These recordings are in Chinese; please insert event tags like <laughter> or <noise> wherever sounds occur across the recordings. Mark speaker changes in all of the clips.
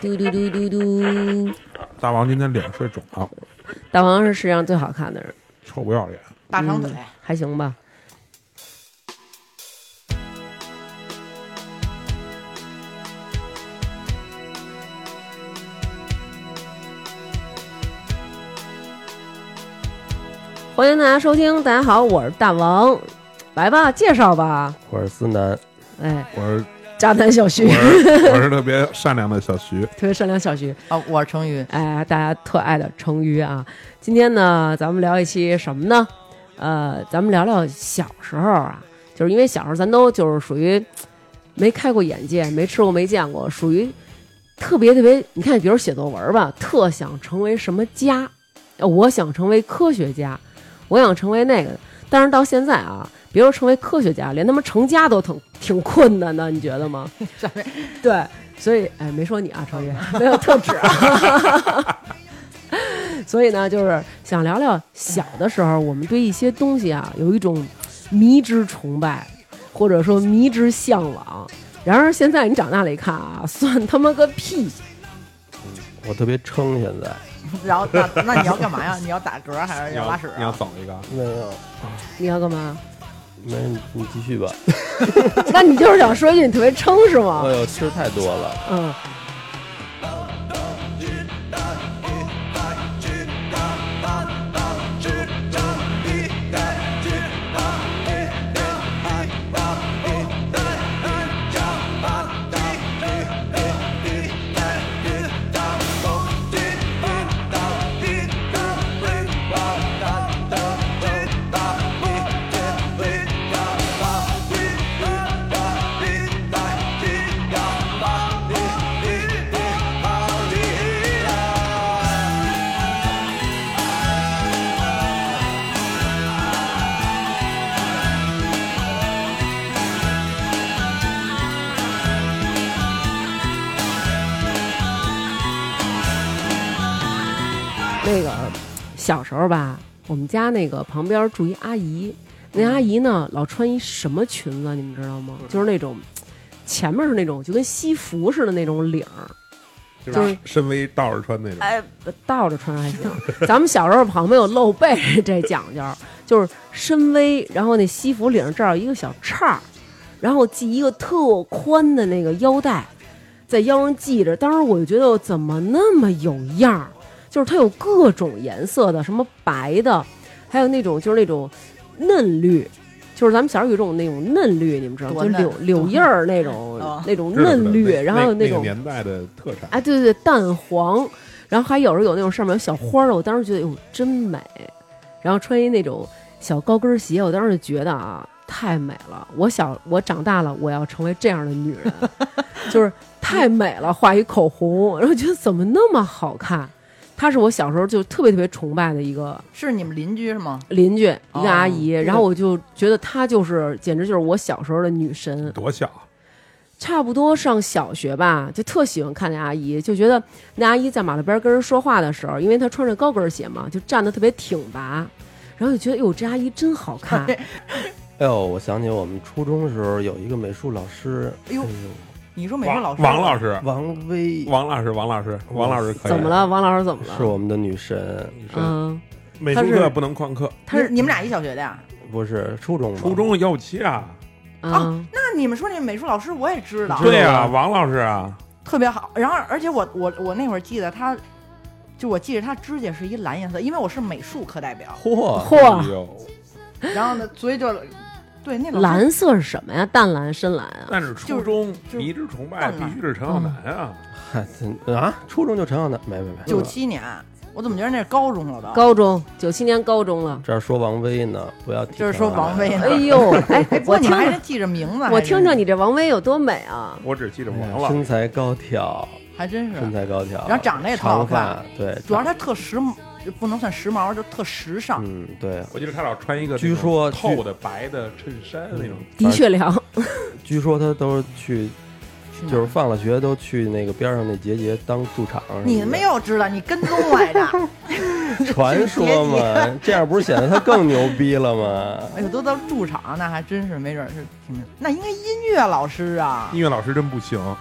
Speaker 1: 嘟嘟嘟嘟嘟，
Speaker 2: 大王今天脸睡肿了，
Speaker 1: 大王是世界上最好看的人，
Speaker 2: 臭不要脸。
Speaker 3: 大
Speaker 1: 嗯
Speaker 3: 长腿，
Speaker 1: 还行吧。欢迎大家收听，大家好，我是大王，来吧，介绍吧，
Speaker 4: 我是思南，
Speaker 1: 哎，
Speaker 2: 我是
Speaker 1: 渣男小
Speaker 2: 我
Speaker 1: 徐，
Speaker 2: 是我是特别善良的小徐，
Speaker 1: <laughs> 特别善良小徐，
Speaker 3: 啊，我是成宇，
Speaker 1: 哎，大家特爱的成语啊。今天呢，咱们聊一期什么呢？呃，咱们聊聊小时候啊，就是因为小时候咱都就是属于没开过眼界，没吃过没见过，属于特别特别。你看，比如写作文吧，特想成为什么家，呃我想成为科学家，我想成为那个。但是到现在啊，别说成为科学家，连他妈成家都挺挺困难的，你觉得吗？对，所以哎，没说你啊，超越，没有特指啊。所以呢，就是想聊聊小的时候，我们对一些东西啊，有一种迷之崇拜，或者说迷之向往。然而现在你长大了一看啊，算他妈个屁！
Speaker 4: 我特别撑，现在
Speaker 3: <laughs> 然后那那你要干嘛呀？你要打嗝还是要拉屎啊？
Speaker 2: 你要走一个，
Speaker 4: 没有，
Speaker 1: 你要干嘛？ <laughs>
Speaker 4: 没事，你你继续吧。
Speaker 1: 那你就是想说一句你特别撑是吗
Speaker 4: 哎？呦，吃太多了，
Speaker 1: 嗯。那个小时候吧，我们家那个旁边住一阿姨，那阿姨呢老穿一什么裙子，你们知道吗？就是那种前面是那种就跟西服似的那种领儿，就是
Speaker 2: 身为道士穿那种，
Speaker 1: 哎，倒着穿还行。咱们小时候旁边有露背这讲究，就是深 V，然后那西服领这儿有一个小叉儿，然后系一个特宽的那个腰带，在腰上系着。当时我就觉得我怎么那么有样儿，就是它有各种颜色的，什么白的，还有那种就是那种嫩绿。就是咱们小时候有一种那种嫩绿，你们知道吗？
Speaker 3: 多
Speaker 1: 就
Speaker 3: 嫩
Speaker 1: 柳柳叶儿那种、
Speaker 3: 哦
Speaker 1: 那种
Speaker 2: 知道
Speaker 1: 嫩绿，
Speaker 2: 知道
Speaker 1: 然后有
Speaker 2: 那
Speaker 1: 种
Speaker 2: 个年代的特产，
Speaker 1: 哎，对对对，淡黄，然后还有时候有那种上面有小花儿的，我当时觉得哟真美，然后穿一那种小高跟鞋，我当时就觉得啊太美了。我小我长大了，我要成为这样的女人， <laughs> 就是太美了，画一口红，然后觉得怎么那么好看。她是我小时候就特别特别崇拜的一个
Speaker 3: 是你们邻居是吗？
Speaker 1: 邻居，一个阿
Speaker 3: 哦
Speaker 1: 姨，然后我就觉得她就是，简直就是我小时候的女神。
Speaker 2: 多小，啊
Speaker 1: 差不多上小学吧，就特喜欢看那阿姨，就觉得那阿姨在马路边跟人说话的时候，因为她穿着高跟鞋嘛，就站得特别挺拔，然后就觉得哟，这阿姨真好看。
Speaker 4: <laughs> 哎呦，我想起我们初中的时候有一个美术老师，
Speaker 3: 哎呦你说美术
Speaker 2: 王
Speaker 3: 老师？
Speaker 2: 王老师，
Speaker 4: 王薇，
Speaker 2: 王老师，王老师，王老师可以，
Speaker 1: 怎么？了，王老师？怎么
Speaker 4: 是
Speaker 1: 了？
Speaker 4: 我们的女神，
Speaker 1: 嗯，
Speaker 2: 美术
Speaker 1: 他是
Speaker 2: 课不能旷课，
Speaker 1: 她是
Speaker 3: 你你们俩一小学的呀？
Speaker 4: 不是初中吧，
Speaker 2: 初中幺五七啊，
Speaker 1: 啊，
Speaker 3: 哦那你们说那美术老师我也知道，
Speaker 4: 知道
Speaker 2: 对啊，
Speaker 4: 啊
Speaker 2: 王老师啊，
Speaker 3: 特别好。然后而且我我我那会儿记得他，就我记得他指甲是一蓝颜色，因为我是美术课
Speaker 1: <laughs>
Speaker 3: 代表。
Speaker 4: 嚯，
Speaker 1: 嚯、
Speaker 2: 哎呦
Speaker 3: 然后呢，所以就对那老师
Speaker 1: 蓝色是什么呀？淡蓝、深蓝啊？
Speaker 2: 但是初中
Speaker 3: 就是
Speaker 2: 迷之崇拜必须是陈浩南啊，
Speaker 1: 嗯
Speaker 4: 嗨真 <laughs> 啊，初中就陈浩南，没没没，
Speaker 3: 九七年，我怎么觉得那是高中了都？
Speaker 1: 高中九七年高中
Speaker 3: <laughs>
Speaker 1: 了。
Speaker 4: 这儿说王薇呢，不要提
Speaker 3: 就是说
Speaker 4: 陈浩南
Speaker 3: 王薇呢
Speaker 1: 哎呦，哎
Speaker 3: 哎，，不
Speaker 1: 我
Speaker 3: 过你
Speaker 1: 听
Speaker 3: 们还
Speaker 1: 着
Speaker 3: 是，记着名字，
Speaker 1: 我
Speaker 3: 还真
Speaker 1: 听着你这王薇有多美啊！
Speaker 2: 我只记着
Speaker 4: 哎
Speaker 2: 王
Speaker 4: 呀
Speaker 2: 老师，
Speaker 4: 身材高挑，
Speaker 3: 还真是啊
Speaker 4: 身。材高挑，
Speaker 3: 然后长得也特好
Speaker 4: 长
Speaker 3: 看
Speaker 4: 发，对，
Speaker 3: 主要他特时髦，不能算时髦，就特时尚。
Speaker 4: 嗯，对，
Speaker 2: 我记得他老穿一个那种
Speaker 4: 据说
Speaker 2: 透的白的衬衫那种，
Speaker 1: 的确凉，
Speaker 4: 据说他都是去，
Speaker 3: 去哪儿
Speaker 4: 就是放了学都去那个边上那结节当驻场。
Speaker 3: 你没 <laughs> 有知道，你跟踪来
Speaker 2: <laughs>
Speaker 3: 的，
Speaker 4: 传说嘛？这样不是显得他更牛逼了吗？ <laughs>
Speaker 3: 哎呦，都到驻场，那还真是没准儿是挺那应该音乐老师啊，
Speaker 2: 音乐老师真不行，
Speaker 3: 哦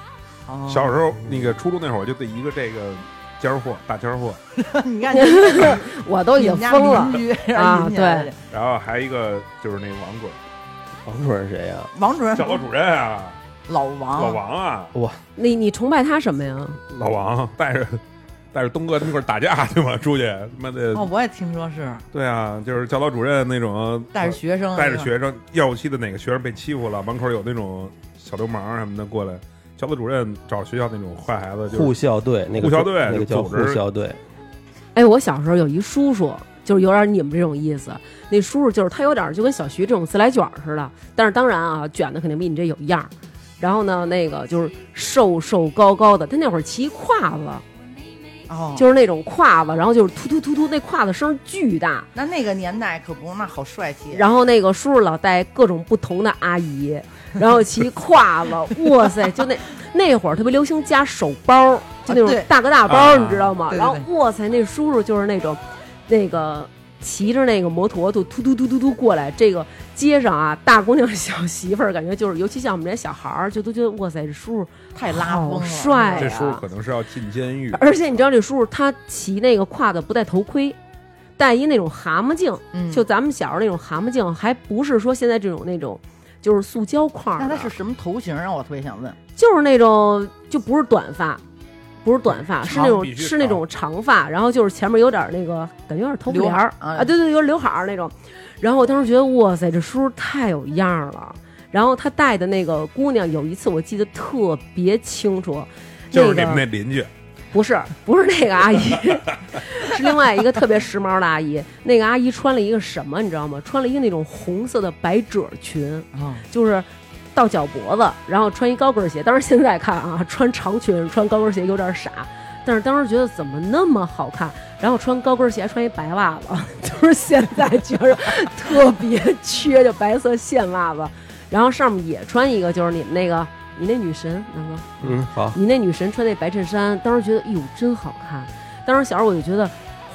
Speaker 2: 嗯小时候那个初中那会儿，我就对一个这个尖儿货、大尖儿货，
Speaker 3: <laughs> 你看你
Speaker 1: <laughs> 我都已经疯了。
Speaker 3: <laughs> 你们家邻居
Speaker 1: 啊
Speaker 3: 让你念了
Speaker 2: 然后还一个就是那王鬼，
Speaker 4: 王主任谁呀？
Speaker 3: 王主任
Speaker 2: 小老主任啊，
Speaker 3: 老王
Speaker 2: 老王啊，
Speaker 1: 你你崇拜他什么呀？
Speaker 2: 老王带着带着东哥他们一块儿打架去嘛，出去他妈的，
Speaker 3: 哦，我也听说是
Speaker 2: 对啊，就是教导主任那种
Speaker 3: 带着学生，
Speaker 2: 带着学生，要不期的哪个学生被欺负了，门口有那种小流氓什么的过来，教导主任找学校那种坏孩子，就
Speaker 4: 护
Speaker 2: 是
Speaker 4: 校队那个
Speaker 2: 护校队
Speaker 4: 那个叫
Speaker 2: 组
Speaker 4: 护
Speaker 2: 织
Speaker 4: 校队，
Speaker 1: 哎，我小时候有一叔叔，就是有点你们这种意思。那叔叔就是他有点就跟小徐这种自来卷儿似的，但是当然啊，卷的肯定比你这有样儿。然后呢，那个就是瘦瘦高高的，他那会儿骑胯子，
Speaker 3: 哦，
Speaker 1: 就是那种胯子，然后就是突突突突，那胯子声儿巨大。
Speaker 3: 那那个年代可不，那好帅气。啊
Speaker 1: 然后那个叔叔老带各种不同的阿姨，然后骑胯子，哇塞，就那那会儿特别流行加手包儿，就那
Speaker 3: 啊对
Speaker 1: 种大哥大包儿，
Speaker 2: 啊
Speaker 1: 你知道吗？
Speaker 3: 对对
Speaker 1: 然后哇塞，那叔叔就是那种，那个骑着那个摩托就突突突突突过来，这个街上啊，大姑娘 <laughs> 小媳妇儿，感觉就是，尤其像我们这些小孩儿，就都觉得哇塞，这叔叔
Speaker 3: 太拉风了，
Speaker 1: 好帅
Speaker 2: 这叔叔可能是要进监狱，
Speaker 1: 而且你知道这叔叔他骑那个胯子不戴头盔，戴一那种蛤蟆镜，
Speaker 3: 嗯
Speaker 1: 就咱们小时候那种蛤蟆镜，还不是说现在这种那种，就是塑胶框
Speaker 3: 那
Speaker 1: 的，
Speaker 3: 他是什么头型啊？我特别想问。
Speaker 1: 就是那种就不是短发，不是短发，
Speaker 2: 长
Speaker 1: 是那种
Speaker 2: 必须
Speaker 1: 是那种长发，然后就是前面有点那个感觉有点头发帘儿
Speaker 3: 刘海儿啊
Speaker 1: 啊，对对，有刘海儿那种。然后我当时觉得哇塞，这叔叔太有样儿了。然后他带的那个姑娘，有一次我记得特别清楚，
Speaker 2: 就是你
Speaker 1: 那
Speaker 2: 们
Speaker 1: 个
Speaker 2: 那邻居，
Speaker 1: 不是，不是那个阿姨， <laughs> 是另外一个特别时髦的阿姨。那个阿姨穿了一个什么，你知道吗？穿了一个那种红色的百褶裙，
Speaker 3: 哦，
Speaker 1: 就是到脚脖子，然后穿一高跟鞋。当然现在看啊，穿长裙穿高跟鞋有点傻，但是当时觉得怎么那么好看。然后穿高跟鞋，穿一白袜子， <laughs> 就是现在觉得特别缺，就白色线袜子， <laughs> 然后上面也穿一个，就是你们那个，你那女神，南哥。
Speaker 4: 嗯，好，
Speaker 1: 你那女神穿那白衬衫，当时觉得，哎呦，真好看。当时小时候我就觉得，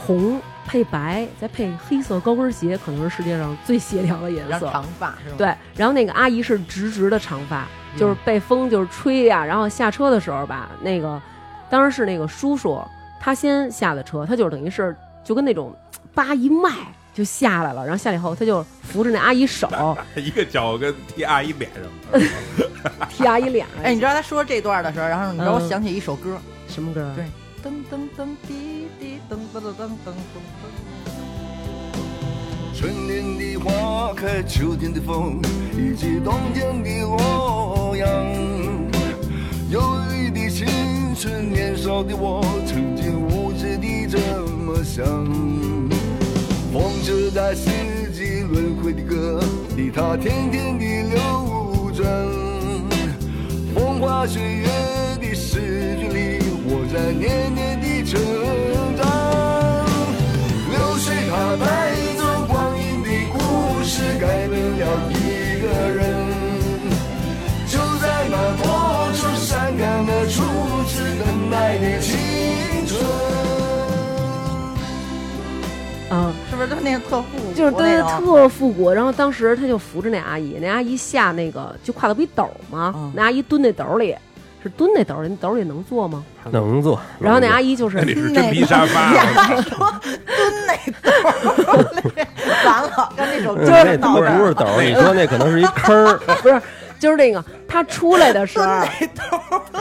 Speaker 1: 红配白再配黑色高跟鞋，可能是世界上最协调的颜
Speaker 3: 然后
Speaker 1: 色。
Speaker 3: 长发是吧？，
Speaker 1: 对，然后那个阿姨是直直的长发，
Speaker 3: 嗯
Speaker 1: 就是被风就是吹呀、然后下车的时候吧，那个当时是那个叔叔，他先下的车，他就是等于是就跟那种叭一迈就下来了，然后下来以后他就扶着那阿姨手
Speaker 2: 一个脚跟踢阿姨脸上，
Speaker 1: 踢阿姨脸上。
Speaker 3: 哎，你知道他说这段的时候，然后你
Speaker 1: 嗯
Speaker 3: 知道我想起一首歌，
Speaker 1: 什么歌啊儿？
Speaker 3: 对噔噔噔滴滴噔噔噔噔噔噔
Speaker 5: 春天的花开，秋天的风，以及冬天的洛阳。忧郁的青春，年少的我，曾经无知地这么想。风是在四季轮回的歌，里它天天地流转。风花雪月的诗句里，我在年年地成长。流水它带走光阴的故事，改变了一个人。就在那多愁善感的初次等待的青春。
Speaker 1: 嗯、
Speaker 3: 噔，是不是都那个特富？
Speaker 1: 就是
Speaker 3: 对
Speaker 1: 对，特复古。然后当时他就扶着那阿姨，那阿姨下那个就挎的不一斗吗？
Speaker 3: 嗯
Speaker 1: 那阿姨蹲那斗里，是蹲那斗里，那斗里能坐吗？
Speaker 4: 能坐。嗯
Speaker 1: 然后那阿
Speaker 4: 姨
Speaker 1: 姨就是
Speaker 2: 那里是真皮沙发，啊我操
Speaker 3: 蹲那兜儿，完了，让这首歌
Speaker 4: 嗯那
Speaker 3: 闹
Speaker 4: 不
Speaker 3: 这
Speaker 4: 是不是
Speaker 3: 儿。
Speaker 4: 斗儿，你说那可能是一坑儿。 <laughs>
Speaker 1: 不是，就是那个她出来的时候，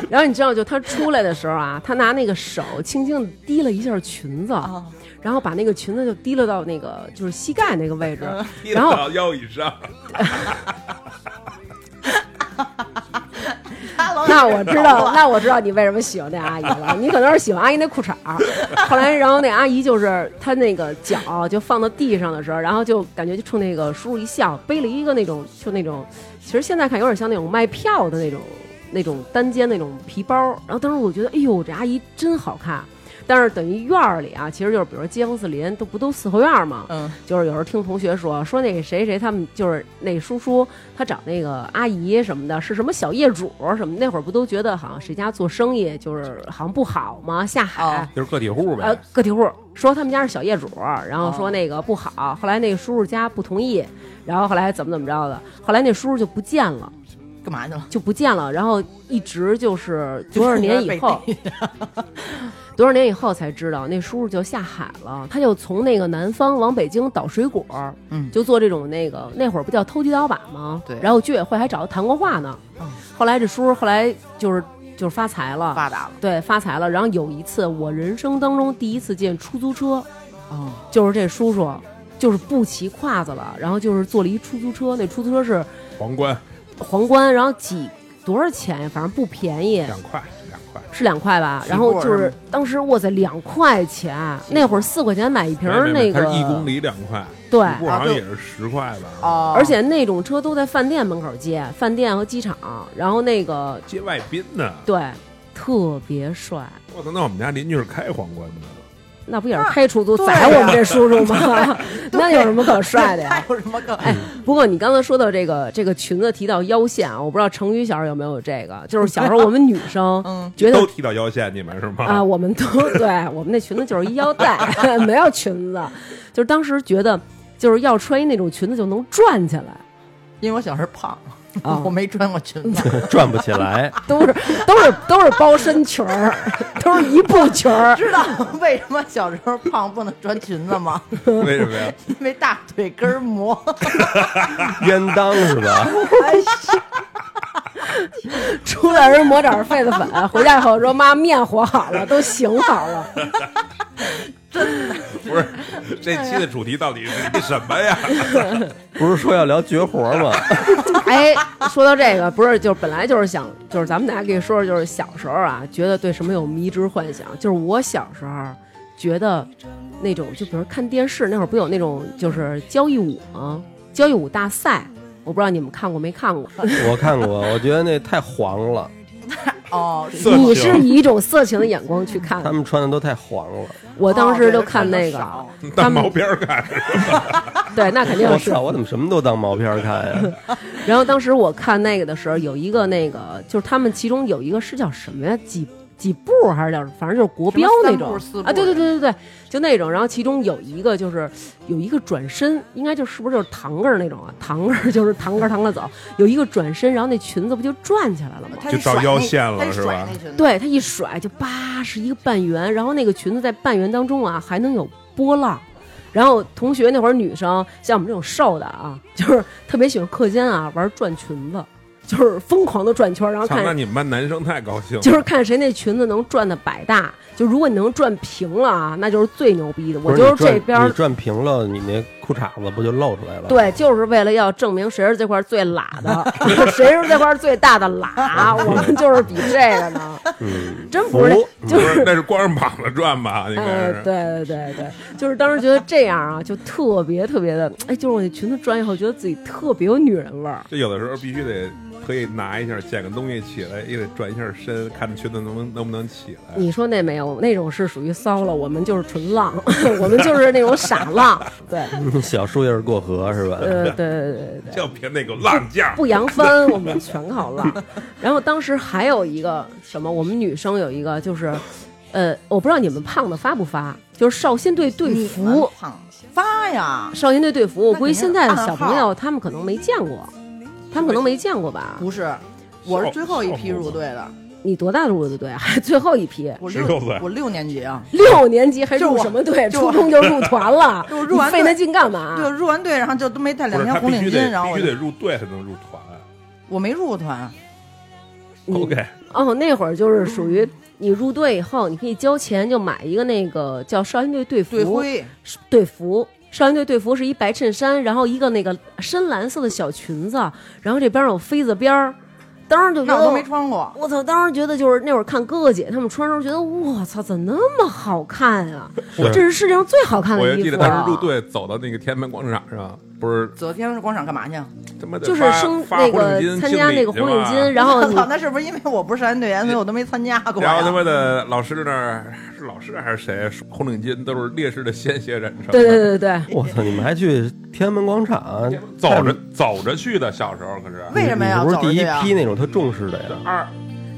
Speaker 1: 然后你知道，就她出来的时候啊，她拿那个手轻轻的提了一下裙子，
Speaker 3: 哦
Speaker 1: 然后把那个裙子就提了到那个就是膝盖那个位置，
Speaker 3: 嗯
Speaker 2: 踢
Speaker 1: 然后
Speaker 2: 到腰以上，
Speaker 3: 他老
Speaker 1: 那我知道，那我知道你为什么喜欢那阿姨了，你可能是喜欢阿姨那裤衩儿。后来，然后那阿姨就是她那个脚就放到地上的时候，然后就感觉就冲那个叔叔一笑，背了一个那种就那种，其实现在看有点像那种卖票的那种那种单肩那种皮包。然后当时我觉得，哎呦，这阿姨真好看。但是等于院儿里啊，其实就是比如说街坊四邻都不都四合院儿嘛，
Speaker 3: 嗯，
Speaker 1: 就是有时候听同学说说那谁谁他们就是那叔叔他找那个阿姨什么的，是什么小业主什么，那会儿不都觉得好像谁家做生意就是好像不好吗？下海。
Speaker 3: 哦
Speaker 2: 就是个体户
Speaker 1: 呃
Speaker 2: 呗，，
Speaker 1: 个体户说他们家是小业主，然后
Speaker 3: 哦
Speaker 1: 说那个不好，后来那个叔叔家不同意，然后后来怎么怎么着的，后来那叔叔就不见了，
Speaker 3: 干嘛去了？
Speaker 1: 就不见了，然后一直就是多少
Speaker 3: 就是
Speaker 1: 年以
Speaker 3: 被
Speaker 1: 后，
Speaker 3: 逮
Speaker 1: <laughs> 多少年以后才知道，那叔叔就下海了，他就从那个南方往北京倒水果，
Speaker 3: 嗯
Speaker 1: 就做这种那个那会儿不叫偷鸡倒把吗？
Speaker 3: 对
Speaker 1: 然后居委会还找他谈过话呢。
Speaker 3: 嗯
Speaker 1: 后来这叔叔后来就是就是发财了，
Speaker 3: 发达了。
Speaker 1: 对，发财了。然后有一次，我人生当中第一次见出租车，
Speaker 3: 哦，
Speaker 1: 就是这叔叔，就是不骑胯子了，然后就是坐了一出租车，那出租车是
Speaker 2: 皇冠
Speaker 1: 皇冠，然后几多少钱呀？反正不便宜，
Speaker 2: 两块两块，
Speaker 1: 是两块吧？
Speaker 3: 起
Speaker 1: 然后
Speaker 3: 步
Speaker 1: 就是是
Speaker 3: 吗
Speaker 1: 当时哇塞，两块钱，那会儿四块钱买一瓶儿
Speaker 2: 没没没
Speaker 1: 那个，
Speaker 2: 它是一公里两块，
Speaker 1: 对。
Speaker 2: 一步好像也是十块吧。
Speaker 3: 哦，
Speaker 1: 而且那种车都在饭店门口接，饭店和机场，然后那个
Speaker 2: 接外宾呢？
Speaker 1: 对，特别帅，
Speaker 2: 我操！那我们家邻居是开皇冠的，
Speaker 1: 那不也是开出租
Speaker 3: 那
Speaker 1: 宰
Speaker 3: 对呀
Speaker 1: 我们这叔叔吗？
Speaker 2: 啊
Speaker 1: <laughs> 那有什么可帅的呀？
Speaker 3: 还有什么可？
Speaker 1: 哎，不过你刚才说到这个这个裙子提到腰线啊，我不知道成语小时候有没有这个，就是小时候我们女生
Speaker 3: 嗯
Speaker 1: 觉得
Speaker 2: 都提到腰线，你们是吗？
Speaker 1: 啊、我们都对我们那裙子就是一腰带， <laughs> 没有裙子，就是当时觉得就是要穿一那种裙子就能转起来，
Speaker 3: 因为我小时候胖，
Speaker 1: 啊
Speaker 3: 我没穿过裙子。
Speaker 1: <laughs>
Speaker 4: 转不
Speaker 2: <laughs>
Speaker 4: 起来。
Speaker 1: 都是都是都是包身裙儿，都是一步裙儿。
Speaker 3: 知道为什么小时候胖不能穿裙子吗？
Speaker 2: 为什么呀？
Speaker 3: 因为大腿根
Speaker 1: <laughs>
Speaker 3: 儿磨。
Speaker 4: 冤当是吧？
Speaker 1: 出来人抹点痱子粉，回家以后说妈面和好了，都醒好了。
Speaker 2: 不是，这期的主题到底是什么呀？
Speaker 4: 不是说要聊绝活吗？ <laughs>
Speaker 1: 哎，说到这个，不是，就是本来就是想，就是咱们大家可以说说，就是小时候啊，觉得对什么有迷之幻想。就是我小时候觉得那种，就比如看电视那会儿，不有那种就是交谊舞吗？交谊舞大赛，我不知道你们看过没看过。
Speaker 4: 我看过，我觉得那太黄了，
Speaker 3: 哦，
Speaker 2: <laughs> 色情
Speaker 1: 你是以一种色情的眼光去看
Speaker 4: 他
Speaker 1: 的，
Speaker 4: 们穿的都太黄了。
Speaker 1: 我当时
Speaker 3: 哦
Speaker 1: 就
Speaker 3: 对
Speaker 1: 看
Speaker 3: 看得
Speaker 1: 那个，
Speaker 3: 少
Speaker 1: 他
Speaker 2: 当
Speaker 1: 们
Speaker 2: 毛片儿看是吧？
Speaker 1: 对，那肯定
Speaker 4: 我
Speaker 1: 是
Speaker 4: 操，我怎么什么都当毛片儿看呀？
Speaker 1: 然后当时我看那个的时候，有一个那个就是他们其中有一个是叫什么呀？几几步还是叫反正就是国标那
Speaker 3: 什
Speaker 1: 种
Speaker 3: 么三步四步
Speaker 1: 啊？对对对对对，就那种。然后其中有一个就是有一个转身，应该就是不是就是堂哥那种啊？堂哥就是堂哥堂哥走，有一个转身，然后那裙子不就转起来了吗？
Speaker 3: 他
Speaker 2: 就
Speaker 3: 一
Speaker 2: 到
Speaker 3: 甩
Speaker 2: 腰
Speaker 3: 那
Speaker 2: 线了
Speaker 3: 他一
Speaker 2: 是
Speaker 3: 甩
Speaker 2: 吧
Speaker 3: 那裙子
Speaker 1: 对他一甩就叭是一个半圆，然后那个裙子在半圆当中啊还能有波浪。然后同学那会儿女生像我们这种瘦的啊，就是特别喜欢课间啊玩转裙子，就是疯狂的转圈儿，然后
Speaker 2: 操，那
Speaker 1: 看
Speaker 2: 你们班男生太高兴了，
Speaker 1: 就是看谁那裙子能转的百大。就如果你能转平了啊，那就是最牛逼的。我
Speaker 4: 不
Speaker 1: 就是是这边
Speaker 4: 你
Speaker 1: 儿
Speaker 4: 转平了，你那裤衩子不就露出来了？，
Speaker 1: 对，就是为了要证明谁是这块儿最喇的， <laughs> 谁是这块儿最大的
Speaker 4: <laughs>
Speaker 1: 喇，我们就是比这个呢，
Speaker 4: 嗯，
Speaker 1: 真不是
Speaker 4: 服
Speaker 1: 就
Speaker 2: 不是那是光着膀子转吧？应该
Speaker 1: 哎，
Speaker 2: 是。
Speaker 1: 对对对对，就是当时觉得这样啊，就特别特别的，哎，就是我那裙子穿以后，觉得自己特别有女人味儿。
Speaker 2: 就有的时候必须得特意拿一下，捡个东西起来，也得转一下身，看这裙子能不能能不能起来。
Speaker 1: 你说那没有，那种是属于骚了，我们就是纯浪， <laughs> 我们就是那种傻浪，对，
Speaker 4: <laughs> 小树叶过河是吧？
Speaker 1: 呃，对对对对
Speaker 2: <laughs>
Speaker 1: 对，
Speaker 2: 就别那个浪架，
Speaker 1: 不扬帆，我们全靠浪。然后当时还有一个什么，我们女生有一个就是，呃，我不知道你们胖子发不发，就是少先队队
Speaker 3: 你
Speaker 1: 服，
Speaker 3: 胖子发呀？
Speaker 1: 少先队队服，我
Speaker 3: 那
Speaker 1: 估计
Speaker 3: 肯定
Speaker 1: 现在的
Speaker 3: 暗
Speaker 1: 小朋
Speaker 3: 号
Speaker 1: 友他们可能没见过，他们可能没见过吧。
Speaker 3: 不是，我是最后一批
Speaker 2: 少少
Speaker 3: 入队的，
Speaker 1: 你多大入的队啊？ <laughs> 还最后一批，
Speaker 3: 我
Speaker 2: 16
Speaker 3: 六
Speaker 2: 岁
Speaker 3: 我六年级啊。
Speaker 1: 六年级还
Speaker 3: 就
Speaker 1: 入
Speaker 3: 我
Speaker 1: 什么队？
Speaker 3: 就
Speaker 1: 初
Speaker 3: 我
Speaker 1: 中就
Speaker 3: <laughs>
Speaker 1: 入团了，
Speaker 3: 就入完
Speaker 1: 你费
Speaker 3: 队
Speaker 1: 那劲干嘛？
Speaker 3: 对，入完队，然后就都没带
Speaker 2: 不
Speaker 3: 两
Speaker 2: 是
Speaker 3: 天
Speaker 2: 他
Speaker 3: 红
Speaker 2: 必
Speaker 3: 领
Speaker 2: 须
Speaker 3: 巾，
Speaker 2: 得
Speaker 3: 然后
Speaker 2: 必
Speaker 3: 我
Speaker 2: 须
Speaker 3: 就
Speaker 2: 得入队才能入团。
Speaker 3: 我没入过
Speaker 1: 哦
Speaker 3: 团，
Speaker 1: 你
Speaker 2: OK，
Speaker 1: 哦，那会儿就是属于你入队以后，你可以交钱就买一个那个叫少先队队服，
Speaker 3: 队徽
Speaker 1: 是队服。少先队队服是一白衬衫，然后一个那个深蓝色的小裙子，然后这边有妃子边儿，当时就觉
Speaker 3: 那我
Speaker 1: 得
Speaker 3: 都没穿过。
Speaker 1: 我操！当时觉得就是那会儿看哥哥姐他们穿的时候，觉得我操，怎么那么好看呀、
Speaker 4: 是
Speaker 1: 这是世界上最好看的
Speaker 2: 我
Speaker 1: 衣服、啊。
Speaker 2: 就记得当时入队走到那个天安门广场上，不是
Speaker 3: 走天安门广场干嘛去？啊
Speaker 2: 他妈的
Speaker 1: 就是
Speaker 2: 发
Speaker 1: 升
Speaker 2: 发
Speaker 1: 那
Speaker 2: 红领
Speaker 1: 个
Speaker 2: 巾
Speaker 1: 参
Speaker 2: 敬
Speaker 1: 加
Speaker 2: 礼
Speaker 1: 那个
Speaker 2: 去
Speaker 1: 红领
Speaker 2: 嘛
Speaker 1: 巾，然后
Speaker 3: 我
Speaker 1: 你
Speaker 3: 操，那是不是因为我不是少先队员，所以我都没参加过呀？
Speaker 2: 然后他妈的老师那儿是老师还是谁，说红领巾都是烈士的鲜血染成的。
Speaker 1: 对对对对对，
Speaker 4: 我操，你们还去天安门广场？
Speaker 2: 走着
Speaker 4: 嗯
Speaker 2: 走着去的，小时候可是
Speaker 3: 为什么呀
Speaker 4: 你不是
Speaker 3: 走着
Speaker 4: 第一
Speaker 3: 去啊
Speaker 4: 批那种特重视的呀？
Speaker 1: <laughs>
Speaker 2: 二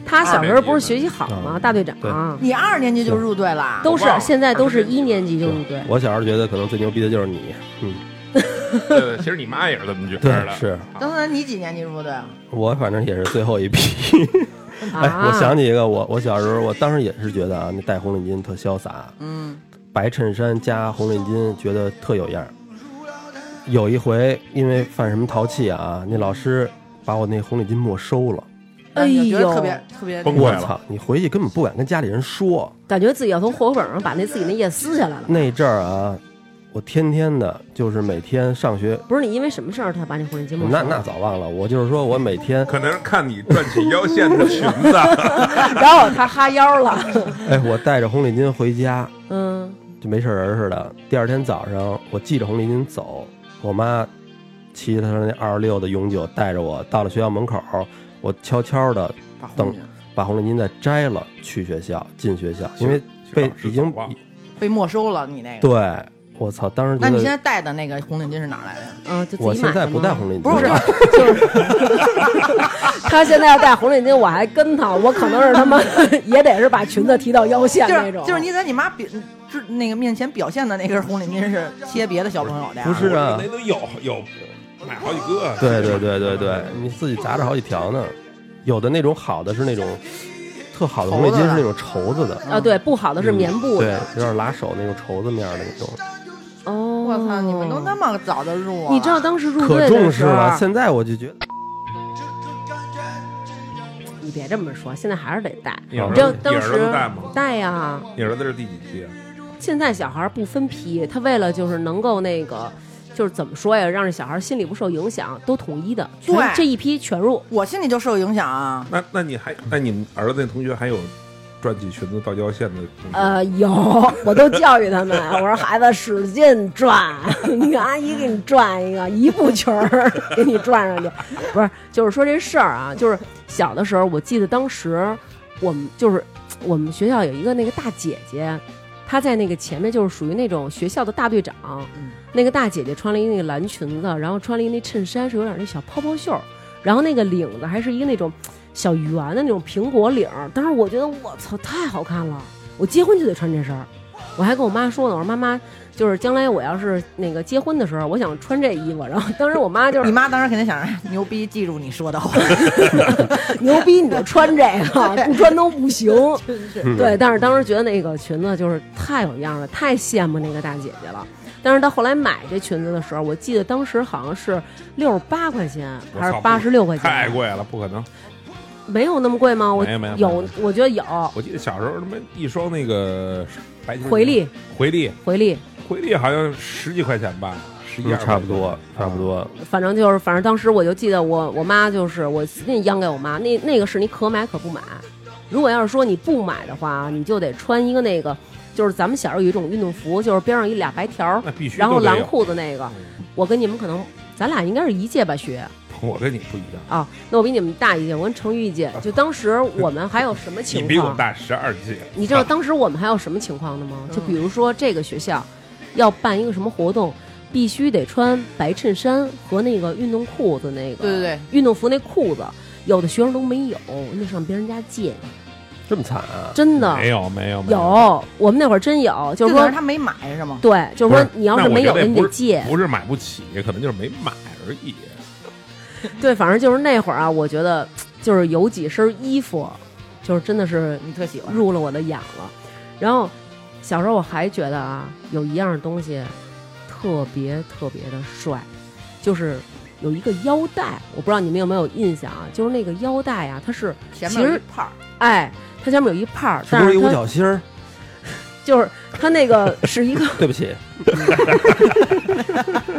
Speaker 1: 他小时候不是学习好吗？大队长
Speaker 4: 嗯
Speaker 1: 啊
Speaker 4: 对
Speaker 3: 你二年级就入队了，
Speaker 1: 都是
Speaker 2: 我忘了
Speaker 1: 现在都是一年级就入队，啊
Speaker 4: 我小时候觉得可能最牛逼的就是你，嗯，
Speaker 2: 对对，其实你妈也是这么觉得的，
Speaker 4: 是
Speaker 3: 张思楠，你几年级入的队啊？
Speaker 4: 我反正也是最后一批。 <laughs> 哎，我
Speaker 1: 啊
Speaker 4: 想起一个，我我小时候，我当时也是觉得啊，那戴红领巾特潇洒，
Speaker 3: 嗯，
Speaker 4: 白衬衫加红领巾，觉得特有样儿。有一回因为犯什么淘气啊，那老师把我那红领巾没收了，
Speaker 1: 哎呦
Speaker 3: 你觉得特别特别
Speaker 2: 崩溃
Speaker 4: 我
Speaker 2: 了
Speaker 4: 操！你回去根本不敢跟家里人说。
Speaker 1: 感觉自己要从户口本上把那自己那页撕下来了。
Speaker 4: 那阵儿啊，我天天的，就是每天上学，
Speaker 1: 不是你因为什么事儿他把你红领巾没收
Speaker 4: 嗯那
Speaker 1: 了
Speaker 4: 那早忘了，我就是说我每
Speaker 2: 嗯
Speaker 4: 天，
Speaker 2: 可能是看你转起腰线的裙子，
Speaker 1: 然后他哈腰了，
Speaker 4: 哎，我带着红领巾回家，
Speaker 1: 嗯，
Speaker 4: 就没事人似的。第二天早上，我系着红领巾走，我妈骑她那二十六的永久带着我到了学校门口，我悄悄的
Speaker 3: 把红
Speaker 4: 等
Speaker 3: 领巾
Speaker 4: 把红领巾再摘了，去学校进学校，因为 <laughs> 被
Speaker 2: 是
Speaker 4: 已经
Speaker 2: 走了
Speaker 3: 被没收了，你那个。
Speaker 4: 对我操，当时
Speaker 3: 那
Speaker 4: 觉
Speaker 3: 你现在
Speaker 4: 得
Speaker 3: 戴的那个红领巾是哪儿来的？
Speaker 1: 啊，就自己买
Speaker 4: 我现在不戴红
Speaker 1: 领
Speaker 4: 领巾，
Speaker 3: 不是，啊我就是
Speaker 1: 啊
Speaker 4: <laughs>
Speaker 1: 他现在要戴红领巾，我还跟他，我可能是
Speaker 3: <laughs>
Speaker 1: 他妈也得是把裙子提到腰线
Speaker 3: 就
Speaker 1: 那
Speaker 3: 是
Speaker 1: 种，
Speaker 3: 就是你在你妈表就那个面前表现的那根红领巾是贴别的小朋友的呀，
Speaker 4: 不是啊
Speaker 2: 那，都有有买好几个，啊
Speaker 4: <laughs> 对对对对对，你自己扎着好几条呢，有的那种好的是那种特好的红领巾
Speaker 3: 绸子
Speaker 4: 是
Speaker 3: 的
Speaker 4: 那种绸子的，
Speaker 1: 啊，对，不好的
Speaker 4: 嗯
Speaker 1: 是棉布
Speaker 4: 对
Speaker 1: 的，，
Speaker 4: 有点拉手那种绸子面儿的那种，
Speaker 1: 哦，
Speaker 3: 我操，你们都那么早的入啊？
Speaker 1: 你知道当时入
Speaker 4: 可
Speaker 1: 队
Speaker 4: 重
Speaker 1: 的
Speaker 4: 视
Speaker 1: 时候，
Speaker 4: 了。现在我就觉得，
Speaker 1: 你别这么说，现在还是得戴。
Speaker 2: 你儿
Speaker 1: 你
Speaker 2: 子
Speaker 1: 知道
Speaker 2: 你
Speaker 1: 当
Speaker 2: 儿
Speaker 1: 时
Speaker 2: 子戴吗？
Speaker 1: 戴呀，
Speaker 2: 你儿子是第几期啊？
Speaker 1: 现在小孩儿不分批，他为了就是能够那个，就是怎么说呀，让这小孩儿心理不受影响，都统一的，全
Speaker 3: 对
Speaker 1: 这一批全入。
Speaker 3: 我心里就受影响啊。
Speaker 2: 那那你还那你们儿子那同学还有转起裙子到腰线的同学？
Speaker 1: 呃，有，我都教育他们，我说孩子使劲转， <laughs> 你看阿姨给你转一个，一步裙儿给你转上去，不是，就是说这事儿啊，就是小的时候，我记得当时我们就是我们学校有一个那个大姐姐，她在那个前面就是属于那种学校的大队长，
Speaker 3: 嗯
Speaker 1: 那个大姐姐穿了一那个蓝裙子，然后穿了一那衬衫是有点那小泡泡袖儿，然后那个领子还是一个那种小圆的那种苹果领儿，当时我觉得我操太好看了，我结婚就得穿这身儿。我还跟我妈说呢，我说妈妈，就是将来我要是那个结婚的时候，我想穿这衣服。然后当时我妈就是
Speaker 3: 你妈当时肯定想哎牛逼，记住你说的话，
Speaker 1: 牛逼，你就穿这
Speaker 3: <laughs>
Speaker 1: 个，不穿都不行。
Speaker 3: 真是
Speaker 4: 嗯
Speaker 1: 对，但是当时觉得那个裙子就是太有样了，太羡慕那个大姐姐了。但是到后来买这裙子的时候，我记得当时好像是六十八块钱
Speaker 2: 我
Speaker 1: 还
Speaker 2: 操
Speaker 1: 是八十六块钱，
Speaker 2: 太贵了，不可能！
Speaker 1: 没有那么贵吗？我
Speaker 2: 没有没有没有
Speaker 1: 我觉得有
Speaker 2: 我记得小时候他妈一双那个白裙，
Speaker 1: 回力，
Speaker 2: 回力，
Speaker 1: 回力，
Speaker 2: 回力好像十几块钱吧，十一
Speaker 4: 嗯差不多，差不。
Speaker 2: 啊
Speaker 4: 多。
Speaker 1: 反正就是反正当时我就记得我我妈就是我使劲央给我妈，那那个是你可买可不买。如果要是说你不买的话，你就得穿一个那个，就是咱们小时候有一种运动服，就是边上一俩白条儿，
Speaker 2: 那必须
Speaker 1: 然后
Speaker 2: 都得有嗯
Speaker 1: 蓝裤子那个。我跟你们可能，咱俩应该是一届吧学
Speaker 2: 我跟你不一样，
Speaker 1: 啊，那我比你们大一届，我跟程昱一
Speaker 2: <laughs>
Speaker 1: 届。就当时我们还有什么情
Speaker 2: 你
Speaker 1: 况？
Speaker 2: 比我大嗯十二届。
Speaker 1: 你知道当时我们还有什么情况的吗？就比如说这个学校要办一个什么活动，必须得穿白衬衫和那个运动裤子那个，
Speaker 3: 对对对，
Speaker 1: 运动服那裤子，有的学生都没有，那上别人家借去，
Speaker 4: 这么惨啊！
Speaker 1: 真的
Speaker 2: 没有没有没
Speaker 1: 有，我们那会儿真有，就
Speaker 3: 就是等
Speaker 1: 说
Speaker 3: 于。他没买是吗？
Speaker 1: 对，就是
Speaker 2: 不
Speaker 1: 说
Speaker 2: 是
Speaker 1: 你要
Speaker 2: 那
Speaker 1: 是
Speaker 2: 我
Speaker 1: 没
Speaker 2: 觉
Speaker 1: 有
Speaker 2: 得
Speaker 1: 的，
Speaker 2: 也
Speaker 1: 你
Speaker 2: 不
Speaker 1: 得
Speaker 2: 是
Speaker 1: 借。
Speaker 2: 不是买不起，可能就是没买而已。
Speaker 1: 对，反正就是那会儿啊，我觉得就是有几身衣服，就是真的是
Speaker 3: 你特喜欢，
Speaker 1: 入了我的眼了。然后小时候我还觉得啊，有一样东西特别特别的帅，就是有一个腰带，我不知道你们有没有印象啊？就是那个腰带呀、它是
Speaker 3: 前面有
Speaker 1: 其
Speaker 3: 一
Speaker 1: 实
Speaker 3: 泡儿，
Speaker 1: 哎，它前面有一帕儿，
Speaker 4: 是
Speaker 1: 但
Speaker 4: 不是一
Speaker 1: 是
Speaker 4: 五
Speaker 1: 它
Speaker 4: 角星儿？
Speaker 1: 就是它那
Speaker 4: <laughs>
Speaker 1: 个是一个，
Speaker 4: 对不起，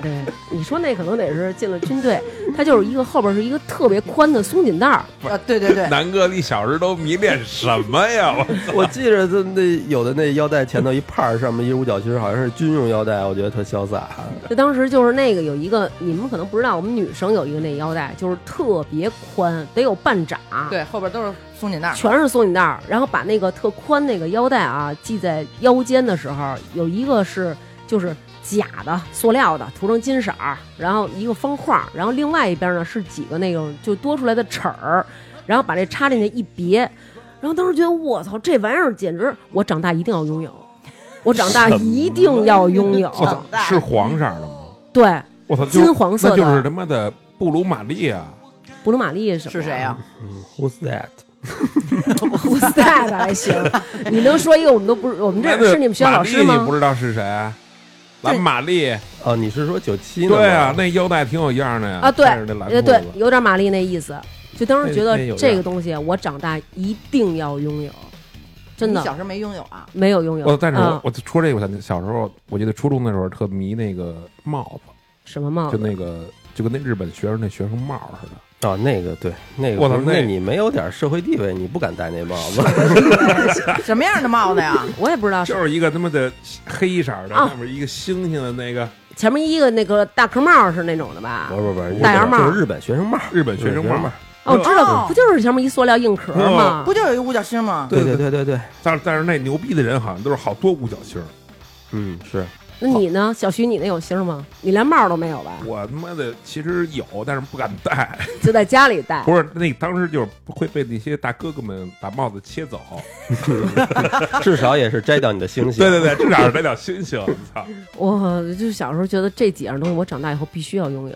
Speaker 1: 对，你说那可能得是进了军队，它就是一个后边是一个特别宽的松紧带儿，
Speaker 2: 不
Speaker 3: 啊，对对对，
Speaker 2: 南哥，你小时候都迷恋什么呀？我
Speaker 4: 我记着这那有的那腰带前头一帕儿，上面一五角星儿，好像是军用腰带，我觉得特潇洒。啊
Speaker 1: 就当时就是那个有一个，你们可能不知道，我们女生有一个那腰带，就是特别宽，得有半掌，，
Speaker 3: 对，后边都是松紧带儿，
Speaker 1: 全是松紧带儿。然后把那个特宽那个腰带啊系在腰间的时候，有一个是就是假的塑料的，涂成金色儿，然后一个方块儿，然后另外一边呢是几个那种就多出来的齿儿，然后把这插进去一别，然后当时觉得我操，这玩意儿简直，我长大一定要拥有，我长大一定要拥有。
Speaker 2: 操，是黄色的吗？
Speaker 1: 对，
Speaker 2: 我操，就是
Speaker 1: 金黄色的
Speaker 2: 那就是他妈的布鲁玛丽啊！
Speaker 1: 布鲁玛丽是什么
Speaker 3: 是
Speaker 1: <laughs>
Speaker 3: 谁啊呀？
Speaker 4: Who's that？
Speaker 1: 胡斯带的还
Speaker 3: <laughs>
Speaker 1: 行，你能说一个我们都不是，我们这
Speaker 2: 那个
Speaker 1: 是你们学校老师
Speaker 2: 哎玛
Speaker 1: 吗
Speaker 2: 丽你不？知道是谁？蓝玛丽，
Speaker 4: 哦，你是说九七呢？
Speaker 2: 对啊，，那腰带挺有样的呀。
Speaker 1: 啊，对，
Speaker 2: 戴着那蓝裤
Speaker 1: 呃，对，
Speaker 2: 子，
Speaker 1: 有点玛丽那意思。就当时觉
Speaker 2: 那那有
Speaker 1: 得
Speaker 2: 点
Speaker 1: 这个东西，我长大一定要拥有，真
Speaker 3: 你小
Speaker 1: 的
Speaker 3: 时候没拥有啊？
Speaker 1: 没有拥有。
Speaker 2: 哦我但是
Speaker 1: 啊
Speaker 2: 我我就说这个，我想起小时候，我记得初中的时候特迷那个帽子，
Speaker 1: 什么帽
Speaker 2: 就
Speaker 1: 子？
Speaker 2: 那个就跟那日本学生那学生帽似的。
Speaker 4: 哦，那个对，那个
Speaker 2: 我操
Speaker 4: 不是那
Speaker 2: 那
Speaker 4: 你没有点社会地位，你不敢戴那帽 <laughs> 子。
Speaker 3: 什么样的帽子呀？
Speaker 1: 我也不知道，
Speaker 2: 就是一个他妈的黑色的，
Speaker 1: 啊
Speaker 2: 上面一个星星的那个
Speaker 1: 前面一个那个大壳帽是那种的吧
Speaker 4: 不？是不是不是，
Speaker 1: 戴
Speaker 4: 日
Speaker 1: 上
Speaker 4: 本
Speaker 1: 帽
Speaker 4: 就是日本学生帽，
Speaker 2: 日本学生帽
Speaker 4: 日本。
Speaker 1: 哦，我知道，
Speaker 3: 哦
Speaker 1: 不就是前面一塑料硬壳吗
Speaker 2: 哦
Speaker 3: 不？就有一五角星吗？
Speaker 4: 对对对对对，
Speaker 2: 但是但是那牛逼的人好像都是好多五角星儿，
Speaker 4: 嗯，是
Speaker 1: 那你呢，小徐，你那有星吗？你连帽都没有吧？
Speaker 2: 我他妈的其实有，但是不敢戴。
Speaker 1: 就在家里戴。
Speaker 2: 不是，那当时就是会被那些大哥哥们把帽子
Speaker 1: <laughs>
Speaker 2: 切走。
Speaker 4: 至少也是摘掉你的星星。
Speaker 2: 对对对，至少是那点星
Speaker 1: <laughs>
Speaker 2: 星。操，
Speaker 1: 我就是小时候觉得这几样东西，我长大以后必须要拥有。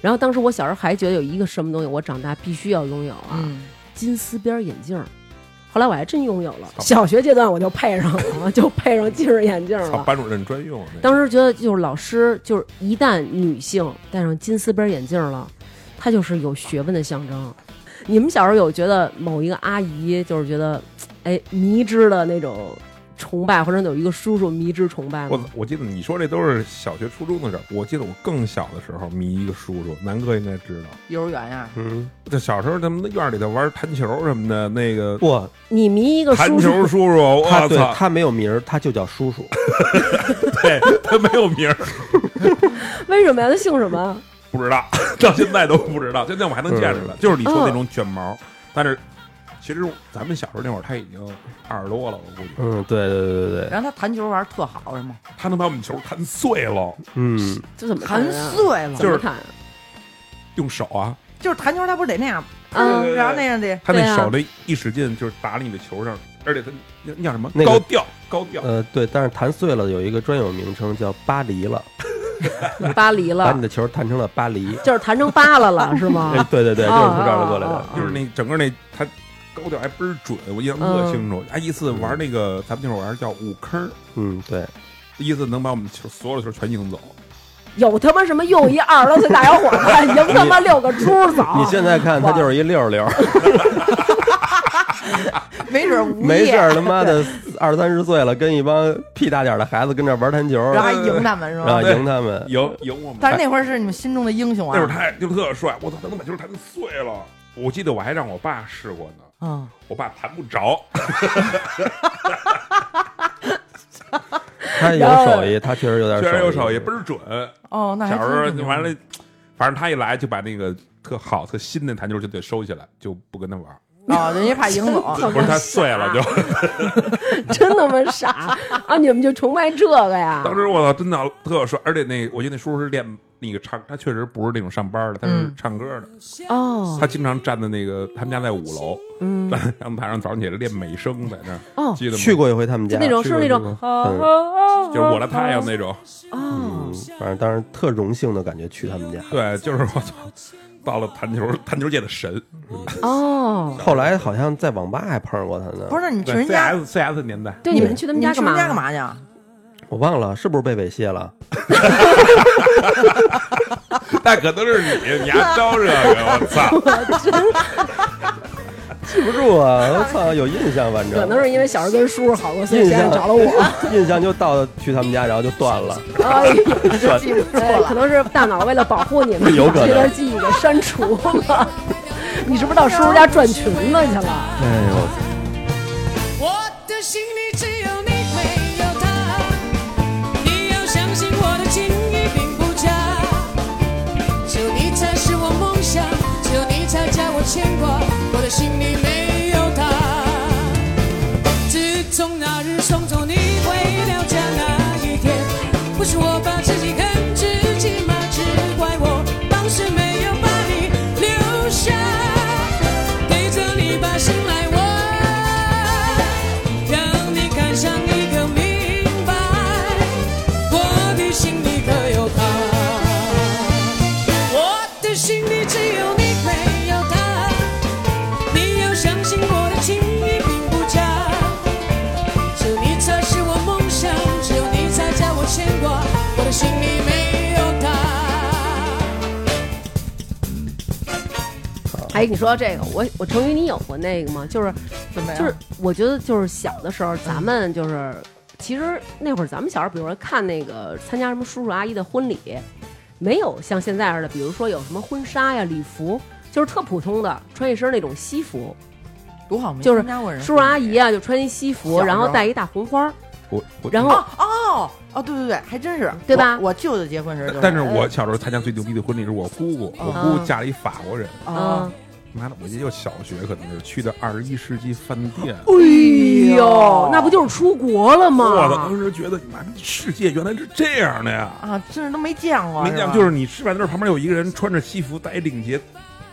Speaker 1: 然后当时我小时候还觉得有一个什么东西，我长大必须要拥有啊，
Speaker 3: 嗯，
Speaker 1: 金丝边眼镜儿。后来我还真拥有了，
Speaker 2: 操
Speaker 1: 小学阶段我就配上了，就配上近视眼镜
Speaker 2: 操，
Speaker 1: 了。
Speaker 2: 班主任专用啊那个。
Speaker 1: 当时觉得就是老师，就是一旦女性戴上金丝边眼镜了，她就是有学问的象征。你们小时候有觉得某一个阿姨就是觉得，哎，迷之的那种崇拜，或者有一个叔叔迷之崇拜吗？
Speaker 2: 我我记得你说这都是小学初中的事儿，我记得我更小的时候迷一个叔叔，南哥应该知道。
Speaker 3: 幼儿园呀，
Speaker 4: 嗯，
Speaker 2: 就小时候他们那院里头玩弹球什么的，那个
Speaker 4: 不，
Speaker 1: 你迷一个
Speaker 2: 弹
Speaker 1: 叔啊叔
Speaker 2: 球叔叔，我
Speaker 4: 他对
Speaker 2: 操，
Speaker 4: 他没有名儿，他就叫叔叔。
Speaker 2: 对他没有名儿，
Speaker 1: 为什么呀？他姓什 <laughs> 么？啊
Speaker 2: 不知道， <laughs> 到现在都不知道。现在我还能见着他，
Speaker 1: 嗯
Speaker 2: 就是你说那种卷毛，但是其实咱们小时候那会儿他已经二十多了，我估计
Speaker 4: 嗯，对对对对对，
Speaker 3: 然后他弹球玩儿特好是吗？
Speaker 2: 他能把我们球弹碎了，
Speaker 4: 嗯，
Speaker 1: 这怎么看
Speaker 3: 弹
Speaker 1: 啊？
Speaker 3: 碎了，
Speaker 1: 怎么看啊？
Speaker 2: 用手啊，
Speaker 3: 就是弹球他不是得那样，
Speaker 1: 啊
Speaker 2: 对对
Speaker 3: 然后那样得
Speaker 2: 他
Speaker 1: 对啊
Speaker 2: 那手那一使劲就是打你的球上，而且他那那叫什么
Speaker 4: 那个
Speaker 2: 高调高调，
Speaker 4: 呃，对，但是弹碎了有一个专有名称叫巴黎了，
Speaker 1: 巴黎
Speaker 4: 把
Speaker 1: 了
Speaker 4: 你，的球弹成了巴黎。
Speaker 1: 就是弹成巴了了，是
Speaker 4: 哎
Speaker 1: 吗？
Speaker 4: 对对对，就是
Speaker 1: 啊
Speaker 4: 从这儿过来
Speaker 1: 啊啊
Speaker 4: 的
Speaker 1: 啊，
Speaker 2: 就是那整个那他高调还倍儿准，我印象特清楚。他一次玩那个咱们那会儿玩叫五坑儿，
Speaker 4: 嗯，对，
Speaker 2: 一次能把我们球所有的球全赢走。
Speaker 1: 有他妈什么又一二十多岁大小伙 <laughs> 子赢他妈六个猪
Speaker 4: 你
Speaker 1: 走？
Speaker 4: 现在看他就是一溜溜，
Speaker 3: 没准儿无
Speaker 4: 没
Speaker 3: 意
Speaker 4: 事，儿他妈的二三十岁了，跟一帮屁大点儿的孩子跟这儿玩弹球，
Speaker 3: <laughs> 然后还赢他们是
Speaker 4: 然后
Speaker 3: 吧？
Speaker 2: 对
Speaker 4: 赢他们。
Speaker 2: 赢赢我们。
Speaker 3: 但是那会儿是你们心中的英雄啊！
Speaker 2: 那会儿他就特帅，我操，他能把球弹碎了。我记得我还让我爸试过呢，
Speaker 3: 嗯，
Speaker 2: 我爸弹不着，
Speaker 4: 他有手艺，他确实有点
Speaker 2: 虽然有手艺
Speaker 4: 艺
Speaker 2: 倍。儿准。
Speaker 3: 哦，那还
Speaker 2: 小时候
Speaker 3: 真是
Speaker 2: 就完了，反正他一来就把那个特好特新的弹球就得收起来，就不跟他玩儿。
Speaker 3: 哦，人家怕赢走，
Speaker 2: 不是他碎了就，
Speaker 1: 真他妈傻啊！你们就崇拜这个呀？
Speaker 2: 当时我操真的特帅，而且那我记得那叔叔是练那个唱，他确实不是那种上班的，他是唱歌的。
Speaker 1: 哦
Speaker 2: 他经常站在那个他们家在五楼，嗯， <laughs> 站在阳台上早上起来练美声，在那儿。
Speaker 1: 哦
Speaker 2: 记得吗
Speaker 4: 去，过一回他们
Speaker 1: 就
Speaker 4: 家，
Speaker 1: 那种
Speaker 4: 去
Speaker 1: 是
Speaker 4: 过
Speaker 1: 那种
Speaker 4: 一回嗯
Speaker 1: 哦，
Speaker 2: 就是我的太阳那种。
Speaker 1: 哦
Speaker 4: 嗯，反正当时特荣幸的感觉去他们家。
Speaker 2: 对，就是我操，到了弹球弹球界的神，
Speaker 1: 哦，
Speaker 4: 后来好像在网吧还碰上过他呢，
Speaker 3: 不是你去
Speaker 2: 对
Speaker 3: 人家，
Speaker 2: CS CS 年代，
Speaker 1: 对，你们去他们
Speaker 3: 你
Speaker 1: 家
Speaker 3: 去人家
Speaker 1: 干
Speaker 3: 干
Speaker 1: 嘛？
Speaker 3: 嘛去啊？
Speaker 4: 我忘了是不是被猥
Speaker 1: <laughs>
Speaker 4: 亵了？
Speaker 2: 但可能是你，你还招惹我，我操！
Speaker 4: 记不住啊，我操，有印象，反正
Speaker 1: 可能是因为小时候跟叔叔好过，所以
Speaker 4: 印
Speaker 1: 现在
Speaker 4: 象
Speaker 1: 找了
Speaker 4: <laughs>
Speaker 1: 我。
Speaker 4: 印象就到去他们家，然后就断了。
Speaker 1: 哎呀，
Speaker 4: <laughs> 转
Speaker 3: 记不住
Speaker 1: 对，可
Speaker 3: 了，
Speaker 1: 能是大脑为了保护你们，
Speaker 4: 有
Speaker 1: 把
Speaker 4: 可能
Speaker 1: 这段记忆给删除了。 <laughs> 你是不是到叔叔家转裙子去了？
Speaker 4: 哎呦，
Speaker 6: 我的心里只有你，没有他。你要相信我的情意并不假，只有你才是我梦想，只有你才叫我牵挂。我的心里没有他。自从那日送走你回了家那一天，不是我把自己恨自己吗？只怪我当时没有把你留下，陪着你把心来问，让你看上一个明白，我的心里可有他。
Speaker 1: 哎，你说到这个，我我成宇，你有过那个吗？就是
Speaker 3: 怎么样？
Speaker 1: 就是，我觉得就是小的时候，咱们就是其实那会儿咱们小时候，比如说看那个参加什么叔叔阿姨的婚礼，没有像现在似的，比如说有什么婚纱呀、礼服，就是特普通的，穿一身那种西服，
Speaker 3: 多好没
Speaker 1: 就是
Speaker 3: 参加过人
Speaker 1: 叔叔阿姨啊就穿一西服，
Speaker 3: 小
Speaker 1: 然后
Speaker 3: 时候
Speaker 1: 戴一大红花儿，
Speaker 2: 我我
Speaker 1: 然后
Speaker 3: 哦哦哦，对对对，还真是，
Speaker 1: 对吧
Speaker 3: 我我舅舅结婚时候就是，
Speaker 2: 但是
Speaker 1: 嗯
Speaker 2: 我小时候参加最牛逼的婚礼是我姑姑，我姑姑嫁了一法国人，
Speaker 1: 嗯
Speaker 3: 啊，
Speaker 2: 妈的，我记得就小学可能是去的二十一世纪饭店。
Speaker 1: 哎呦
Speaker 3: 呦，
Speaker 1: 那不就是出国了
Speaker 2: 我
Speaker 1: 吗
Speaker 2: 当？时觉得，妈，世界原来是这样的呀！
Speaker 1: 嗯
Speaker 3: 啊，真是都没见过，
Speaker 1: 哎
Speaker 2: 没见
Speaker 3: 吧
Speaker 2: 过，就是你吃饭的时候，旁边有一个人穿着西服，戴一领结，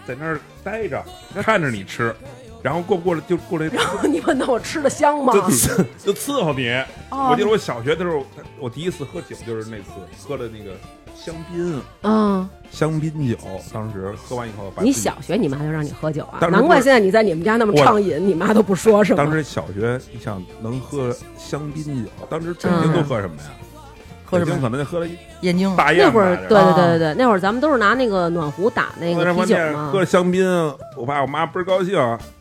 Speaker 2: 在那儿待着，看着你吃，然后过不过来就过来
Speaker 1: 然 <laughs> 后你问他我吃的香吗？
Speaker 2: 就伺就伺候你。
Speaker 3: 哦
Speaker 2: 我记得我小学的时候，我第一次喝酒就是那次喝的那个香槟
Speaker 1: 嗯，
Speaker 2: 香槟酒，当时喝完以后把
Speaker 1: 你
Speaker 2: 自己
Speaker 1: 小学你妈就让你喝酒啊，
Speaker 2: 当时
Speaker 1: 难怪
Speaker 2: 不是
Speaker 1: 现在你在你们家那么畅饮，你妈都不说什么。
Speaker 2: <laughs> 当时小学，你想能喝香槟酒，当时北
Speaker 1: 嗯
Speaker 2: 京都喝什么呀？
Speaker 3: 喝什
Speaker 2: 北京
Speaker 3: 么
Speaker 2: 可能就喝了一
Speaker 3: 眼睛
Speaker 2: 大
Speaker 1: 那
Speaker 2: 雁吧。
Speaker 1: 会儿，
Speaker 2: 这
Speaker 1: 对对对
Speaker 3: 啊
Speaker 1: 对对，那会儿咱们都是拿那个暖壶打那个
Speaker 2: 喝点
Speaker 1: 啤
Speaker 2: 饭
Speaker 1: 酒
Speaker 2: 店
Speaker 1: 嘛
Speaker 2: 喝。着香槟，我爸我妈倍儿高兴，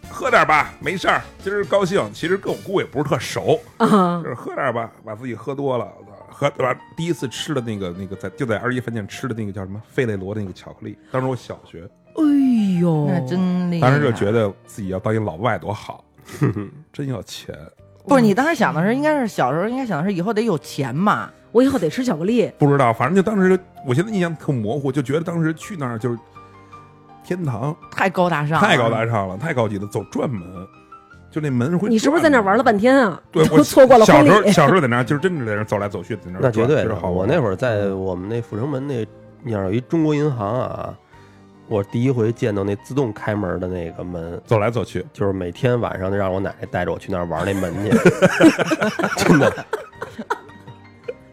Speaker 2: 喝点吧，没事儿，今儿高兴。其实跟我姑也不是特熟，
Speaker 3: <laughs>
Speaker 1: 啊
Speaker 2: 就是喝点吧，把自己喝多了，我操喝对吧？第一次吃的那个那个在就在二一饭店吃的那个叫什么费列罗那个巧克力，当时我小学，
Speaker 1: 哎呦，
Speaker 3: 那真厉害，
Speaker 2: 当时就觉得自己要当一老外多好，
Speaker 1: 哎
Speaker 2: 真要钱。
Speaker 3: 不是你当时想的是，应该是小时候应该想的是以后得有钱嘛，
Speaker 1: 我以后得吃巧克力。
Speaker 2: 不知道，反正就当时，我现在印象特模糊，就觉得当时去那儿就是天堂，
Speaker 3: 太高大上了，
Speaker 2: 太高大上了，太高级了，走转门，就那门会。
Speaker 1: 你是不是在那儿玩了半？天啊？ <laughs>
Speaker 2: 对，
Speaker 1: 都
Speaker 2: 我
Speaker 1: 错过了
Speaker 2: 小
Speaker 1: 婚
Speaker 2: 时候，
Speaker 1: 礼。
Speaker 2: 小时候在那儿就是真的在那儿走来走去，在那儿
Speaker 4: 那绝对
Speaker 2: 是
Speaker 4: 的。
Speaker 2: 好玩。
Speaker 4: 我那会儿在我们那阜成门那那儿有一中国银行啊，我第一回见到那自动开门的那个门，
Speaker 2: 走来走去，
Speaker 4: 就是每天晚上让我奶奶带着我去那儿玩那门去，真的。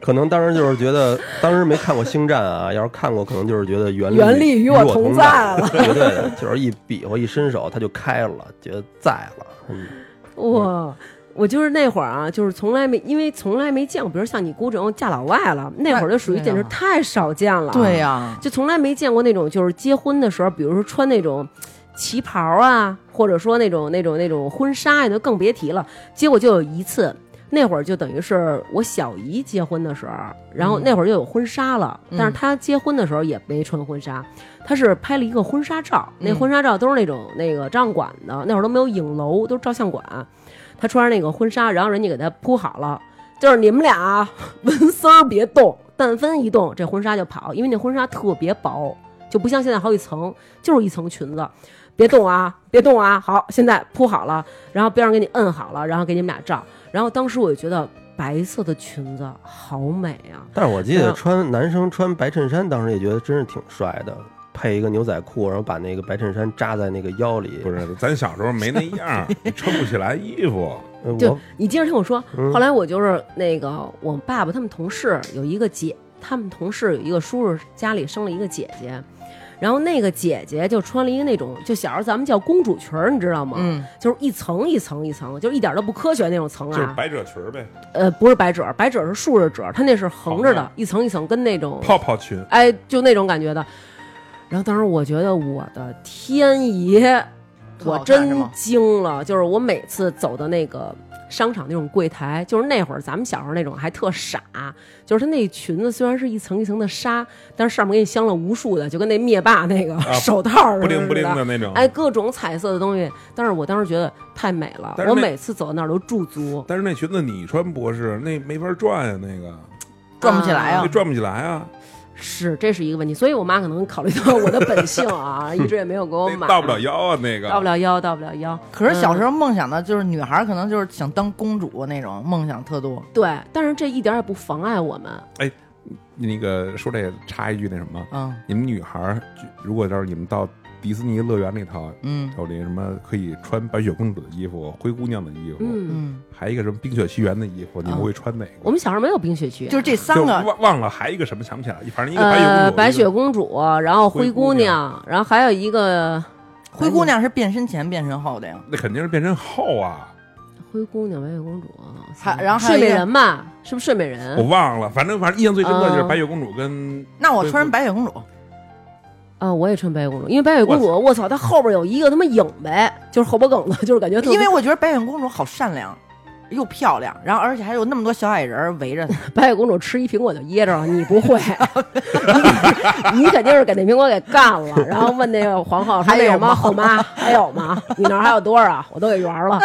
Speaker 4: 可能当时就是觉得，当时没看过《星战》啊，要是看过，可能就是觉得原理
Speaker 1: 原力与
Speaker 4: 与
Speaker 1: 我
Speaker 4: 我
Speaker 1: 同在
Speaker 4: 在
Speaker 1: 了
Speaker 4: 绝对的，就是一比划一伸手，它就开了，觉得在了。嗯，
Speaker 1: <laughs> 哇，我就是那会儿啊，就是从来没，因为从来没见过，比如像你姑这种嫁老外了，那会儿就属于
Speaker 3: 对啊
Speaker 1: 简直太少见了。
Speaker 3: 对呀，
Speaker 1: 就从来没见过那种就是结婚的时候，比如说穿那种旗袍啊，或者说那种那种那种婚纱呀，就更别提了。结果就有一次，那会儿就等于是我小姨结婚的时候，然后那会儿就有婚纱了，但是她结婚的时候也没穿婚纱，她是拍了一个婚纱照，那婚纱照都是那种那个照相馆的，那会儿都没有影楼，都是照相馆。她穿着那个婚纱，然后人家给她铺好了，就是你们俩 <laughs> 纹丝儿别动，但凡一动，这婚纱就跑，因为那婚纱特别薄，就不像现在好几层，就是一层裙子。别动啊，别动啊！好，现在铺好了，然后边上给你摁好了，然后给你们俩照。然后当时我就觉得白色的裙子好美啊，
Speaker 4: 但是我记
Speaker 1: 然
Speaker 4: 得
Speaker 1: 后
Speaker 4: 穿男生穿白衬衫，当时也觉得真是挺帅的，配一个牛仔裤，然后把那个白衬衫扎在那个腰里。
Speaker 2: 不是，咱小时候没那样儿，你撑不起来衣服。
Speaker 4: 呃，
Speaker 1: 就
Speaker 4: 我
Speaker 1: 你接着听我说。
Speaker 2: 嗯
Speaker 1: 后来我就是那个我爸爸他们同事有一个姐，他们同事有一个叔叔家里生了一个姐姐，然后那个姐姐就穿了一个那种，就小时候咱们叫公主裙儿，你知道吗？
Speaker 3: 嗯，
Speaker 1: 就是一层一层一层，就是一点都不科学那种层啊。
Speaker 2: 就是百褶裙儿呗，
Speaker 1: 呃，不是百褶，百褶是竖着褶，它那是横着的
Speaker 2: 横着，
Speaker 1: 一层一层，跟那种
Speaker 2: 泡泡裙。
Speaker 1: 哎，就那种感觉的。然后当时我觉得我的天爷，
Speaker 3: 特
Speaker 1: 我
Speaker 3: 好看是
Speaker 1: 真
Speaker 3: 吗
Speaker 1: 惊了！就是我每次走的那个商场那种柜台，就是那会儿咱们小时候那种还特傻，就是它那裙子虽然是一层一层的纱，但是上面给你镶了无数的，就跟那灭霸那个手套儿似的，
Speaker 2: 啊不灵不灵的嗯那种
Speaker 1: 哎，各种彩色的东西。但是我当时觉得太美了，
Speaker 2: 但是
Speaker 1: 我
Speaker 2: 那
Speaker 1: 每次走到那儿都驻足。
Speaker 2: 但是那裙子你穿不合适，那没法转呀、那个
Speaker 3: 转不起来
Speaker 1: 啊
Speaker 2: 那
Speaker 3: 啊，
Speaker 2: 转不起来啊，
Speaker 1: 是，这是一个问题，所以我妈可能考虑到我的本性
Speaker 2: <laughs>
Speaker 1: 啊，一直也没有给我买，
Speaker 2: 那到不了，腰啊，那个
Speaker 1: 到不了腰，到不了
Speaker 2: 嗯
Speaker 1: 腰。
Speaker 3: 可是小
Speaker 1: 嗯
Speaker 3: 时候梦想的就是女孩儿可能就是想当公主那种梦想特多，
Speaker 1: 嗯对，但是这一点儿也不妨碍我们。
Speaker 2: 哎，那个说这个插一句那什么，
Speaker 3: 嗯
Speaker 2: 你们女孩儿就如果要是你们到迪士尼乐园里头，
Speaker 3: 嗯
Speaker 2: 有那什么可以穿白雪公主的衣服、灰姑娘的衣服，
Speaker 1: 嗯，
Speaker 3: 嗯，
Speaker 2: 还一个什么冰雪奇缘的衣服，你们会穿哪个？
Speaker 1: 我们小时候没有冰雪区，
Speaker 3: 就是这三
Speaker 2: 就
Speaker 3: 个
Speaker 2: 忘忘了，还一个什么想不起来，反正一个白雪公
Speaker 1: 呃，
Speaker 2: 主，
Speaker 1: 白
Speaker 2: 一
Speaker 1: 雪
Speaker 2: 个
Speaker 1: 公主，然后灰
Speaker 2: 灰
Speaker 1: 姑
Speaker 2: 姑
Speaker 1: 娘，然后还有一个
Speaker 3: 灰姑娘是变身前变身后的呀，
Speaker 2: 那肯定是变身后啊，
Speaker 1: 灰姑娘、白雪公主，
Speaker 3: 还然后还
Speaker 1: 睡
Speaker 3: 有一
Speaker 1: 美
Speaker 3: 个
Speaker 1: 人吧？是不是睡美
Speaker 2: 我
Speaker 1: 人？
Speaker 2: 忘了，反正反正印象最深刻就是
Speaker 1: 嗯
Speaker 2: 白雪公主跟
Speaker 3: 那我穿白雪公主，
Speaker 1: 啊，我也穿白雪公主，因为白雪公主，我操，她后边有一个他妈影呗，就是后脖梗子，就是感觉特别
Speaker 3: 因为我觉得白雪公主好善良，又漂亮，然后而且还有那么多小矮人儿围
Speaker 1: <laughs>
Speaker 3: 着她。
Speaker 1: 白雪公主吃一苹果就噎着了，你不会， <laughs> 你肯定是给那苹果给干了，然后问那个皇后还有吗？后妈还有吗？你那儿还有多少？啊我都给圆了。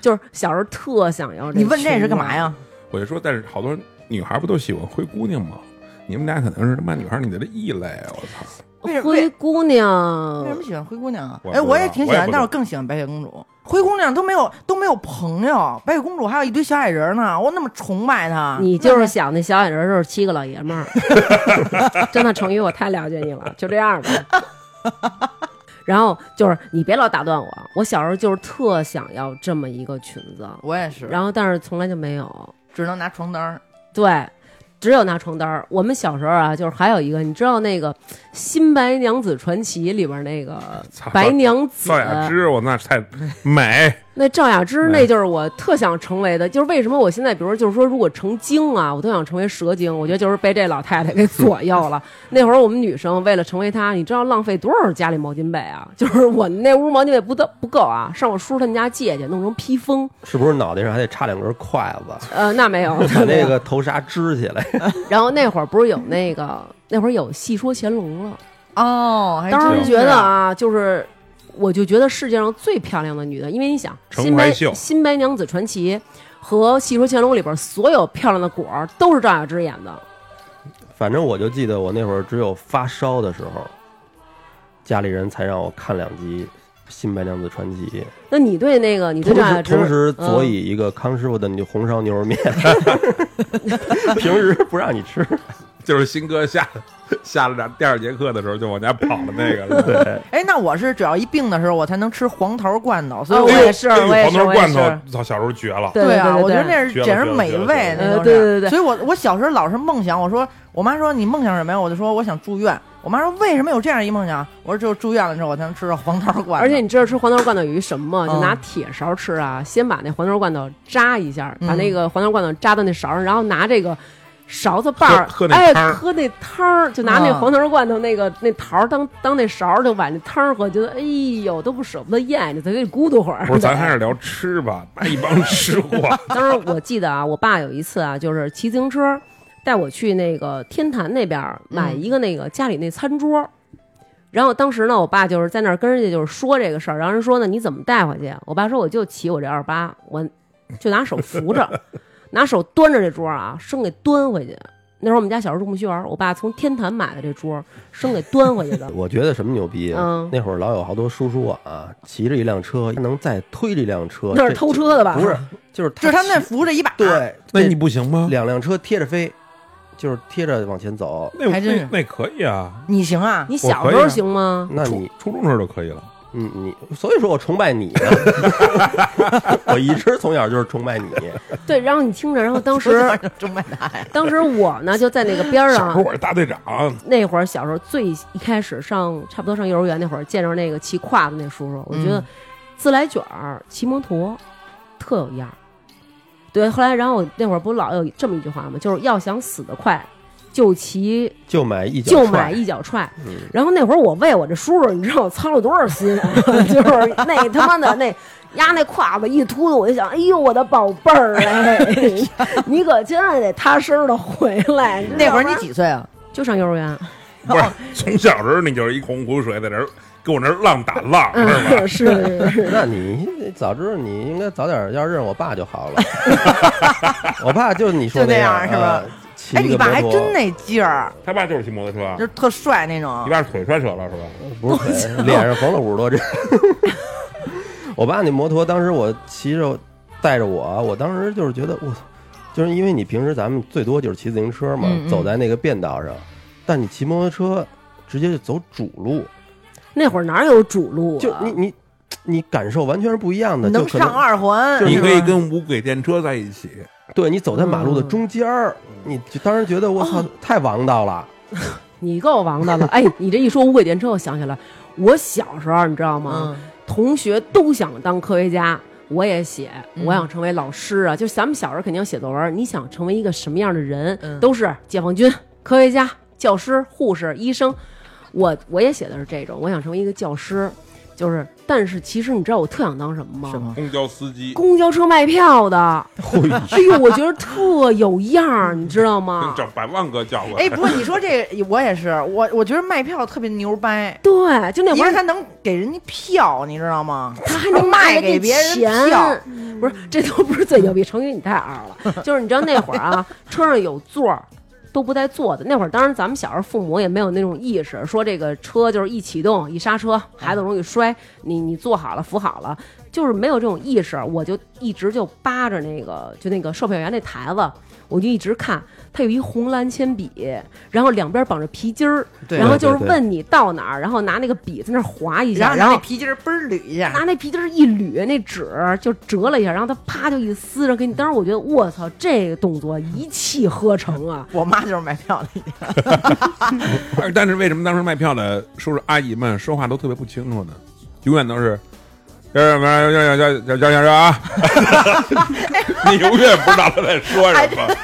Speaker 1: 就是小时候特想要这，
Speaker 3: 你问这是干嘛？呀？
Speaker 2: 我就说，但是好多女孩不都喜欢灰姑娘吗？你们俩可能是他妈女孩你的异类，我操！
Speaker 3: 为什
Speaker 1: 灰
Speaker 3: 为
Speaker 1: 姑
Speaker 3: 为什
Speaker 1: 娘
Speaker 3: 么喜欢灰姑娘啊
Speaker 2: 我？也
Speaker 3: 哎，
Speaker 2: 不
Speaker 3: 我
Speaker 2: 知
Speaker 3: 也
Speaker 2: 道
Speaker 3: 挺
Speaker 2: 我
Speaker 3: 喜
Speaker 2: 也
Speaker 3: 欢，
Speaker 2: 不
Speaker 3: 但
Speaker 2: 知
Speaker 3: 我更喜欢白雪公主。灰姑娘都没有都没有朋友，白雪公主还有一堆小矮人呢，我那么崇拜她。
Speaker 1: 你就是想那小矮人就是七个老爷们儿， <laughs> 真的，成宇，我太了解你了，就这样吧。然后就是你别老打断我，我小时候就是特想要这么一个裙子，
Speaker 3: 我也是，
Speaker 1: 然后但是从来就没有，
Speaker 3: 只能拿床单儿。
Speaker 1: 对，只有拿床单儿。我们小时候啊，就是还有一个，你知道那个《新白娘子传奇》里边那个
Speaker 2: 操
Speaker 1: 白娘子
Speaker 2: 赵雅芝，嗯我那太美，
Speaker 1: 那赵雅芝，
Speaker 2: 对
Speaker 1: 那就是我特想成为的，就是为什么我现在，比如就是说，如果成精啊，我都想成为蛇精，我觉得就是被这老太太
Speaker 2: <laughs>
Speaker 1: 给左右了。那会儿我们女生为了成为她，你知道浪费多少家里毛巾被啊？就是我那屋毛巾被不得不够啊，上我叔他们家借去，弄成披风。
Speaker 4: 是不是脑袋上还得插两根筷子，
Speaker 1: <laughs> 呃，那没有，
Speaker 4: 把
Speaker 1: 没有
Speaker 4: 那个头纱支起来？
Speaker 1: <laughs> 然后那会儿不是有那个，那会儿有《戏说乾隆》了，
Speaker 3: 哦，还
Speaker 1: 当
Speaker 3: 真
Speaker 1: 时觉
Speaker 3: 是
Speaker 1: 得啊，就是我就觉得世界上最漂亮的女的，因为你想，《
Speaker 2: 陈
Speaker 1: 新白
Speaker 2: 怀秀
Speaker 1: 新白娘子传奇》和《戏说乾隆》里边所有漂亮的果儿都是赵雅芝演的。
Speaker 4: 反正我就记得我那会儿只有发烧的时候，家里人才让我看两集《新白娘子传奇》。
Speaker 1: 那你对那个，你对
Speaker 4: 同
Speaker 1: 赵雅芝，
Speaker 4: 时同时佐
Speaker 1: 嗯
Speaker 4: 以一个康师傅的牛红烧牛肉面，
Speaker 3: 嗯 <laughs>
Speaker 4: <laughs> 平时不让你吃。。
Speaker 2: 就是新哥下下了第二节课的时候就往家跑了那个。对，
Speaker 3: 哎，那我是只要一病的时候，我才能吃黄桃罐头，所以
Speaker 1: 啊
Speaker 3: 我
Speaker 1: 我也
Speaker 3: 也
Speaker 1: 是
Speaker 2: 哎呦
Speaker 1: 我也是
Speaker 2: 黄桃
Speaker 1: 我也
Speaker 2: 罐
Speaker 1: 是
Speaker 2: 头，操，小时候绝了。
Speaker 1: 对对
Speaker 3: 啊，
Speaker 1: 对
Speaker 3: 我觉得那
Speaker 2: 绝了
Speaker 3: 是简直
Speaker 2: 绝了
Speaker 3: 美
Speaker 2: 绝了
Speaker 3: 味，
Speaker 1: 呃
Speaker 3: 那都
Speaker 1: 对对
Speaker 3: 是。
Speaker 1: 对
Speaker 3: 所以我我小时候老是梦想，我说我妈说你梦想什么呀？我就说我想住院。我妈说为什么有这样一梦想？我说只有住院了之后我才能吃到黄桃罐头。
Speaker 1: 而且你知道吃黄桃罐头有一什么吗？
Speaker 3: 嗯
Speaker 1: 就拿铁勺吃啊，先把那黄桃罐头扎一下，
Speaker 3: 嗯
Speaker 1: 把那个黄桃罐头扎到那勺上，然后拿这个勺子把儿，
Speaker 2: 喝喝那
Speaker 1: 哎
Speaker 2: 汤，儿
Speaker 1: 喝那汤儿，就拿那
Speaker 3: 嗯
Speaker 1: 黄桃罐头那个、那桃儿当当那勺儿，就把那汤儿喝，觉得哎呦都不舍不得咽，就在这咕嘟会儿。
Speaker 2: 不是，咱还是聊吃吧，那一帮吃货。
Speaker 1: <laughs> 当时我记得啊，我爸有一次啊，就是骑自行车带我去那个天坛那边儿买一个那个家里那餐桌。然后当时呢，我爸就是在那儿跟人家就是说这个事儿，然后人说呢你怎么带回去？我爸说我就骑我这二八，我就拿手扶着，拿手端着这桌啊，生给端回去。那时候我们家小时候住木樨园，我爸从天坛买的这桌，生给端回去
Speaker 2: <laughs>
Speaker 1: 的
Speaker 4: 我觉得什么牛逼？啊
Speaker 1: 嗯
Speaker 4: 那会儿老有好多叔叔啊，骑着一辆车，能再推这辆车，
Speaker 1: 那是
Speaker 4: 这
Speaker 1: 偷车的吧？
Speaker 4: 不是，就是
Speaker 3: 啊就是他们那啊
Speaker 4: 骑
Speaker 3: 扶着一把，，
Speaker 4: 对，
Speaker 2: 那
Speaker 4: 这
Speaker 2: 你不行吗？
Speaker 4: 两辆车贴着飞，就是贴着往前走。
Speaker 2: 那
Speaker 3: 还真
Speaker 2: 那
Speaker 3: 是
Speaker 2: 那可以啊，
Speaker 3: 你行啊？
Speaker 1: 你小
Speaker 2: 我
Speaker 1: 时
Speaker 2: 可以
Speaker 1: 候
Speaker 2: 啊
Speaker 1: 行
Speaker 2: <laughs>
Speaker 1: 吗？
Speaker 4: 那
Speaker 2: 初
Speaker 4: 你
Speaker 2: 初中时候就可以了。
Speaker 4: 嗯你你，所以说我崇拜你啊！ <laughs> 我一直从小就是崇拜你。
Speaker 1: 对，然后你听着，然后当时
Speaker 3: 是中
Speaker 1: <laughs>
Speaker 3: 麦达呀，
Speaker 1: 当时我呢就在那个边儿
Speaker 2: 啊小
Speaker 1: 上
Speaker 2: 时候，我是大队长，
Speaker 1: 那会儿小时候最一开始上差不多上幼儿园那会儿，见着那个骑胯子那叔叔，我觉得
Speaker 3: 嗯
Speaker 1: 自来卷儿、骑摩托特有样儿。对，后来然后我那会儿不老有这么一句话吗？就是要想死得快，就骑
Speaker 4: 就买一脚
Speaker 1: 就
Speaker 4: 踹
Speaker 1: 买一脚踹。
Speaker 4: 嗯
Speaker 1: 然后那会儿我为我这叔叔，你知道我操了多少心啊！ <laughs> 就是那他妈的那压那胯子一秃子，我就想，哎呦我的宝贝儿哎，你可千万得踏实的回来。
Speaker 3: 那会
Speaker 1: 要
Speaker 3: 儿你
Speaker 1: 不然
Speaker 3: 几岁啊？
Speaker 1: 就上幼儿园。
Speaker 2: 不是从小时候你就是一红湖水在这儿跟我那儿浪打浪是吧？
Speaker 1: 嗯，是是
Speaker 4: 那你早知道你应该早点要认我爸就好了。 <laughs> 我爸就你说
Speaker 3: 就那
Speaker 4: 样
Speaker 3: 样是吧
Speaker 4: 啊骑
Speaker 3: 哎，
Speaker 4: 一
Speaker 3: 你
Speaker 4: 个
Speaker 3: 爸
Speaker 4: 摩
Speaker 3: 还
Speaker 4: 托
Speaker 3: 真那劲儿，
Speaker 2: 他爸就是骑摩托车啊
Speaker 3: 就，是特帅那
Speaker 2: 你
Speaker 3: 种。
Speaker 2: 爸是腿摔折了是吧？
Speaker 4: 不是腿脸上缝了五十多针。 <laughs> 我爸那摩托，当时我骑着带着我，啊我当时就是觉得我操，就是因为你平时咱们最多就是骑自行车嘛，
Speaker 3: 嗯嗯
Speaker 4: 走在那个便道上，但你骑摩托车直接就走主路，
Speaker 1: 那会儿哪有主路啊？
Speaker 4: 就你你你感受完全是不一样的，就
Speaker 3: 能
Speaker 4: 可
Speaker 3: 上
Speaker 4: 能
Speaker 3: 二环，
Speaker 2: 你可以
Speaker 3: 是吧
Speaker 2: 跟无轨电车在一起，
Speaker 4: 对你走在马路的中间
Speaker 1: 嗯
Speaker 4: 儿，你就当时觉得我
Speaker 1: 哦
Speaker 4: 操太王道了，
Speaker 1: 你够王八的了！哎，你这一说无轨电车，我想起来，我小时候你知道吗？
Speaker 3: 嗯
Speaker 1: 同学都想当科学家，我也写，
Speaker 3: 嗯
Speaker 1: 我想成为老师啊。就咱们小时候肯定写作文，你想成为一个什么样的人，
Speaker 3: 嗯
Speaker 1: 都是解放军、科学家、教师、护士、医生。我我也写的是这种，我想成为一个教师，就是，但是其实你知道我特想当什么吗？
Speaker 3: 什么
Speaker 2: 公交司机
Speaker 1: 公交车卖票的。 <laughs> 哎呦，我觉得特有样儿，你知道 <laughs> 吗？
Speaker 2: 找百万个叫过来
Speaker 3: 哎，，不过你说这个，我也是，我我觉得卖票特别牛掰，
Speaker 1: 对，就那
Speaker 3: 因
Speaker 1: 会
Speaker 3: 为
Speaker 1: 儿
Speaker 3: 他能给人家票，你知道吗？
Speaker 1: 他还能
Speaker 3: 卖
Speaker 1: 给
Speaker 3: 给别人
Speaker 1: 钱嗯
Speaker 3: 票，
Speaker 1: 不是，这都不是最牛逼。成宇，你太二了。就是你知道那会儿啊，车上有座儿都不带坐的。那会儿，当然咱们小时候父母也没有那种意识，说这个车就是一启动一刹车，孩子容易摔。你你坐好了扶好了，就是没有这种意识。我就一直就扒着那个就那个售票员那台子，我就一直看。它有一红蓝铅笔，然后两边绑着皮筋儿，
Speaker 3: 对
Speaker 1: 然后就是
Speaker 4: 对对对
Speaker 1: 问你到哪儿，然后拿那个笔在那儿划一
Speaker 3: 然
Speaker 1: 下，<laughs>
Speaker 3: 后
Speaker 1: 然
Speaker 3: 拿
Speaker 1: 后
Speaker 3: 那皮筋儿嘣儿捋一
Speaker 1: 拿
Speaker 3: 下，
Speaker 1: 那皮筋儿一捋，那纸儿就折了一下，然后他啪就一撕，然后给你。当时我觉得，我操，这个动作一气呵成啊！
Speaker 3: 我妈就是卖票的，
Speaker 2: 哎但是为什么当时卖票的叔叔阿姨们说话都特别不清楚呢？永远都是。要要要要要要要
Speaker 1: <laughs>
Speaker 2: 要啊！你永远不知道他在说什么。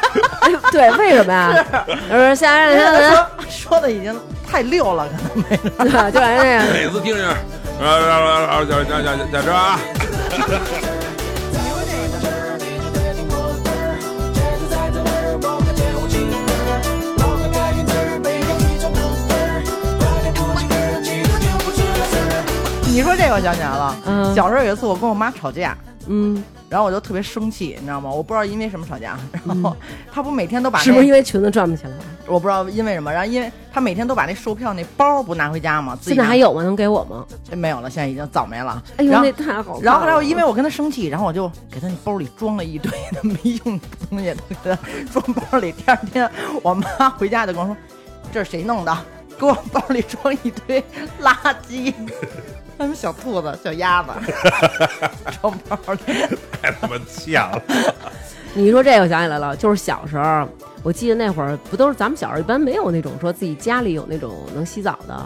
Speaker 1: 哎呦，对，为什么呀？ <laughs> 就是下人 <laughs> 对，
Speaker 3: 哎说说的已经太溜了，可能没
Speaker 1: 就感觉那样。
Speaker 2: 每次听着，啊啊啊啊！要要要要要啊！
Speaker 3: 你说这个我想起来了，
Speaker 1: 嗯
Speaker 3: 小时候有一次我跟我妈吵架，
Speaker 1: 嗯，
Speaker 3: 然后我就特别生气，你知道吗？我不知道因为什么吵架，然
Speaker 1: 嗯
Speaker 3: 后她不每天都把那
Speaker 1: 是不是因为裙子转不起来？
Speaker 3: 我不知道因为什么，然后因为她每天都把那售票那包不拿回家嘛，自
Speaker 1: 现
Speaker 3: 己
Speaker 1: 在还
Speaker 3: 有
Speaker 1: 有吗？能给我吗？
Speaker 3: 没有了？现在已经早没了。
Speaker 1: 哎呦，
Speaker 3: 然后
Speaker 1: 那太好看了。
Speaker 3: 然后后来我因为我跟她生气，然后我就给她那包里装了一堆的没用的东西，都给她装包里。第二天我妈回家就跟我说：“这是谁弄的？给我包里装一堆垃圾，他们小兔子、小
Speaker 2: <laughs>
Speaker 3: 鸭子，装包里。”
Speaker 2: 太他妈呛了！
Speaker 1: 你说这个我想起来了，就是小时候，我记得那会儿不都是咱们小时候一般没有那种说自己家里有那种能洗澡的。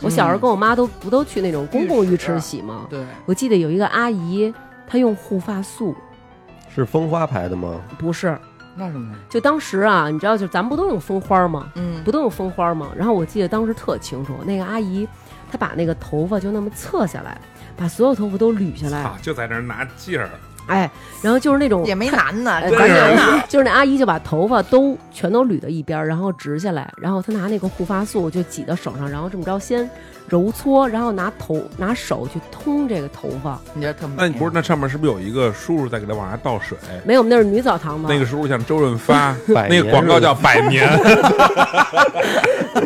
Speaker 1: 我小时候跟我妈都不都去那种公共嗯浴池洗吗？
Speaker 3: 对，
Speaker 1: 我记得有一个阿姨，她用护发素，
Speaker 4: 是风花牌的吗？
Speaker 1: 不是，
Speaker 3: 那什么？
Speaker 1: 就当时啊，你知道，就咱们不都用蜂花吗？
Speaker 3: 嗯，
Speaker 1: 不都用蜂花吗？然后我记得当时特清楚，那个阿姨她把那个头发就那么侧下来，把所有头发都捋下来，
Speaker 2: 啊，就在那儿拿劲儿，
Speaker 1: 哎，然后就是那种
Speaker 3: 也没男的，
Speaker 1: 哎
Speaker 3: 关键
Speaker 2: 对
Speaker 3: 是
Speaker 1: 就是那阿姨就把头发都全都捋到一边儿，然后直下来，然后她拿那个护发素就挤到手上，然后这么着先揉搓，然后拿头拿手去通这个头发。
Speaker 3: 你觉得特
Speaker 2: 那不是那上面是不是有一个叔叔在给他往下倒水？
Speaker 1: 没有，我们那是女澡堂嘛。
Speaker 2: 那个叔叔像周润发，
Speaker 4: 百
Speaker 2: 那
Speaker 4: 年
Speaker 2: 个广告叫百年，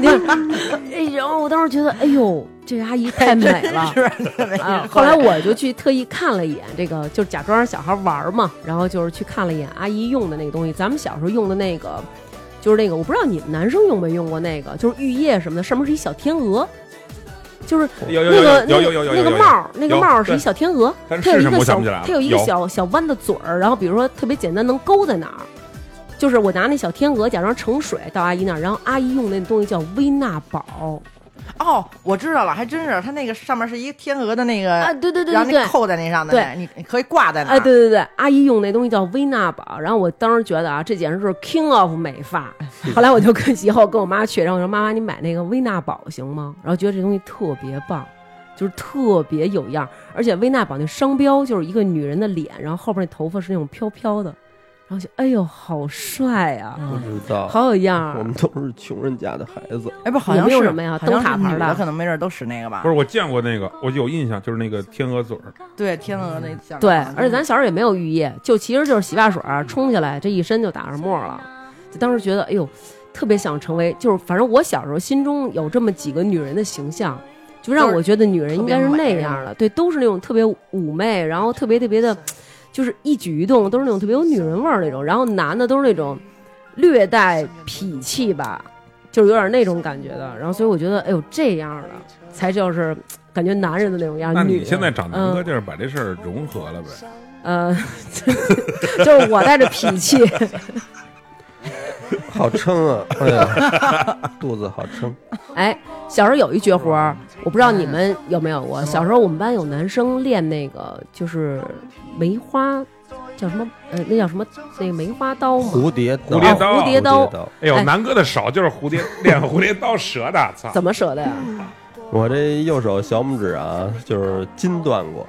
Speaker 1: 那个， <laughs> 哎，然后我当时觉得，哎呦，这个阿姨太美 <laughs> 了。啊，后来我就去特意看了一眼这个，就是假装小孩玩儿嘛，然后就是去看了一眼阿姨用的那个东西。咱们小时候用的那个，就是那个，我不知道你们男生用没用过那个，就是浴液什么的，上面是一小天鹅，就是
Speaker 2: <laughs> 有有
Speaker 1: 那个
Speaker 2: 有
Speaker 1: 那
Speaker 2: 有有有
Speaker 1: 个那
Speaker 2: 有
Speaker 1: 个
Speaker 2: 有
Speaker 1: 帽儿，那个
Speaker 2: 有
Speaker 1: 帽儿是一
Speaker 2: 对
Speaker 1: 小天鹅，它
Speaker 2: 但是
Speaker 1: 有
Speaker 2: 是
Speaker 1: 一
Speaker 2: 什么
Speaker 1: 个
Speaker 2: 我想
Speaker 1: 小
Speaker 2: 不起来了
Speaker 1: 它有一个
Speaker 2: 有
Speaker 1: 小小弯的嘴儿，然后比如说特别简单能勾在哪儿。就是我拿那小天鹅假装盛水到阿姨那儿，然后阿姨用那东西叫微娜宝
Speaker 3: 哦，我知道了，还真是，它那个上面是一个天鹅的那个
Speaker 1: 啊，对对对
Speaker 3: 然
Speaker 1: 对对
Speaker 3: 后那，扣在那上的，
Speaker 1: 对
Speaker 3: 你你可以挂在那儿。
Speaker 1: 哎，对对对，阿姨用那东西叫薇娜宝，然后我当时觉得啊，这简直是 king of 美发。后来我就跟以后跟我妈去，然后我说妈妈，你买那个薇娜宝行吗？然后觉得这东西特别棒，就是特别有样儿，而且薇娜宝那商标就是一个女人的脸，然后后边那头发是那种飘飘的，然后就哎呦好帅啊，
Speaker 4: 不知道，
Speaker 1: 好有样
Speaker 4: 嗯
Speaker 1: 儿
Speaker 4: 我
Speaker 1: 啊
Speaker 4: 们。都是穷人家的孩子。
Speaker 3: 哎，不，好像
Speaker 1: 有没有
Speaker 3: 是
Speaker 1: 什么呀
Speaker 3: 好像
Speaker 1: 灯塔
Speaker 3: 是
Speaker 1: 牌
Speaker 3: 女
Speaker 1: 的
Speaker 3: 的可能没准都使那个吧
Speaker 2: 不。是我见过那个，我有印象，就是那个天鹅嘴儿，
Speaker 3: 对，天鹅那像。啊
Speaker 1: 对，而且咱小时候嗯也没有浴液，就其实就是洗发水儿冲下来，这一身就打上沫儿了。就当时觉得，哎呦，特别想成为，就是反正我小时候心中有这么几个女人的形象，就让我觉得女人应该是那样的，对，都是那种特别妩媚，然后特别特别的，就是一举一动都是那种特别有女人味儿那种，然后男的都是那种略带痞气吧，就是有点那种感觉的。然后所以我觉得，哎呦，这样的才就是感觉男人的那种
Speaker 4: 啊
Speaker 1: 样。
Speaker 2: 那
Speaker 1: 女
Speaker 2: 你
Speaker 1: 人
Speaker 2: 现在长
Speaker 1: 嗯
Speaker 2: 大哥就是把这事儿融合了呗？
Speaker 3: 哎
Speaker 1: 呃， <laughs> 就是我带着脾气，
Speaker 4: 好
Speaker 1: <laughs>
Speaker 4: 撑啊！哎呀，肚子好撑。
Speaker 1: 哎，小时候有一绝活儿，我不知道你们有没有过。小时候我们班有男生练那个，就是梅花叫什么呃，那叫什么那个梅花刀吗？
Speaker 4: 蝴蝶
Speaker 2: 蝴蝶
Speaker 1: 刀
Speaker 2: 刀，
Speaker 1: 蝴蝶刀
Speaker 2: 哎呦
Speaker 1: 哎，
Speaker 2: 南哥的手就是蝴蝶，练蝴蝶刀折的，操！
Speaker 1: 怎么折的呀？
Speaker 4: 我这右手小拇指啊，就是筋断过。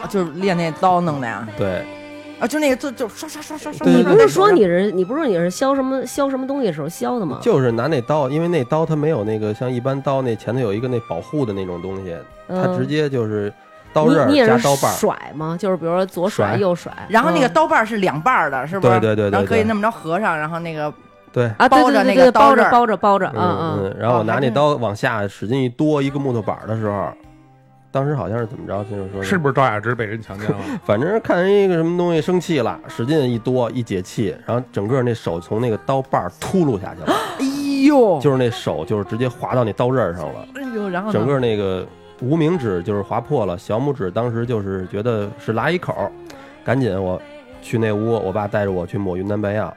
Speaker 3: 啊就是练那刀弄的呀，
Speaker 4: 对，
Speaker 3: 啊，就那个就就刷刷刷刷刷。
Speaker 4: 对
Speaker 1: 你不是说
Speaker 3: 刷
Speaker 1: 你是你不是说你是削什么削什么东西的时候削的吗？
Speaker 4: 就是拿那刀，因为那刀它没有那个像一般刀那前头有一个那保护的那种东西，它
Speaker 1: 嗯
Speaker 4: 直接就是刀刃
Speaker 1: 你
Speaker 4: 儿
Speaker 1: 你也
Speaker 4: 加
Speaker 1: 是
Speaker 4: 刀把儿。
Speaker 1: 甩吗？就是比如说左甩
Speaker 4: 甩
Speaker 1: 右甩，
Speaker 3: 然后那个
Speaker 1: 嗯
Speaker 3: 刀把儿是两半儿的，是不是？
Speaker 4: 对对对对
Speaker 3: 然后可以
Speaker 4: 对
Speaker 3: 那么着合上，然后那个
Speaker 4: 对，
Speaker 1: 啊，对
Speaker 3: 包
Speaker 1: 对
Speaker 3: 着
Speaker 1: 对
Speaker 3: 那
Speaker 1: 对，
Speaker 3: 个
Speaker 1: 包
Speaker 3: 刀
Speaker 1: 着
Speaker 3: 刃
Speaker 1: 包着包着，嗯
Speaker 4: 嗯
Speaker 1: 嗯，
Speaker 4: 嗯，然后我
Speaker 3: 哦还
Speaker 4: 拿那
Speaker 3: 真
Speaker 4: 刀往下使劲一剁一个木头板儿的时候，当时好像是怎么着，就是说
Speaker 2: 是不是赵雅芝被人强奸
Speaker 3: <laughs>
Speaker 2: 了？
Speaker 4: 反正是看人一个什么东西生气了，使劲一剁一解气，然后整个那手从那个刀把儿秃噜下去了，
Speaker 3: 哎呦，
Speaker 4: 就是那手就是直接划到那刀刃儿上了，
Speaker 3: 哎呦，然后呢
Speaker 4: 整个那个无名指就是划破了，小拇指当时就是觉得是拉一口儿，赶紧我去那屋，我爸带着我去抹云南白药。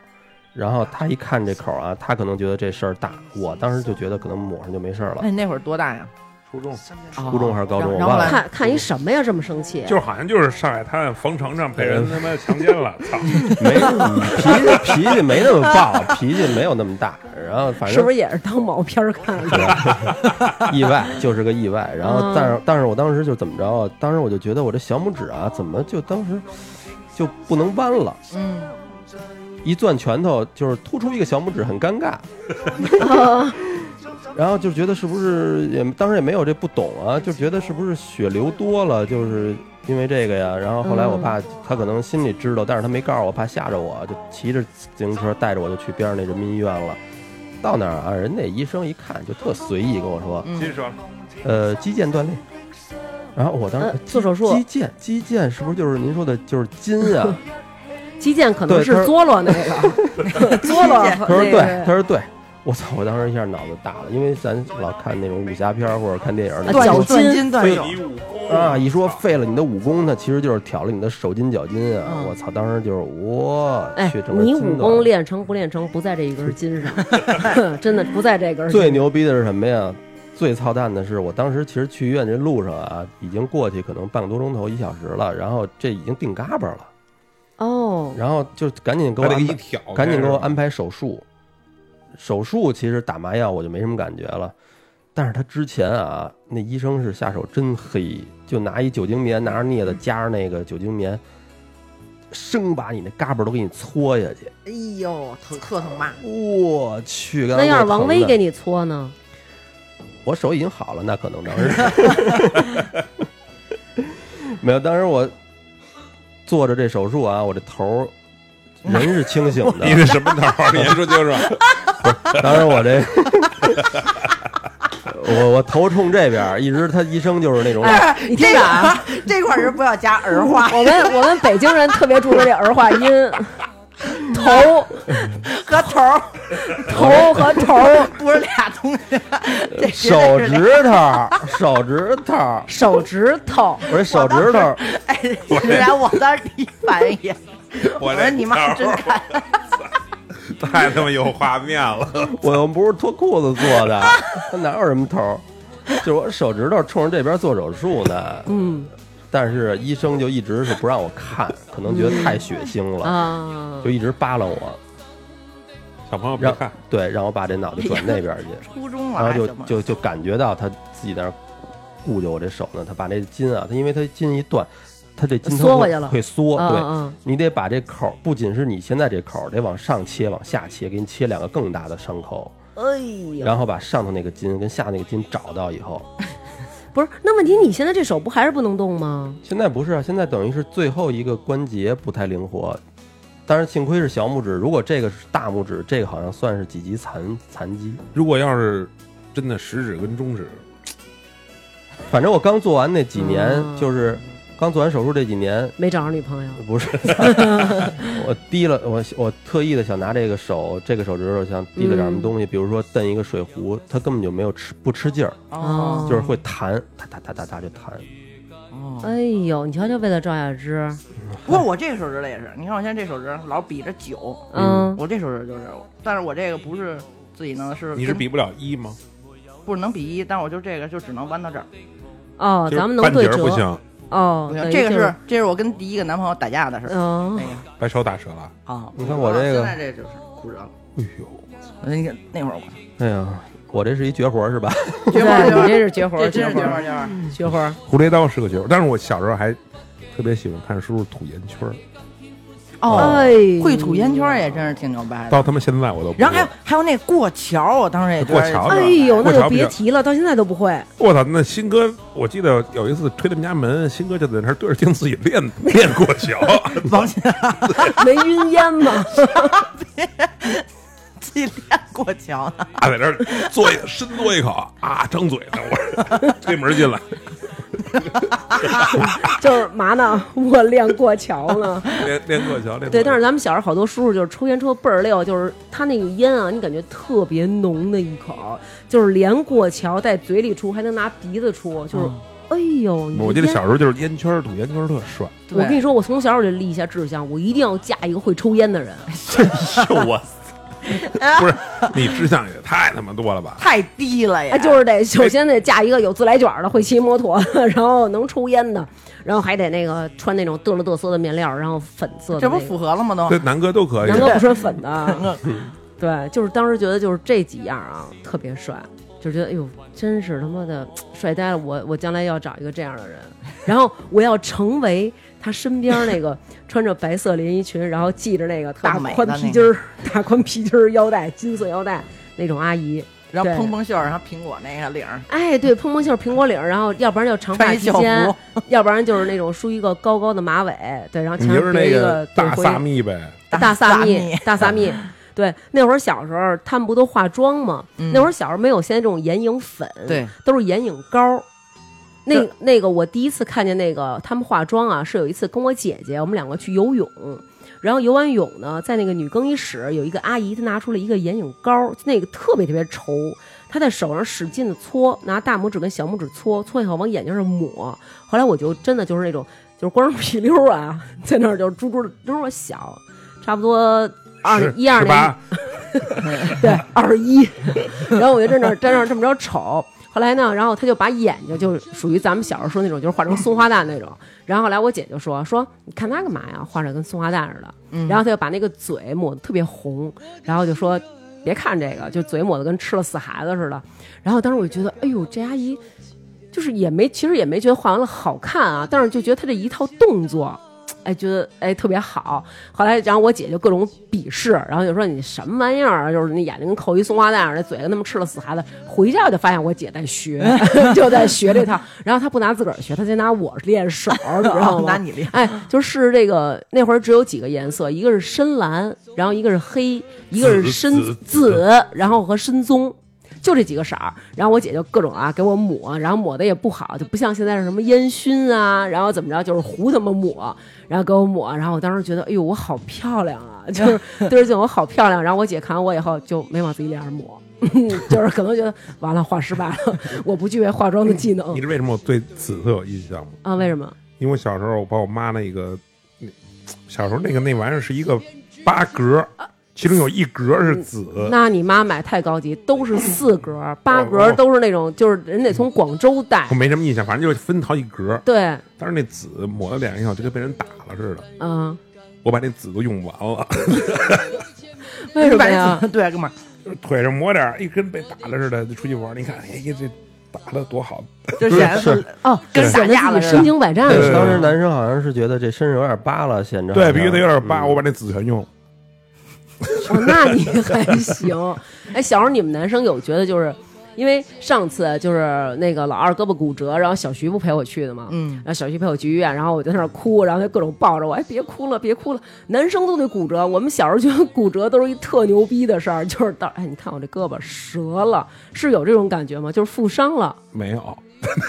Speaker 4: 然后他一看这口儿啊，他可能觉得这事儿大，我当时就觉得可能抹上就没事儿了
Speaker 3: 那。你那会儿多大呀？
Speaker 2: 初中
Speaker 4: 初中还是高中，
Speaker 3: 然
Speaker 4: 我
Speaker 3: 后
Speaker 4: 忘
Speaker 3: 后
Speaker 1: 哦嗯
Speaker 3: 来
Speaker 4: 了。
Speaker 1: 看看一什么呀？这么生气？
Speaker 2: 就是好像就是上海滩冯程程被人他妈强奸了，
Speaker 3: <laughs>
Speaker 2: 操！
Speaker 4: 没嗯脾气脾气没那么暴，脾气没有那么大。然后反
Speaker 1: 是不
Speaker 4: 正
Speaker 1: 是也是当毛片儿看的？
Speaker 4: 意外就是个意外。然
Speaker 1: 嗯
Speaker 4: 后但是但是我当时就怎么着啊？当时我就觉得我这小拇指啊，怎么就当时就不能弯了？
Speaker 3: 嗯，
Speaker 4: 一攥拳头就是突出一个小拇指，很尴尬。然后就觉得是不是也当时也没有这不懂啊，就觉得是不是血流多了，就是因为这个呀。然后后来我爸他可能心里知道，但是他没告诉我，怕吓着我，就骑着自行车带着我就去边上那人民医院了。到那儿啊，人那医生一看就特随意跟我说，
Speaker 2: 接着
Speaker 4: <laughs>
Speaker 2: 说，
Speaker 4: 呃，肌腱断裂。然后我当时、
Speaker 1: 呃做手术
Speaker 4: 肌腱肌腱是不是就是您说的就是筋
Speaker 1: <laughs>
Speaker 4: 啊？
Speaker 1: 击剑可能
Speaker 4: 对他
Speaker 1: 是
Speaker 4: 说
Speaker 1: 佐罗那
Speaker 3: <laughs>
Speaker 1: 个，佐罗
Speaker 3: 他
Speaker 1: 和
Speaker 4: 他
Speaker 1: 那
Speaker 4: 说对，
Speaker 1: 个哎
Speaker 4: 他说对。我操！我当时一下脑子大了，因为咱老看那种武侠片儿或者看电影儿，那
Speaker 1: 啊脚
Speaker 3: 断
Speaker 4: 说
Speaker 1: 筋
Speaker 3: 断筋断
Speaker 4: 非
Speaker 3: 手，
Speaker 2: 武功
Speaker 4: 哎啊，一说废了你的武功，那其实就是挑了你的手筋脚筋啊！
Speaker 3: 嗯
Speaker 4: 我操，当时就是我
Speaker 1: 哎
Speaker 4: 去，整个
Speaker 1: 你
Speaker 4: 筋
Speaker 1: 武
Speaker 4: 都
Speaker 1: 功练成不练成，不在这一根筋上， <laughs> 真的不在这根。
Speaker 4: 最，牛逼的是什么呀？最操蛋的是，我当时其实去医院这路上啊，已经过去可能半个多钟头一小时了，然后这已经定嘎巴了，
Speaker 1: 哦，
Speaker 4: 然后就赶紧给我
Speaker 2: 把这个
Speaker 4: 安
Speaker 2: 一
Speaker 4: 排
Speaker 2: 挑，
Speaker 4: 赶紧给我安排手术。手术其实打麻药我就没什么感觉了，但是他之前啊，那医生是下手真黑，就拿一酒精棉，拿着镊子夹着那个酒精棉，生把你那嘎巴都给你搓下去。
Speaker 3: 哎呦，疼特疼骂，
Speaker 4: 我去！
Speaker 1: 那要是王威给
Speaker 4: 你，
Speaker 1: 你搓呢？ <laughs>
Speaker 4: 我手已经好了，那可能当时没有。当时我做着这手术啊，我这头儿人是清醒的，
Speaker 2: 你这什么头儿？你说
Speaker 3: <laughs>
Speaker 2: 接着说，
Speaker 4: <laughs> 当时我这， <laughs> 我我头冲这边儿，一直他医生就是那种，
Speaker 1: 哎，
Speaker 3: <laughs>
Speaker 1: 你听
Speaker 3: 这
Speaker 1: 着
Speaker 3: 个
Speaker 1: 啊，
Speaker 3: 啊这块儿是不要加儿化，
Speaker 1: 我们我们北京人特别注重这儿化
Speaker 4: <laughs>
Speaker 1: 音，头
Speaker 3: <laughs> 和头儿
Speaker 1: 头和
Speaker 4: <laughs>
Speaker 1: 头，
Speaker 3: 不是俩东西，这绝
Speaker 4: 手
Speaker 3: 对是俩。
Speaker 4: 指头儿，手指头儿，
Speaker 1: 手指头。
Speaker 4: 我这手指头儿，
Speaker 3: <laughs> 哎，来，我当时第一反应也是，
Speaker 2: 我
Speaker 3: 我
Speaker 2: 这
Speaker 3: 说你妈真
Speaker 2: 头儿
Speaker 3: 敢，
Speaker 2: <laughs> 太他妈有画面了。
Speaker 4: 我又不是脱裤子
Speaker 1: <laughs>
Speaker 4: 做的，他哪有什么头儿？就是我手指头冲着这边做手术呢，嗯，但是医生就一直是不让我看，可能觉得太血腥了，
Speaker 1: 啊
Speaker 4: 就，一直扒拉我，
Speaker 2: 小朋友别
Speaker 4: 让
Speaker 2: 看，
Speaker 4: 对让我把这脑袋转那边儿去。
Speaker 3: 初中了
Speaker 4: 然后
Speaker 3: 还
Speaker 4: 啊就
Speaker 3: 行吗？
Speaker 4: 就就感觉到他自己在那儿顾着我这手呢，他把这筋啊，他因为他筋一断，他这筋它
Speaker 1: 呃缩
Speaker 4: 会
Speaker 1: 回去了
Speaker 4: 会缩，
Speaker 1: 嗯
Speaker 4: 对，
Speaker 1: 嗯
Speaker 4: 你得把这口儿，不仅是你现在这口儿，得往上切，往下切，给你切两个更大的伤口，
Speaker 1: 哎呦，
Speaker 4: 然后把上头那个筋跟下头那个筋找到以后，
Speaker 1: 不是，那问题你现在这手不还是不能动吗？
Speaker 4: 现在不是啊，现在等于是最后一个关节不太灵活。当然，幸亏是小拇指，如果这个是大拇指，这个好像算是几级残残疾。
Speaker 2: 如果要是真的食指跟中指，
Speaker 4: 反正我刚做完那几年，
Speaker 1: 嗯
Speaker 4: 就是刚做完手术这几年，
Speaker 1: 没找着女朋友，
Speaker 4: 不 <laughs> 是，我滴了，我我特意的想拿这个手，这个手指头想滴了点什么东西，比如说蹬一个水壶，它根本就没有吃不吃劲儿，
Speaker 1: 哦
Speaker 4: 就是会弹，哒哒哒哒哒就弹。
Speaker 1: 哎呦，你瞧瞧，为了赵雅芝，
Speaker 3: 哦不过我这个手指头也是，你看我现在这手指头老比着九，
Speaker 1: 嗯，
Speaker 3: 我这手指就是，但是我这个不是自己弄的，是
Speaker 2: 你是
Speaker 3: 跟
Speaker 2: 比不了一吗？
Speaker 3: 不能比一，但我就这个就只能弯到这儿。
Speaker 1: 哦，
Speaker 2: 就是
Speaker 4: 啊
Speaker 1: 咱们能
Speaker 2: 半截
Speaker 1: 对
Speaker 2: 儿
Speaker 1: 折
Speaker 2: 不，行，
Speaker 1: 哦
Speaker 3: 不，行
Speaker 1: 等于
Speaker 3: 这个
Speaker 1: 就是
Speaker 3: 这是我跟第一个男朋友打架的事儿。
Speaker 1: 嗯
Speaker 3: 那个
Speaker 2: 把手打折了。
Speaker 3: 啊，
Speaker 4: 你看我这个
Speaker 3: 现在这就是骨折了。
Speaker 2: 哎呦，
Speaker 3: 我那个那会儿
Speaker 4: 哎呀，我这是一绝活儿是吧？
Speaker 3: 我绝活
Speaker 1: <laughs> 对
Speaker 3: 儿绝活
Speaker 1: 你
Speaker 3: 儿
Speaker 1: 这是绝活儿，
Speaker 3: 这真是
Speaker 1: 活
Speaker 3: 绝活儿
Speaker 1: 儿，嗯
Speaker 3: 绝活儿。
Speaker 1: 绝活儿。
Speaker 2: 蝴蝶刀是个绝活，但是我小时候还特别喜欢看叔叔吐烟圈儿，
Speaker 3: 哦，
Speaker 1: 哎，
Speaker 3: 会吐烟圈儿也真是挺牛掰的。
Speaker 2: 到他妈现在我都不会。
Speaker 3: 然后还有还有那过桥，我当时也觉得
Speaker 2: 过桥
Speaker 1: 哎呦，那就别提了，到现在都不会。
Speaker 2: 我操，那新哥，我记得有一次推他们家门，新哥就在那儿对着镜自己练练过桥，
Speaker 3: 王鑫
Speaker 1: 没晕烟吗？
Speaker 3: <laughs> 自己练过桥呢。
Speaker 2: <laughs> 啊，在那儿嘬一深嘬一口啊，张嘴呢，我 <laughs> 推门进来，
Speaker 1: 就是嘛呢？我练过桥呢。
Speaker 2: 练练过桥，练过桥
Speaker 1: <laughs> 对，但是咱们小时候好多叔叔就是抽烟抽倍儿溜，就是他那个烟啊，你感觉特别浓的一口，就是连过桥在嘴里出，还能拿鼻子出，就是、哎呦，你
Speaker 2: 嗯我
Speaker 1: 这
Speaker 2: 记得
Speaker 1: 烟
Speaker 2: 小时候就是烟圈儿吐烟圈儿特帅，
Speaker 1: 我跟你
Speaker 3: 对
Speaker 1: 说，我从小我就立下志向，我一定要嫁一个会抽烟的人。
Speaker 4: 我
Speaker 2: <laughs> 不是你志向也太他妈多了吧？
Speaker 3: 太低了
Speaker 1: 哎，
Speaker 3: 也。
Speaker 1: 就是得首先得嫁一个有自来卷儿的，会骑摩托 <laughs> 的，然后能抽烟的，然后还得那个穿那种嘚了嘚瑟的面料，然后粉色的
Speaker 3: 这
Speaker 1: 那
Speaker 3: 不
Speaker 1: 个、
Speaker 3: 符合了吗？都
Speaker 2: 这南哥都可以
Speaker 1: 南，哥不穿粉
Speaker 3: <laughs>
Speaker 1: 的， <laughs> 对，就是当时觉得就是这几样啊特别帅，就觉得哎呦，真是他妈的帅呆了！我我将来要找一个这样的人，然后我要成为他身边那个穿着白色连衣裙，然后系着那个
Speaker 3: 大
Speaker 1: 特
Speaker 3: 美
Speaker 1: 别
Speaker 3: 的
Speaker 1: 宽
Speaker 3: 那
Speaker 1: 皮
Speaker 3: 个
Speaker 1: 筋儿、大宽皮筋儿腰带、金色腰带那种阿姨。
Speaker 3: 然后
Speaker 1: 对
Speaker 3: 蓬蓬袖儿，然后苹果那个领儿，
Speaker 1: 哎，对，蓬蓬袖、苹果领儿，然后要不然就长发
Speaker 3: 穿一
Speaker 1: 披
Speaker 3: 校
Speaker 1: 肩
Speaker 3: 服，，
Speaker 1: 要不然就是那种梳一个高高的马尾，对，然后前
Speaker 2: 你就
Speaker 1: 面
Speaker 2: 是
Speaker 1: 别
Speaker 2: 那
Speaker 1: 一
Speaker 2: 个
Speaker 1: 对
Speaker 2: 大
Speaker 1: 灰
Speaker 2: 萨蜜呗，
Speaker 1: 大
Speaker 3: 萨
Speaker 1: 萨
Speaker 3: 蜜
Speaker 1: 蜜，大萨蜜。对，那会儿小时候他们不都化妆吗？
Speaker 3: 嗯
Speaker 1: 那会儿小时候没有现在这种眼影粉，，
Speaker 3: 对，
Speaker 1: 都是眼影膏。那
Speaker 3: 对
Speaker 1: 那个我第一次看见那个他们化妆啊，是有一次跟我姐姐，我们两个去游泳，然后游完泳呢，在那个女更衣室有一个阿姨，她拿出了一个眼影膏，那个特别特别稠，她在手上使劲的搓，拿大拇指跟小拇指搓，搓以后往眼睛上抹。后来我就真的就是那种就是光着屁溜儿啊，在那儿就猪猪的，那时候我小，差不多二
Speaker 2: 十
Speaker 1: 啊一二
Speaker 2: 十
Speaker 1: 年
Speaker 2: 八，
Speaker 1: 对，二一。 <laughs> 然后我就在那儿在那儿这么着瞅。后来呢，然后他就把眼睛就属于咱们小时候说那种，就是画成松花蛋那种。然后后来我姐就说说你看他干嘛呀，画着跟松花蛋似的。然后他就把那个嘴抹得特别红，然后就说别看这个，就嘴抹得跟吃了死孩子似的。然后当时我就觉得，哎呦，这阿姨就是也没，其实也没觉得画完了好看啊，但是就觉得她这一套动作，哎，觉得哎特别好。后来，然后我姐就各种鄙视，然后就说你什么玩意儿啊，就是你眼睛跟扣一松花蛋似的，嘴跟他们吃了死孩子。回家我就发现我姐在
Speaker 3: <laughs>
Speaker 1: 学，就在学这套。然后她不拿自个儿学，她先拿我练手，你知道吗？
Speaker 3: <laughs> 拿你练
Speaker 1: 哎，就是这个那会儿只有几个颜色，一个是深蓝，然后一个是黑，一个是深
Speaker 2: 紫
Speaker 1: 紫，
Speaker 2: 紫
Speaker 1: 然后和深棕。就这几个色儿，然后我姐就各种啊给我抹，然后抹的也不好，就不像现在是什么烟熏啊，然后怎么着就是胡他妈抹，然后给我抹，然后我当时觉得，哎呦我好漂亮啊，就是 <laughs> 对着镜我好漂亮。然后我姐看完我以后就没往自己脸上抹， <laughs> 就是可能觉得完了画失败了， <laughs> 我不具备化妆的技能
Speaker 2: 你知道为什么我对紫色有印象吗？
Speaker 1: 啊？为什么？
Speaker 2: 因为我小时候我把我妈那个，那小时候那个那玩意儿是一个八格，其中有一格是紫，
Speaker 1: 那你妈买太高级，都是四格、八
Speaker 2: 呃哦嗯
Speaker 1: 格，都是那种就是人得从广州带
Speaker 2: 我。没什么印象，反正就是分好几格。
Speaker 1: 对，
Speaker 2: 但是那紫抹到脸上以后就跟被人打了似的，
Speaker 1: 嗯，
Speaker 2: 我把那紫都用完了， <laughs>
Speaker 1: 为什
Speaker 3: 你把
Speaker 1: 么
Speaker 3: 那
Speaker 1: 呀？
Speaker 3: 紫对，哥们儿，
Speaker 2: 就是腿上抹点儿，一跟被打了似的，就出去玩儿。你看，哎呀，这打的多好，
Speaker 3: 就显得
Speaker 4: 是
Speaker 1: 哦，
Speaker 3: 跟打
Speaker 1: 显得
Speaker 3: 架了
Speaker 1: 自己
Speaker 3: 似
Speaker 1: 身
Speaker 3: 的。
Speaker 1: 经百战
Speaker 4: 对
Speaker 1: 是吧
Speaker 4: 当时男生好像是觉得这身上有点疤了，显着
Speaker 2: 对，
Speaker 4: 好
Speaker 2: 必须
Speaker 4: 像
Speaker 2: 得有点疤，
Speaker 4: 嗯
Speaker 2: 我把那紫全用了。
Speaker 1: 哦，那你还行。哎，小时候你们男生有觉得就是，因为上次就是那个老二胳膊骨折，然后小徐不陪我去的嘛，
Speaker 3: 嗯
Speaker 1: 然后小徐陪我去医院，然后我就在那儿哭，然后他各种抱着我，哎，别哭了，别哭了。男生都得骨折，我们小时候觉得骨折都是一特牛逼的事儿，就是到哎，你看我这胳膊折了，是有这种感觉吗？就是负伤了。
Speaker 2: 没有，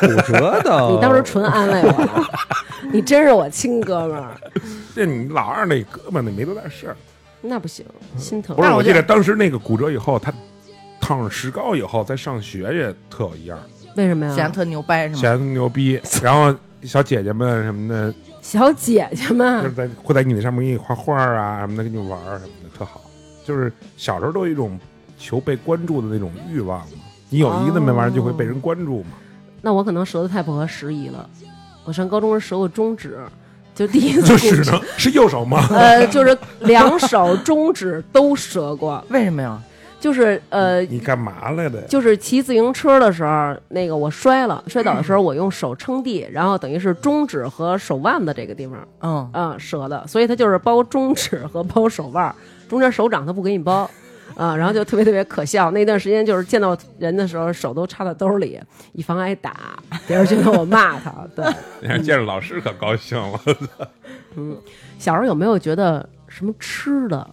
Speaker 4: 嗯骨折的。
Speaker 1: <laughs> 你当时纯安慰我了， <laughs> 你真是我亲哥们儿，
Speaker 2: 这你老二那胳膊那没多大事儿。
Speaker 1: 那不行，心疼
Speaker 2: 不。是，
Speaker 3: 那我
Speaker 2: 我记
Speaker 3: 就
Speaker 2: 得当时那个骨折以后，他烫上石膏以后，再上学也特有一样儿，
Speaker 1: 为什么
Speaker 3: 显得
Speaker 1: 呀？
Speaker 3: 特牛掰是
Speaker 2: 显
Speaker 3: 吗？
Speaker 2: 得牛
Speaker 3: <laughs>
Speaker 2: 逼。然后小姐姐们什么的，
Speaker 1: 小姐姐
Speaker 2: 就是
Speaker 3: 嗯
Speaker 1: 们，
Speaker 2: 在会在你那上面给你画画儿啊什么的，跟你玩儿什么的，特好。就是小时候都有一种求被关注的那种欲
Speaker 3: 哦
Speaker 2: 望嘛，你有一个那么玩意儿就会被人关注嘛。
Speaker 1: 那我可能折的太不合时宜了。我上高中时折过中指，就第一次
Speaker 2: <laughs> 就
Speaker 1: 骨
Speaker 2: 是
Speaker 1: 折
Speaker 2: 呢，是右手吗？
Speaker 1: <laughs>
Speaker 2: <laughs>
Speaker 1: 呃，就是两手中指都折过，
Speaker 3: 为什么呀？
Speaker 1: 就是呃，
Speaker 2: 你干嘛来的？
Speaker 1: 就是骑自行车的时候，那个我摔了，摔倒的时候我用手撑地，然后等于是中指和手腕的这个地方，
Speaker 3: 嗯，
Speaker 1: 嗯，折的，所以它就是包中指和包手腕，中间手掌它不给你包。啊、然后就特别特别可笑。那段时间就是见到人的时候，手都插到兜里，以防挨打。别人觉得我骂他。对，
Speaker 2: 你看 <laughs> 见着老师可高兴了，
Speaker 1: 小时候有没有觉得什么吃的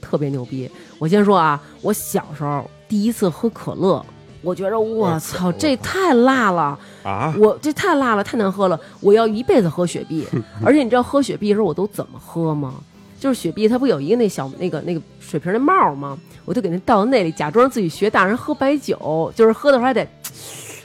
Speaker 1: 特别牛逼？我先说啊，我小时候第一次喝可乐，我觉着我操，这太辣了，
Speaker 2: 啊！
Speaker 1: 我这太辣了，太难喝了，我要一辈子喝雪碧。而且你知道喝雪碧的时候我都怎么喝吗？就是雪碧它不有一个那小那个那个水瓶那帽儿吗？我就给那倒那里，假装自己学大人喝白酒，就是喝的时候还得。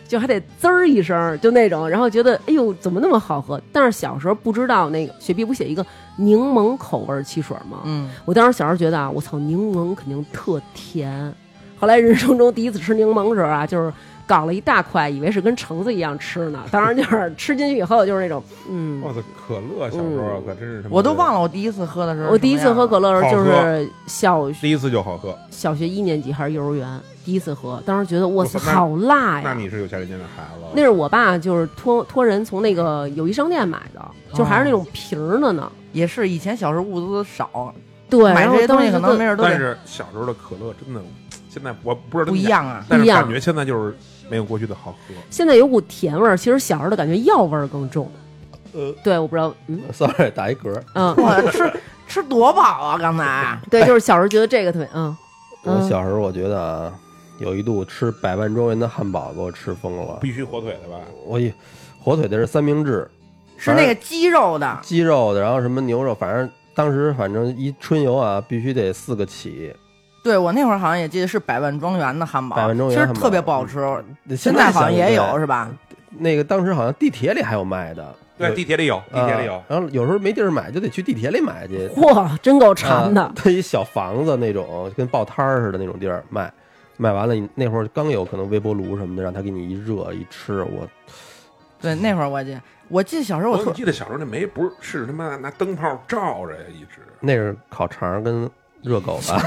Speaker 1: 就还得滋儿一声，就那种，然后觉得哎呦怎么那么好喝？但是小时候不知道那个雪碧不写一个柠檬口味儿汽水吗？
Speaker 3: 嗯，
Speaker 1: 我当时小时候觉得啊，我操，柠檬肯定特甜。后来人生中第一次吃柠檬的时候啊，就是搞了一大块，以为是跟橙子一样吃呢。当然就是 <laughs> 吃进去以后就是那种，嗯，
Speaker 3: 哦
Speaker 2: 我操，可乐小时候可真是什么，
Speaker 3: 我都忘了我第一次喝的时候。
Speaker 1: 我第一次喝可，乐的时候就
Speaker 2: 好
Speaker 1: 是小
Speaker 2: 第一次就好喝。
Speaker 1: 小学一年级还是幼儿园第一次喝，当时觉得哇塞，
Speaker 2: 我操那
Speaker 1: 好
Speaker 3: 哎
Speaker 1: 辣
Speaker 2: 那
Speaker 1: 呀！
Speaker 2: 你是有钱人家的孩子，
Speaker 1: 那是我爸就是托托人从那个友谊商店买的，就还是那种瓶儿的呢。
Speaker 3: 也是以前小时候物资少，
Speaker 1: 对，
Speaker 3: 哦买
Speaker 1: 然
Speaker 3: 这
Speaker 1: 后
Speaker 3: 些
Speaker 1: 当
Speaker 3: 东
Speaker 1: 时
Speaker 3: 西可
Speaker 1: 就
Speaker 3: 能没准都
Speaker 2: 但
Speaker 3: 得
Speaker 2: 是小时候的可乐真的，现在我不知道
Speaker 3: 不一，样啊。
Speaker 4: <laughs>
Speaker 2: 但是
Speaker 1: 不一样
Speaker 2: 感觉现在就是没有过去的好喝。
Speaker 1: 现在有股甜味儿，其实小时候的感觉药味儿更重。
Speaker 4: 呃
Speaker 1: 对，我不知道，嗯
Speaker 4: <laughs> sorry，打一嗝。
Speaker 1: 嗯，
Speaker 3: 我吃吃多饱啊！刚
Speaker 4: 哎
Speaker 3: 才
Speaker 1: 对，就是小时候觉得这个特别，嗯，
Speaker 4: 我
Speaker 1: 嗯
Speaker 4: 小时候我觉得啊，有一度吃百万庄园的汉堡给我吃疯了，
Speaker 2: 必须火腿的吧？
Speaker 4: 我一火腿的是三明治，
Speaker 3: 是那个鸡肉的，
Speaker 4: 鸡肉的，然后什么牛肉，反正当时反正一春游啊，必须得四个起。
Speaker 3: 对我那会儿好像也记得是百万庄园的汉堡，
Speaker 4: 百万庄园
Speaker 3: 其
Speaker 4: 汉
Speaker 3: 实
Speaker 4: 堡嗯
Speaker 3: 特别不好吃。现
Speaker 4: 在
Speaker 3: 在好像也有是
Speaker 4: 吧？
Speaker 3: 吧？
Speaker 4: 那个当时好像地铁里还有卖的，
Speaker 2: 对，呃
Speaker 4: 有
Speaker 2: 地铁里有，地铁里有
Speaker 4: 啊。然后有时候没地儿买，就得去地铁里买去。
Speaker 1: 嚯，真够馋的
Speaker 4: 啊，它一小房子那种，跟报摊儿似的那种地儿卖，卖完了你那会儿刚有可能微波炉什么的，让他给你一热一吃，我
Speaker 3: 对，那会儿我记，我记得小时候
Speaker 2: 我
Speaker 3: 我
Speaker 2: 怎
Speaker 3: 特
Speaker 2: 么记得小时候那煤不是是他妈拿灯泡照着呀，一直
Speaker 4: 那是烤肠儿跟热狗吧，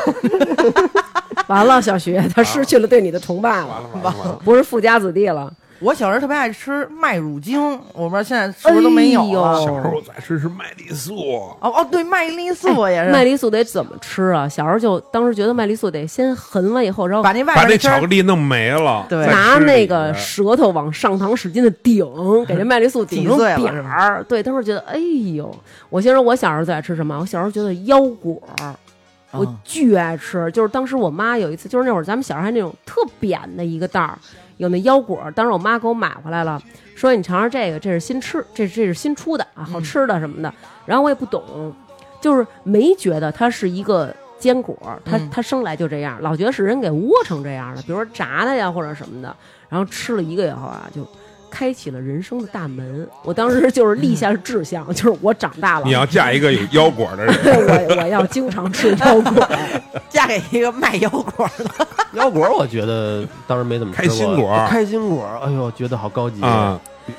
Speaker 1: <laughs> 完了，小徐他失去了对你的崇拜
Speaker 2: 完
Speaker 1: 了，
Speaker 2: 了完了完了，
Speaker 1: 不是富家子弟了，
Speaker 3: 我小时候特别爱吃麦乳精，我不知道现在是不是都没有
Speaker 1: 哎
Speaker 3: 了。
Speaker 1: 呦
Speaker 2: 小时候我最爱吃是麦丽素，
Speaker 3: 哦哦，对，麦丽素我也是，
Speaker 1: 哎麦丽素得怎么吃啊？小时候就当时觉得麦丽素得先横了以后，然后
Speaker 3: 把那外
Speaker 2: 把
Speaker 3: 边
Speaker 2: 那
Speaker 3: 那汁儿
Speaker 2: 巧
Speaker 3: <laughs>
Speaker 2: 克力弄没了，
Speaker 3: 对
Speaker 2: 再
Speaker 1: 拿
Speaker 2: 吃
Speaker 1: 那
Speaker 2: 里
Speaker 1: 个
Speaker 2: 面
Speaker 1: 舌头往上膛使劲的顶，
Speaker 2: <laughs>
Speaker 1: 给这麦丽素顶
Speaker 3: 挤
Speaker 1: 成
Speaker 3: 碎了
Speaker 1: 扁
Speaker 3: 是吧
Speaker 1: 儿。对，当时觉得，哎呦，我先说我小时候最爱吃什么？我小时候觉得腰果儿。我
Speaker 3: 哦
Speaker 1: 巨爱吃，就是当时我妈有一次，就是那会儿咱们小时候还那种特扁的一个袋儿，有那腰果儿，当时我妈给我买回来了，说你尝尝这个，这是新吃，这这是新出的啊，
Speaker 3: 嗯
Speaker 1: 好吃的什么的。然后我也不懂，就是没觉得它是一个坚果，它
Speaker 3: 嗯
Speaker 1: 它生来就这样，老觉得是人给窝成这样的，比如说炸的呀或者什么的。然后吃了一个以后啊，就开启了人生的大门。我当时就是立下志向， <laughs> 就是我长大了
Speaker 2: 你。要嫁一个有腰果的人，
Speaker 1: <laughs> 我我要经常吃 <laughs> 腰果，
Speaker 3: 嫁给一个卖腰果的，
Speaker 4: <laughs> 腰果儿我觉得当时没怎么吃
Speaker 2: 开心果儿
Speaker 4: 开心果儿，哎呦，觉得好高级
Speaker 2: 啊，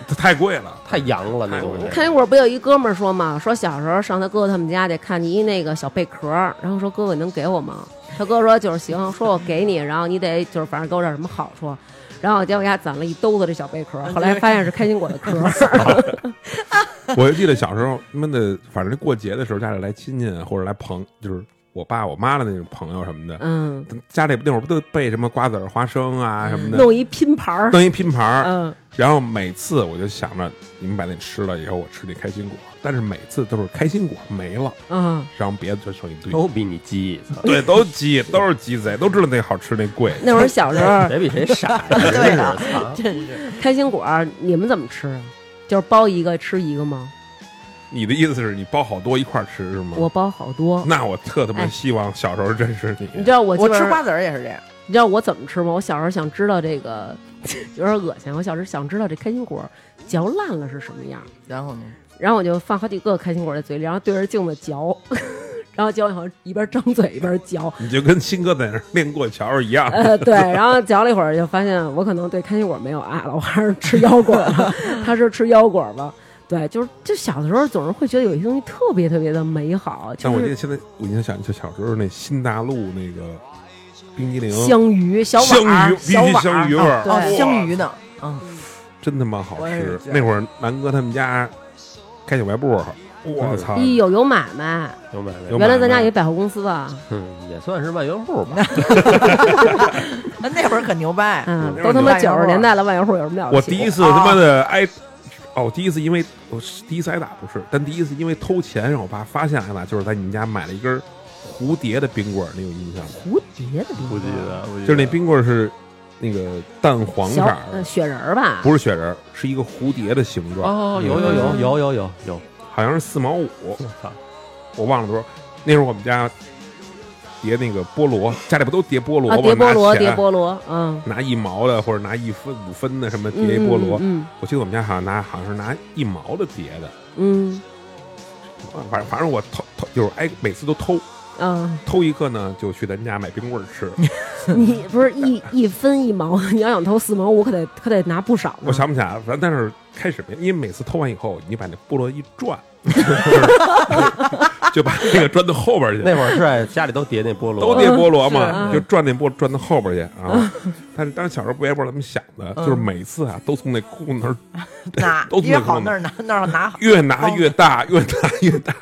Speaker 2: 它太贵了。
Speaker 4: 太洋了那东西。
Speaker 1: 开心果不有一哥们儿说嘛，说小时候上他哥哥他们家去看见一那个小贝壳儿，然后说哥哥你能给我吗？他哥说就是行，说我给你，然后你得就是反正给我点什么好处。然后结果给他攒了一兜子这小贝壳
Speaker 3: 嗯
Speaker 1: 儿，后来发现是开心果的壳
Speaker 3: <laughs>
Speaker 1: 儿。
Speaker 2: 我就记得小时候他妈的，反正过节的时候家里来亲戚啊或者来朋，就是我爸我妈的那种朋友什么的，
Speaker 1: <laughs> 嗯，
Speaker 2: 家里那会儿不都备什么瓜子儿、花生啊什么的，
Speaker 1: 弄一拼盘儿。
Speaker 2: 弄一拼盘儿，
Speaker 1: 嗯，
Speaker 2: 然后每次我就想着你们把那吃了以后，我吃那开心果，但是每次都是开心果
Speaker 1: <laughs>
Speaker 2: 没了，
Speaker 1: 嗯，
Speaker 2: 然后别的就剩一堆，
Speaker 4: 都比你鸡，操
Speaker 2: 对，都鸡，都是鸡贼，都知道那好吃那贵。
Speaker 1: 那会儿小时
Speaker 3: 哎
Speaker 1: 候
Speaker 4: 谁比谁 <laughs> 傻呀？对
Speaker 3: 啊
Speaker 4: 操
Speaker 3: 真是
Speaker 1: 开心果儿你们怎么吃啊？就是包一个吃一个吗？
Speaker 2: 你的意思是你包好多一块儿吃是吗？
Speaker 1: 我包好多。
Speaker 2: 那我特他妈
Speaker 1: 哎
Speaker 2: 希望小时候认识你。
Speaker 1: 你知道我基
Speaker 3: 我
Speaker 1: 本
Speaker 3: 吃
Speaker 1: 上
Speaker 3: 瓜子儿也是这样，
Speaker 1: 你知道我怎么吃吗？我小时候想知道这个， <laughs> 有点恶心。我小时候想知道这开心果嚼烂了是什么样，
Speaker 3: 然后呢，
Speaker 1: <laughs> 然后我就放好几个开心果在嘴里，然后对着镜子嚼， <laughs> 然后嚼以后一边张嘴一边嚼。
Speaker 2: 你就跟新哥在那儿练过桥一样，
Speaker 1: 呃，对，然后嚼了一会儿，就发现我可能对开心果没有爱了，我还是吃腰果了。他是吃腰果吧？对，就是就小的时候总是会觉得有些东西特别特别的美好，
Speaker 2: 但
Speaker 1: 就
Speaker 2: 我记
Speaker 1: 是
Speaker 2: 得现在，我印象小就小时候那新大陆那个冰激凌，
Speaker 1: 香鱼、小
Speaker 2: 香
Speaker 1: 碗儿、
Speaker 2: 鱼必
Speaker 1: 小
Speaker 2: 须
Speaker 1: 碗
Speaker 2: 香
Speaker 1: 儿啊
Speaker 2: 鱼味儿，
Speaker 1: 对
Speaker 3: 哦，
Speaker 2: 哇
Speaker 3: 香鱼呢？
Speaker 2: 真他妈好
Speaker 3: 我也是
Speaker 2: 吃。
Speaker 3: 这样
Speaker 2: 那会儿南哥他们家开小卖部儿，我操，
Speaker 1: 咦，有有买卖，
Speaker 4: 有买卖
Speaker 2: 啊有
Speaker 1: 原来咱
Speaker 2: 买
Speaker 1: 家
Speaker 2: 卖
Speaker 1: 有百货公司啊，
Speaker 4: 嗯，也算是万元户吧。
Speaker 3: 那那会儿可牛掰，
Speaker 1: 嗯，
Speaker 2: 那会
Speaker 1: 都
Speaker 2: 儿
Speaker 1: 他妈
Speaker 3: 有
Speaker 1: 九十年代了，万元户有什么了不
Speaker 2: 我
Speaker 1: 起
Speaker 2: 第一次他妈的挨，哦，第一次因为我是第一次挨打不是，但第一次因为偷钱让我爸发现挨打，就是在你们家买了一根蝴蝶的冰棍儿，你有印象吗？
Speaker 1: 蝴蝶的
Speaker 4: 不
Speaker 1: 冰
Speaker 4: 记得，不记得
Speaker 2: 就是那冰棍儿是那个淡黄色
Speaker 1: 小
Speaker 2: 儿
Speaker 1: 呃
Speaker 2: 的，
Speaker 1: 雪人儿吧？
Speaker 2: 不是雪人儿，是一个蝴蝶的形状。嗯
Speaker 4: 哦，有有有有有有有，
Speaker 2: 好像是四毛五，
Speaker 4: 我操，
Speaker 2: 我忘了多少。那时候我们家叠那个菠萝，家里不都叠菠萝吗？
Speaker 1: 啊，叠菠萝，
Speaker 2: 拿
Speaker 1: 叠
Speaker 2: 钱
Speaker 1: 菠萝，嗯，
Speaker 2: 拿一毛的或者拿一分五分的什么叠一菠萝。
Speaker 1: 嗯
Speaker 2: 我记得我们家好像拿好像是拿一毛的叠的，
Speaker 1: 嗯
Speaker 2: 反正反正我偷偷就是哎，每次都偷
Speaker 1: 嗯
Speaker 2: 偷一个呢，就去咱家买冰棍儿吃。
Speaker 1: <laughs> 啊，你不是一一分一毛， <laughs> 你要想偷四毛五，可得可得拿不少呢。
Speaker 2: 我想不起来，反正但是开始没，因为每次偷完以后，你把那菠萝一转， <laughs> 就把那个转到后边儿去。
Speaker 4: 那会儿是在家里都叠那菠萝，
Speaker 2: 都叠菠萝嘛，
Speaker 1: 嗯
Speaker 2: 就转那菠转到后边去啊。但是当时小时候不也不知道怎么想的，就是每次啊都从那裤子那儿
Speaker 3: 拿
Speaker 2: <laughs> 都
Speaker 3: 约
Speaker 2: 从
Speaker 3: 好
Speaker 2: 那儿
Speaker 3: 那儿拿那儿拿好，
Speaker 2: <laughs> 越拿越大，越拿越
Speaker 4: <laughs>
Speaker 2: 大。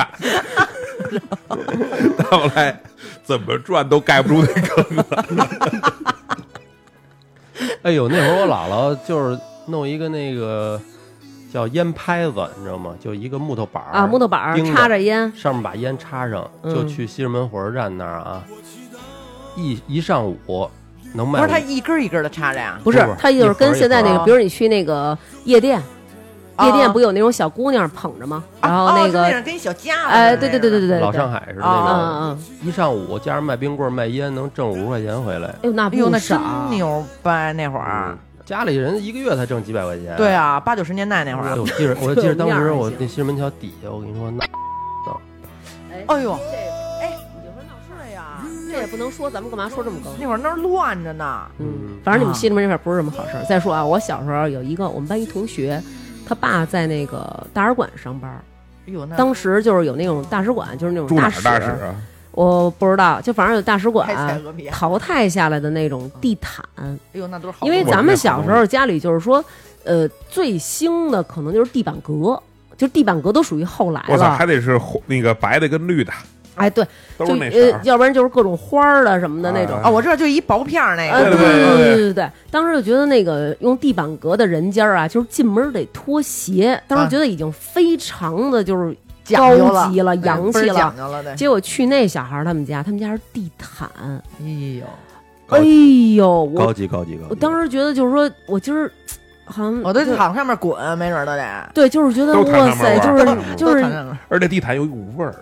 Speaker 2: 到后来怎么转都盖不住那坑了。
Speaker 4: 哎呦，那会儿我姥姥就是弄一个那个叫烟拍子，你知道吗？就一个木头板儿
Speaker 1: 啊，木头板儿
Speaker 4: 钉
Speaker 1: 插着烟，
Speaker 4: 上面把烟插上，就
Speaker 1: 嗯
Speaker 4: 去西直门火车站那儿啊，一一上午能
Speaker 3: 不
Speaker 4: 卖
Speaker 3: 是
Speaker 4: 五。
Speaker 3: 他一根儿一根的插着呀？
Speaker 1: 不是
Speaker 4: 不是，
Speaker 1: 它就是跟现在那
Speaker 3: 一盒一
Speaker 1: 个，
Speaker 3: 盒
Speaker 1: 比如你去那个夜店，
Speaker 3: 啊
Speaker 1: 夜店不有那种小姑娘捧着吗？然
Speaker 3: 哦
Speaker 1: 后那
Speaker 3: 就那
Speaker 1: 个，
Speaker 3: 种跟一小夹子似的那
Speaker 1: 哎，
Speaker 3: 种，
Speaker 1: 对对对对对对，
Speaker 4: 老上
Speaker 1: 海，
Speaker 4: 海似的
Speaker 1: 嗯
Speaker 4: 那
Speaker 1: 嗯嗯，
Speaker 4: 种，一上午加上卖冰棍儿卖烟能挣五十块钱回来。
Speaker 1: 哎呦那
Speaker 3: 哎呦，
Speaker 1: 不
Speaker 3: 那
Speaker 1: 少
Speaker 3: 真，牛掰！那会儿
Speaker 1: 啊
Speaker 4: 嗯，，家里人一个月才挣几百块钱。
Speaker 3: 对，啊，八九十年代那会儿
Speaker 2: 哎
Speaker 4: 我，记着，我记
Speaker 1: <laughs>
Speaker 4: 着当
Speaker 1: 这
Speaker 4: 时
Speaker 1: 样
Speaker 4: 我
Speaker 1: 还行
Speaker 4: 那西直门桥底下，我跟你说那
Speaker 3: 哎呦，
Speaker 1: 哎呀，这也不能说，咱们干嘛说这么高？
Speaker 3: 那会儿那儿乱着呢，
Speaker 1: 嗯，反正你们西直门这边不是什么好事儿。再说啊，我小时候有一个我们班一同学，他爸在那个大使馆上班儿，
Speaker 3: 哎呦，那
Speaker 1: 当时就是有那种大使馆，就是那
Speaker 2: 住
Speaker 1: 种
Speaker 2: 哪儿
Speaker 1: 使，
Speaker 2: 大使啊？
Speaker 1: 我不知道，就反正有大使馆
Speaker 3: 太踩鹅皮啊
Speaker 1: 淘汰下来的那种地毯，
Speaker 3: 哎呦，那都是好
Speaker 1: 因为
Speaker 3: 东西
Speaker 1: 咱们小时候家里就是说，呃，最兴的可能就是地板革，就地板革都属于后来
Speaker 2: 我操，还
Speaker 1: 了。
Speaker 2: 得是红那个白的跟绿的，
Speaker 1: 哎，对，
Speaker 2: 都
Speaker 1: 就是
Speaker 2: 那色
Speaker 1: 呃
Speaker 2: 儿，。
Speaker 1: 要不然就是各种花儿的什么的那种。
Speaker 2: 啊
Speaker 3: 啊，我知道就一薄片儿那
Speaker 1: 呃，
Speaker 3: 个，嗯
Speaker 1: 对
Speaker 2: 哎对对对
Speaker 1: 对
Speaker 2: 对
Speaker 1: 对对，当时就觉得那个用地板革的人家儿啊，就是进门得脱鞋，当时觉得已经非常的就是
Speaker 3: 讲究
Speaker 1: 高级了、
Speaker 3: 对
Speaker 1: 洋
Speaker 3: 倍
Speaker 1: 气
Speaker 3: 儿讲
Speaker 1: 了。
Speaker 3: 究
Speaker 2: 哎
Speaker 3: 了，对。
Speaker 1: 结果去那小孩儿他们家，他们家是地毯，
Speaker 3: 哎呦，
Speaker 4: 高
Speaker 1: 哎呦，我
Speaker 4: 高级高级高级。
Speaker 1: 我当时觉得就是说我今儿好像
Speaker 3: 我都
Speaker 1: 就
Speaker 3: 躺上面滚，没准儿都得。
Speaker 1: 对，就是觉得
Speaker 2: 都躺
Speaker 1: 哇
Speaker 2: 上面
Speaker 1: 塞，
Speaker 2: 玩
Speaker 1: 就
Speaker 2: 儿
Speaker 1: 是就
Speaker 3: 都躺
Speaker 1: 是
Speaker 3: 上面
Speaker 2: 而且地毯有一股味儿，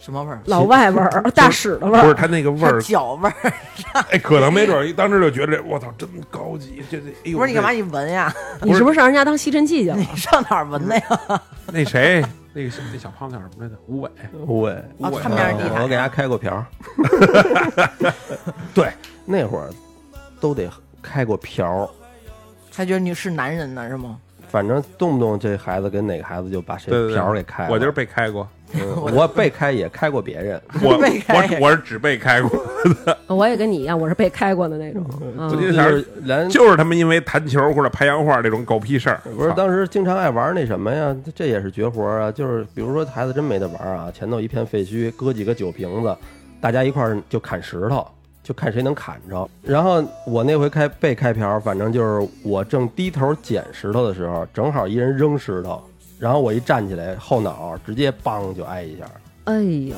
Speaker 3: 什么味儿？
Speaker 1: 老外味儿、大使的味
Speaker 2: 不是
Speaker 1: 儿。
Speaker 2: 它那个味
Speaker 3: 是
Speaker 2: 儿，
Speaker 3: 脚味儿。
Speaker 2: 哎，可能没准儿当时就觉得我操，真高级，这这哎呦，
Speaker 3: 不是你干嘛？
Speaker 2: 这？
Speaker 3: 你闻呀？
Speaker 1: 你是不是上人家当吸尘器去了
Speaker 3: 你？上哪儿闻的呀？
Speaker 2: 那谁，那个小那小胖子叫什么来着？吴伟，
Speaker 4: 喂，
Speaker 2: 吴伟
Speaker 3: 哦他们家是地毯
Speaker 4: 啊
Speaker 3: 啊
Speaker 4: 我给他开过瓢
Speaker 2: <laughs>
Speaker 4: 儿。对，那会儿都得开过瓢儿，
Speaker 3: 还觉得你是男人呢是吗？
Speaker 4: 反正动不动这孩子跟哪个孩子就把谁
Speaker 2: 对对对
Speaker 4: 瓢儿给开了。
Speaker 2: 我就是被开
Speaker 3: <laughs>
Speaker 2: 过，
Speaker 4: 嗯我被开也开过
Speaker 2: <laughs>
Speaker 4: 别人，
Speaker 2: 我
Speaker 3: 被开
Speaker 2: 我只我是只被开过，
Speaker 3: <laughs>
Speaker 1: 我也跟你一样，我是被开过的那种。嗯
Speaker 2: 我记得
Speaker 4: 就
Speaker 2: 小时候
Speaker 4: 是连
Speaker 2: 就是他们因为弹球或者拍洋画这种狗屁事儿，
Speaker 4: 不是
Speaker 2: 操
Speaker 4: 当时经常爱玩那什么呀，这也是绝活儿啊。就是比如说孩子真没得玩儿啊，前头一片废墟，搁几个酒瓶子，大家一块儿就砍石头，就看谁能砍着。然后我那回开被开瓢，反正就是我正低头捡石头的时候，正好一人扔石头，然后我一站起来，后脑直接梆就挨一下，
Speaker 1: 哎呦，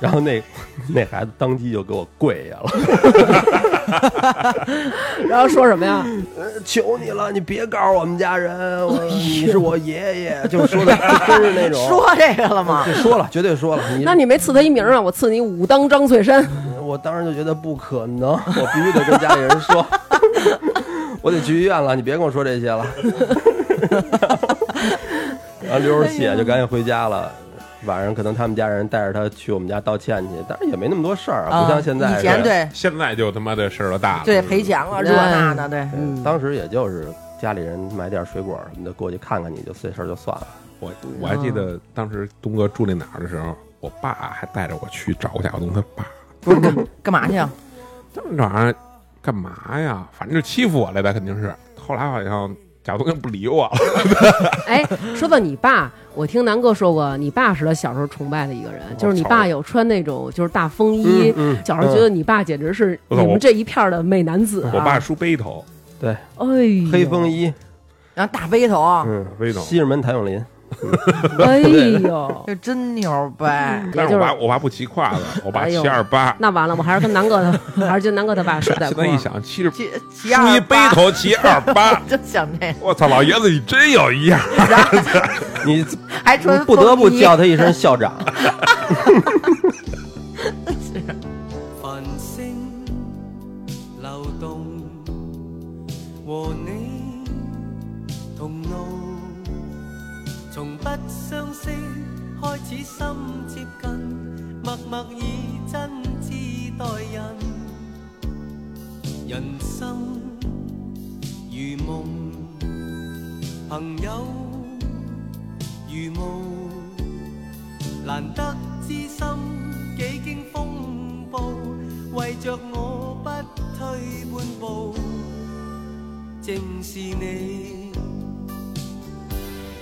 Speaker 4: 然后那 <laughs> 那孩子当即就给我跪下了。 <laughs>
Speaker 1: 然后说什么呀？
Speaker 4: 求你了，你别告诉我们家人，我你是我爷爷，就说的真是那种。
Speaker 3: <laughs> 说这个了吗
Speaker 4: 就？说了，绝对说了。你
Speaker 1: 那你没刺他一名啊？我刺你武当张翠山。 <laughs>
Speaker 4: 我当时就觉得不可能， <laughs> 我必须得跟家里人说， <laughs> 我得去医院了，你别跟我说这些了。 <laughs> 然后流着血就赶紧回家了。晚上可能他们家人带着他去我们家道歉去，但是也没那么多事儿啊，
Speaker 3: 啊
Speaker 4: 不像现在。
Speaker 3: 以前，对
Speaker 2: 现在就他妈的事儿都大了，
Speaker 3: 对赔钱了，
Speaker 1: 嗯
Speaker 3: 这那
Speaker 4: 嗯
Speaker 3: 的，对。
Speaker 4: 当时也就是家里人买点水果什么的过去看看你就这事儿就算了。
Speaker 2: 我我还记
Speaker 1: 嗯
Speaker 2: 得当时东哥住那哪儿的时候，我爸还带着我去找过贾晓东他爸。
Speaker 3: 不是干干嘛去啊？
Speaker 2: 当时晚上干嘛呀？反正就欺负我来呗，肯定是。后来好像贾东就不理我了。
Speaker 1: 哎，说到你爸，我听南哥说过，你爸是他小时候崇拜的一个
Speaker 2: 哦
Speaker 1: 人，就是你爸有穿那种就是大风衣，
Speaker 4: 嗯
Speaker 1: 小时候觉得你爸简直是你
Speaker 2: 嗯我操我
Speaker 1: 们这一片儿的美男子、啊。
Speaker 2: 我爸，梳背头，
Speaker 4: 对，
Speaker 1: 哎呦，
Speaker 4: 黑风衣，
Speaker 3: 然后大背头啊，
Speaker 4: 嗯，
Speaker 2: 背头。
Speaker 4: 西直门谭咏麟，
Speaker 1: 哎
Speaker 2: <laughs>
Speaker 1: 呦，
Speaker 3: 这真牛掰！
Speaker 1: 也
Speaker 2: 但是
Speaker 1: 就是
Speaker 2: 我爸我爸不骑胯子，我爸
Speaker 1: 哎呦
Speaker 2: 骑二八。
Speaker 1: 那完了，我还是跟南哥他，还是跟南哥他爸说在
Speaker 2: 现
Speaker 1: 哭
Speaker 2: 在。一想，骑着
Speaker 3: 骑骑
Speaker 2: 梳
Speaker 3: 二
Speaker 2: 一背
Speaker 3: 八，，
Speaker 2: 头骑二八
Speaker 3: 就想这，
Speaker 2: 我操，老爷子你真有一样。
Speaker 4: 你
Speaker 3: 还穿
Speaker 4: 不得不
Speaker 3: 风衣
Speaker 4: 叫他一声校长。
Speaker 7: 繁星流动，和你同路，从不相识开始心接近，默默以真挚待人。人生如梦，朋友如雾。难得知心幾經風暴，為着我不退半步，正是你。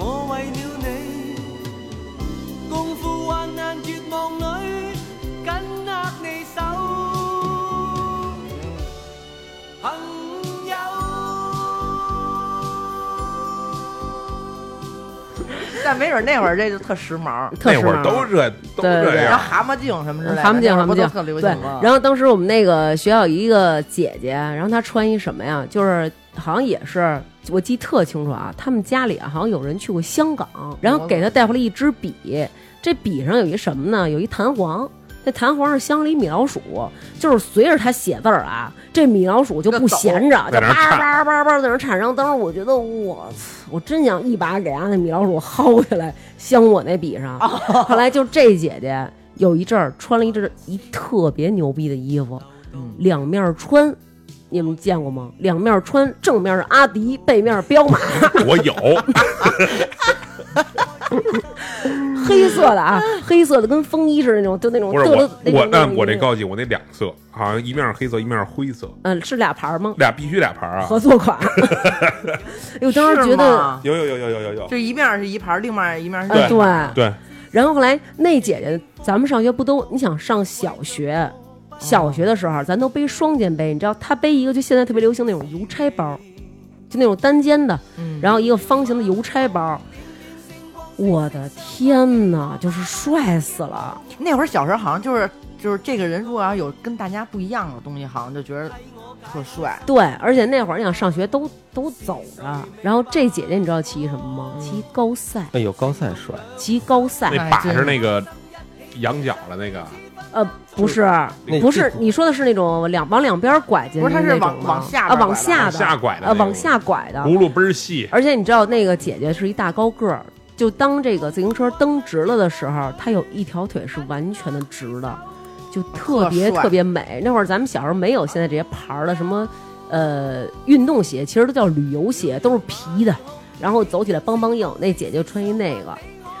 Speaker 7: 我為了你，共赴患難絕望裏，緊握你手，朋友。
Speaker 3: <laughs> 但没准那会儿这就特时髦，
Speaker 1: 特
Speaker 2: 那
Speaker 1: 时嗯
Speaker 2: 会儿
Speaker 1: 髦
Speaker 2: 都这都
Speaker 1: 对
Speaker 2: 这
Speaker 1: <laughs> 对
Speaker 3: 然
Speaker 2: 样
Speaker 3: 后。蛤蟆镜什么之类的，
Speaker 1: 蛤蟆镜，蛤
Speaker 3: 那会儿不
Speaker 1: 蟆
Speaker 3: 都
Speaker 1: 镜
Speaker 3: 特流
Speaker 1: 对
Speaker 3: 行吗，？
Speaker 1: 然后当时我们那个学校有一个姐姐，然后她穿一什么呀？就是好像也是，我记得特清楚啊。他们家里啊好像有人去过香港，然后给她带回来一支笔，这笔上有一什么呢？有一弹簧。那弹簧是乡里米老鼠，就是随着她写字儿啊，这米老鼠就不闲着，
Speaker 2: 在
Speaker 1: 就叭
Speaker 2: 那儿
Speaker 1: 叭
Speaker 2: 颤
Speaker 1: 叭叭叭在那儿颤。然后当时我觉得，我操，我真想一把给俺那米老鼠薅下来，镶我那笔上。
Speaker 3: 哦
Speaker 1: 后来就这姐姐有一阵儿穿了一阵一特别牛逼的衣服，
Speaker 3: 嗯
Speaker 1: 两面儿穿，你们见过吗？两面儿穿，正面是阿迪，背面是彪马，
Speaker 2: 我
Speaker 1: <laughs>
Speaker 2: 有，
Speaker 1: 黑色的
Speaker 3: <laughs>
Speaker 1: 啊，黑色的跟风衣似的那种，就那种
Speaker 2: 不是
Speaker 1: 嘚
Speaker 2: 我
Speaker 1: 嘚那种
Speaker 2: 我那
Speaker 1: 种
Speaker 2: 我这
Speaker 1: 种
Speaker 2: 高级，我那两色，好像一面是黑色，一面是灰色，
Speaker 1: 嗯是俩牌儿吗？
Speaker 2: 俩必须俩牌儿啊
Speaker 1: 合。作
Speaker 2: <laughs>
Speaker 1: 款。 <laughs> 哎呦，当时觉
Speaker 3: 是
Speaker 1: 得。
Speaker 3: 吗
Speaker 2: 有有有有有有有
Speaker 3: 就，一面是一盘，另外一面是
Speaker 1: 呃，
Speaker 2: 对
Speaker 1: 对，
Speaker 2: 对，
Speaker 1: 然后后来那姐姐，咱们上学不都，你想上小学，小学的时候咱都背双肩背，你知道她背一个就现在特别流行那种邮差包，就那种单肩的，然后一个方形的邮差包。我的天呐，就是帅死了！
Speaker 3: 那会儿小时候好像就是就是这个人，如果要有跟大家不一样的东西，好像就觉得特帅。
Speaker 1: 对，而且那会儿你想上学都都走着，然后这姐姐你知道骑什么吗？骑高赛，
Speaker 4: 哎呦，高赛帅，
Speaker 1: 骑高赛
Speaker 2: 那，
Speaker 3: 哎
Speaker 2: 把
Speaker 3: 真
Speaker 2: 是那个羊角的那个，
Speaker 1: 呃，不是，
Speaker 4: 那
Speaker 1: 不是
Speaker 4: 这，
Speaker 1: 你说的是那种两往两边拐进去
Speaker 3: 不是它
Speaker 1: 的
Speaker 3: 是
Speaker 1: 那种吗，
Speaker 3: 往往下
Speaker 1: 啊，
Speaker 3: 边
Speaker 1: 往
Speaker 3: 拐的
Speaker 1: 下
Speaker 2: 往下拐的
Speaker 1: 呃，
Speaker 2: 那种
Speaker 1: 往下拐的。
Speaker 2: 轱辘倍儿细，
Speaker 1: 而且你知道那个姐姐是一大高个儿，就当这个自行车蹬直了的时候，她有一条腿是完全的直的，就特别
Speaker 3: 特帅
Speaker 1: 特别美。那会儿咱们小时候没有现在这些牌儿的什么呃运动鞋，其实都叫旅游鞋，都是皮的，然后走起来梆梆硬。那姐姐穿一那个，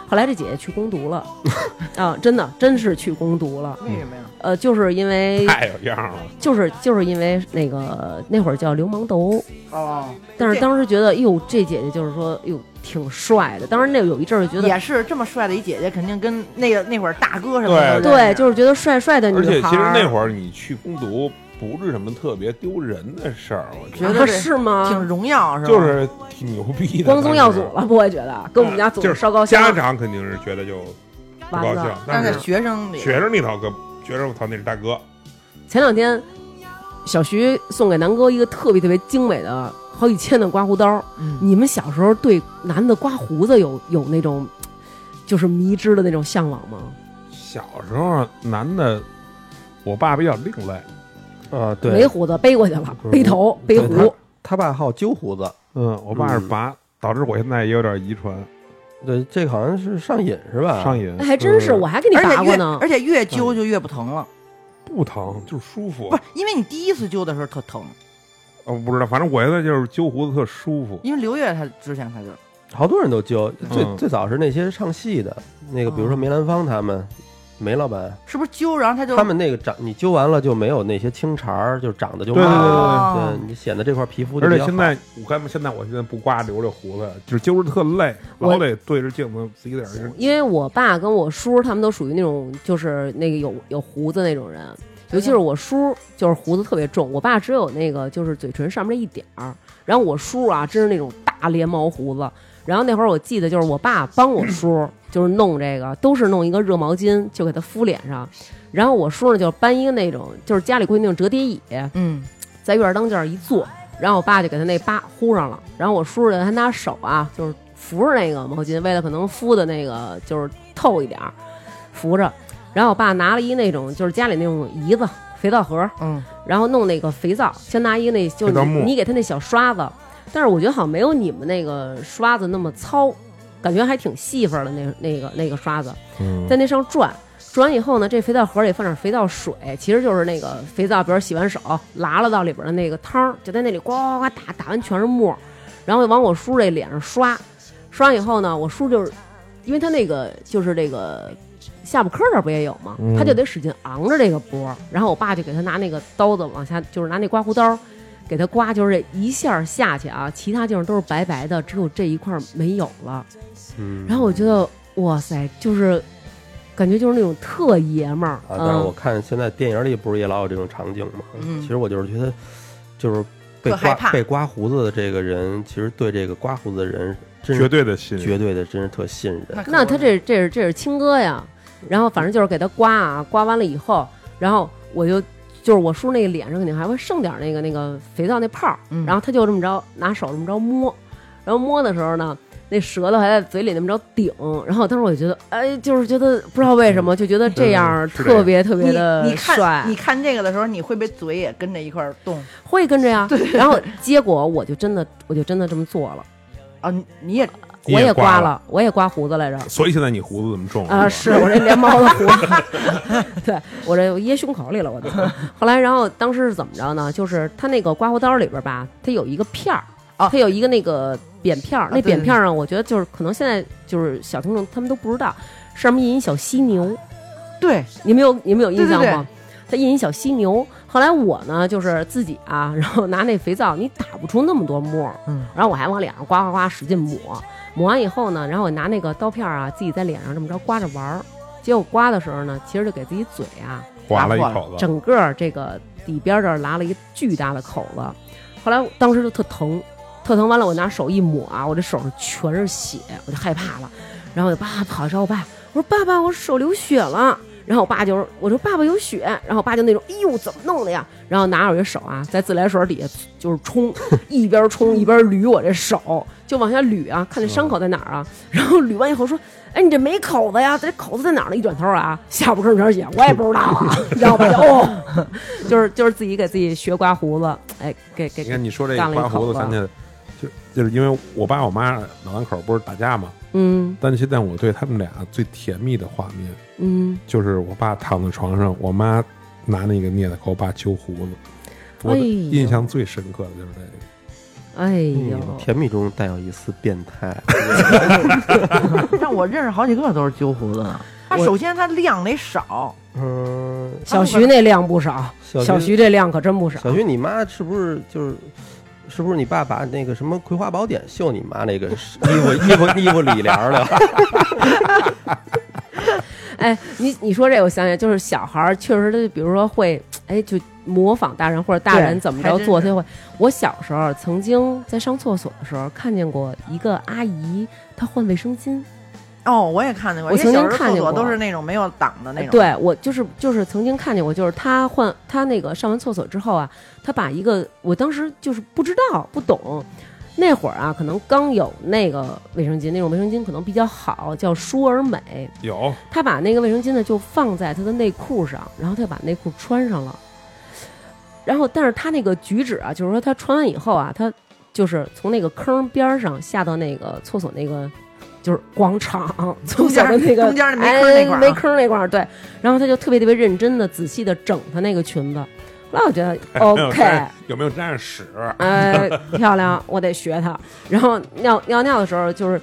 Speaker 1: 后来这姐姐去攻读了 <laughs> 啊，真的真是去攻读了。
Speaker 3: 为什么呀？
Speaker 1: 呃，就是因为
Speaker 2: <laughs> 太有样儿了。
Speaker 1: 就是就是因为那个那会儿叫流氓斗殴，
Speaker 3: 哦，
Speaker 1: 但是
Speaker 3: 这
Speaker 1: 当时觉得，哟，这姐姐就是说，哟，挺帅的。当时那有一阵儿就觉得，
Speaker 3: 也是这么帅的一姐姐，肯定跟那个那会儿大哥什么的
Speaker 2: 对
Speaker 3: 都认
Speaker 1: 对，
Speaker 3: 识
Speaker 1: 就是觉得帅帅的
Speaker 2: 而且
Speaker 1: 女孩儿。
Speaker 2: 其实那会儿你去攻读不是什么特别丢人的事儿，我觉
Speaker 3: 觉
Speaker 2: 得
Speaker 3: 得
Speaker 1: 啊
Speaker 3: 这
Speaker 1: 是吗？
Speaker 3: 挺荣耀，是吧？
Speaker 2: 就是挺牛逼的，
Speaker 1: 光宗耀祖
Speaker 2: 当时。
Speaker 1: 了，不会觉得跟我们家祖
Speaker 2: 就
Speaker 1: 宗
Speaker 2: 是
Speaker 1: 烧高香
Speaker 2: 家长肯定是觉得就不
Speaker 1: 完
Speaker 2: 高
Speaker 1: 了
Speaker 2: 兴，但
Speaker 3: 但是
Speaker 2: 是
Speaker 3: 在学生里，
Speaker 2: 学生那套哥，学生我操那是大哥，
Speaker 1: 前两天小徐送给南哥一个特别特别精美的好几千的刮胡刀。
Speaker 3: 嗯
Speaker 1: 你们小时候对男的刮胡子有有那种就是迷之的那种向往吗？
Speaker 2: 小时候男的，我爸比较另类，
Speaker 4: 啊，
Speaker 1: 没
Speaker 4: 对，
Speaker 1: 胡子背过去了
Speaker 2: 不，是
Speaker 1: 背头背
Speaker 4: 对
Speaker 1: 胡，
Speaker 4: 他爸好揪胡子，
Speaker 2: 嗯，我爸是拔，导致我现在也有点遗传
Speaker 4: 对，这个好像是上瘾是吧？
Speaker 2: 上瘾
Speaker 1: 哎，还真是，
Speaker 2: 嗯
Speaker 1: 我还给你
Speaker 3: 而且
Speaker 1: 拔过
Speaker 3: 越
Speaker 1: 呢。
Speaker 3: 而且越揪就越不疼了，
Speaker 2: 不疼就是舒服
Speaker 3: 不，是因为你第一次揪的时候特疼，
Speaker 2: 呃，我不知道，反正我现在就是揪胡子特舒服，
Speaker 3: 因为刘烨他之前他就
Speaker 4: 好多人都揪，最
Speaker 2: 嗯
Speaker 4: 最早是那些唱戏的，那个
Speaker 1: 嗯
Speaker 4: 比如说梅兰芳他们，梅老板
Speaker 3: 是不是揪，然后他就
Speaker 4: 他们那个长，你揪完了就没有那些青茬儿，就长得就
Speaker 2: 对对对
Speaker 4: 慢，
Speaker 1: 哦
Speaker 3: 啊
Speaker 4: 对你显得这块皮肤就
Speaker 2: 而
Speaker 4: 比
Speaker 2: 且
Speaker 4: 较
Speaker 2: 现
Speaker 4: 好。
Speaker 2: 在我看现在我现在不刮留着胡子，就是揪着特累，
Speaker 1: 我
Speaker 2: 老得对着镜子自己在那儿
Speaker 1: 因为我爸跟我叔他们都属于那种就是那个有有胡子那种人，尤其是我叔就是胡子特别重，我爸只有那个就是嘴唇上面这一点儿，然后我叔啊真是那种大连毛胡子。然后那会儿我记得就是我爸帮我叔就是弄这个，都是弄一个热毛巾就给他敷脸上，然后我叔呢就搬一个那种就是家里规定那种折叠椅，
Speaker 3: 嗯
Speaker 1: 在院儿当间儿一坐，然后我爸就给他那疤糊上了，然后我叔呢，他拿手啊，就是扶着那个毛巾，为了可能敷的那个就是透一点儿，扶着，然后我爸拿了一那种就是家里那种胰子肥皂盒，
Speaker 3: 嗯，
Speaker 1: 然后弄那个肥皂，先拿一个那就是
Speaker 2: 肥皂
Speaker 1: 你
Speaker 2: 沫
Speaker 1: 你给他那小刷子，但是我觉得好像没有你们那个刷子那么糙，感觉还挺细缝儿的那那个那个刷子，在那上转。转完以后呢，这肥皂盒里放点肥皂水，其实就是那个肥皂，比如洗完手拉了到里边的那个汤儿，就在那里呱呱呱打，打完全是沫儿，然后往我叔这脸上刷，刷完以后呢，我叔就是，因为他那个就是这个下巴颏儿这儿不也有吗？
Speaker 4: 嗯
Speaker 1: 他就得使劲昂着这个脖儿，然后我爸就给他拿那个刀子往下，就是拿那刮胡刀儿给他刮，就是这一下儿下去啊，其他地方都是白白的，只有这一块儿没有了。
Speaker 4: 嗯
Speaker 1: 然后我觉得哇塞，就是感觉就是那种特爷们儿，
Speaker 4: 啊，但是
Speaker 1: 嗯
Speaker 4: 我看现在电影里不是也老有这种场景吗？
Speaker 3: 嗯
Speaker 4: 其实我就是觉得，就是被
Speaker 3: 特害
Speaker 4: 刮
Speaker 3: 怕
Speaker 4: 被刮胡子的这个人，其实对这个刮胡子的人真
Speaker 2: 绝
Speaker 4: 是
Speaker 2: 对的信任。
Speaker 4: 绝对的真是特信任。
Speaker 3: 可
Speaker 1: 那
Speaker 3: 不
Speaker 1: 他这这是这是亲哥呀，
Speaker 2: 嗯
Speaker 1: 然后反正就是给他刮啊，刮完了以后，然后我就就是我叔那个脸上肯定还会剩点那个那个肥皂那泡儿，
Speaker 3: 嗯
Speaker 1: 然后他就这么着拿手这么着摸，然后摸的时候呢，那舌头还在嘴里那么着顶，然后当时我就觉得，哎，就是觉得不知道为什么就觉得这样儿
Speaker 2: 嗯是这样
Speaker 1: 特别特别
Speaker 3: 你
Speaker 1: 的
Speaker 3: 你
Speaker 1: 帅
Speaker 3: 看你看这个的时候，你会不会嘴也跟着一块儿动
Speaker 1: 会跟着呀，然后结果我就真的我就真的这么做了，
Speaker 3: 啊？你你也
Speaker 2: 你
Speaker 1: 我
Speaker 2: 也
Speaker 1: 也
Speaker 2: 刮
Speaker 1: 刮
Speaker 2: 了
Speaker 1: 了，我也刮胡子来着。
Speaker 2: 所以现在你胡子怎么重
Speaker 1: 啊，是我这连毛都胡了， <laughs> 对我这掖胸口里了，
Speaker 3: <laughs>
Speaker 1: 我都。后来，然后当时是怎么着呢？就是他那个刮胡刀里边吧，它有一个片儿，
Speaker 3: 啊
Speaker 1: 它有一个那个扁片儿，那
Speaker 3: 哦对
Speaker 1: 扁片儿啊呢，我觉得就是可能现在就是小听众他们都不知道，上面印一小犀牛，
Speaker 3: 对，
Speaker 1: 你们有你们有印象
Speaker 3: 对对对
Speaker 1: 吗？它印一小犀牛。后来我呢，就是自己啊， <laughs> 然后拿那肥皂，你打不出那么多沫儿，
Speaker 3: 嗯，
Speaker 1: 然后我还往脸上刮刮刮使劲抹，抹完以后呢，然后我拿那个刀片儿啊，自己在脸上这么着刮着玩儿。结果刮的时候呢，其实就给自己嘴啊，
Speaker 2: 划了一口子，
Speaker 1: 整个儿这个底边儿这儿拉了一个巨大的口子。后来我当时就特疼，特疼完了，我拿手一抹啊，我这手上全是血，我就害怕了，然后我就爸跑找我爸，我说爸爸，我手流血了。然后我爸就是，我说爸爸有血，然后我爸就那种，哎呦，怎么弄的呀？然后拿着我这手啊，在自来水底下就是冲， <laughs> 一边 <laughs> 冲一边捋我这手，就往下捋啊，看这伤口在哪儿啊。然后捋完以后说，哎，你这没口子呀？这口子在哪儿呢？一转头啊，下巴颏儿全是血，我也不知道啊，你知 <laughs> 道吧？就哦，就是就是自己给自己学刮胡子，哎，给给
Speaker 2: 你看你说这
Speaker 1: 干
Speaker 2: 个
Speaker 1: 了一
Speaker 2: 刮胡
Speaker 1: 口
Speaker 2: 子，
Speaker 1: 子
Speaker 2: 咱就就就是因为我爸我妈老两口不是打架嘛，
Speaker 1: 嗯
Speaker 2: 但现在我对他们俩最甜蜜的画面
Speaker 1: 嗯，
Speaker 2: 就是我爸躺在床上，我妈拿那个镊子给我爸揪胡子。我
Speaker 1: 哎
Speaker 2: 的
Speaker 1: 呦
Speaker 2: 印象最深刻的就是这个，
Speaker 1: 哎呦，
Speaker 4: 嗯甜蜜中带有一丝变态，
Speaker 3: 但我认识好几个都是揪胡子的。他
Speaker 1: 我
Speaker 3: 首先他量得少，
Speaker 4: 嗯，
Speaker 1: 小徐那量不少，
Speaker 4: 小
Speaker 1: 小徐这量可真不少。
Speaker 4: 小徐，你妈是不是就是？是不是你爸把那个什么《葵花宝典》绣你妈那个衣服衣服衣服里帘儿了？
Speaker 1: <laughs> 哎，你你说这，我想起来，就是小孩儿确实，他就比如说会，哎，就模仿大人或者大人
Speaker 3: 对
Speaker 1: 怎么
Speaker 3: 还
Speaker 1: 着
Speaker 3: 真
Speaker 1: 做，
Speaker 3: 是
Speaker 1: 他就会。我小时候曾经在上厕所的时候看见过一个阿姨，她换卫生巾，
Speaker 3: 哦，我也看见过，
Speaker 1: 我
Speaker 3: 因为
Speaker 1: 曾经
Speaker 3: 小时候
Speaker 1: 看见
Speaker 3: 厕所
Speaker 1: 过呃
Speaker 3: 都是那种没有挡的那种。，
Speaker 1: 对我就是就是曾经看见过，就是他换他那个上完厕所之后啊，他把一个我当时就是不知道不懂，那会儿啊可能刚有那个卫生巾，那种卫生巾可能比较好，叫舒尔美，
Speaker 2: 有
Speaker 1: 他把那个卫生巾呢就放在他的内裤上，然后他就把内裤穿上了，然后但是他那个举止啊，就是说他穿完以后啊，他就是从那个坑边儿上下到那个厕所那个。就是广场，从小的那个
Speaker 3: 中间儿那没坑那块儿啊
Speaker 1: 哎没坑那块儿，对。然后他就特别特别认真的、仔细的整他那个裙子。后来我觉得 OK，
Speaker 2: <laughs> 有没有沾上屎？
Speaker 1: 哎，漂亮，我得学她。然后尿尿尿的时候，就是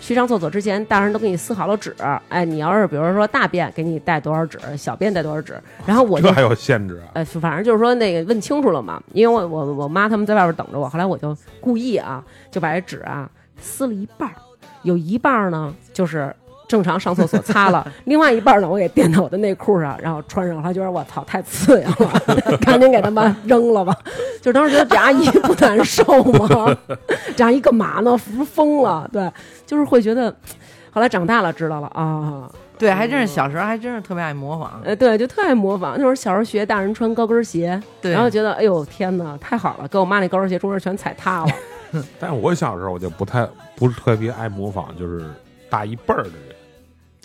Speaker 1: 去上厕所之前，大人都给你撕好了纸。哎，你要是比如说大便，给你带多少纸，小便带多少纸。然后我就
Speaker 2: 这还有限制啊？
Speaker 1: 呃，反正就是说那个问清楚了嘛，因为我我我妈他们在外边等着我，后来我就故意啊，就把这纸啊撕了一半儿，有一半儿呢就是正常上厕所擦了，另外一半儿呢我给垫到我的内裤上，然后穿上，她觉得我操太刺痒了， <laughs> 赶紧给他们扔了吧。就当时觉得这阿姨不难受吗？ <laughs> 这阿姨干嘛呢？是不是疯了？对，就是会觉得，后来长大了知道了啊。
Speaker 3: 对，还真是小时候还真是特别爱模
Speaker 2: 嗯
Speaker 3: 仿。
Speaker 1: 呃，对，就特爱模仿。那会儿小时候学大人穿高跟鞋，
Speaker 3: 对
Speaker 1: 然后觉得哎呦天哪，太好了，给我妈那高跟鞋中间全踩塌
Speaker 2: <laughs>
Speaker 1: 了。
Speaker 2: 但是我小时候我就不太不是特别爱模仿，就是大一辈儿的人。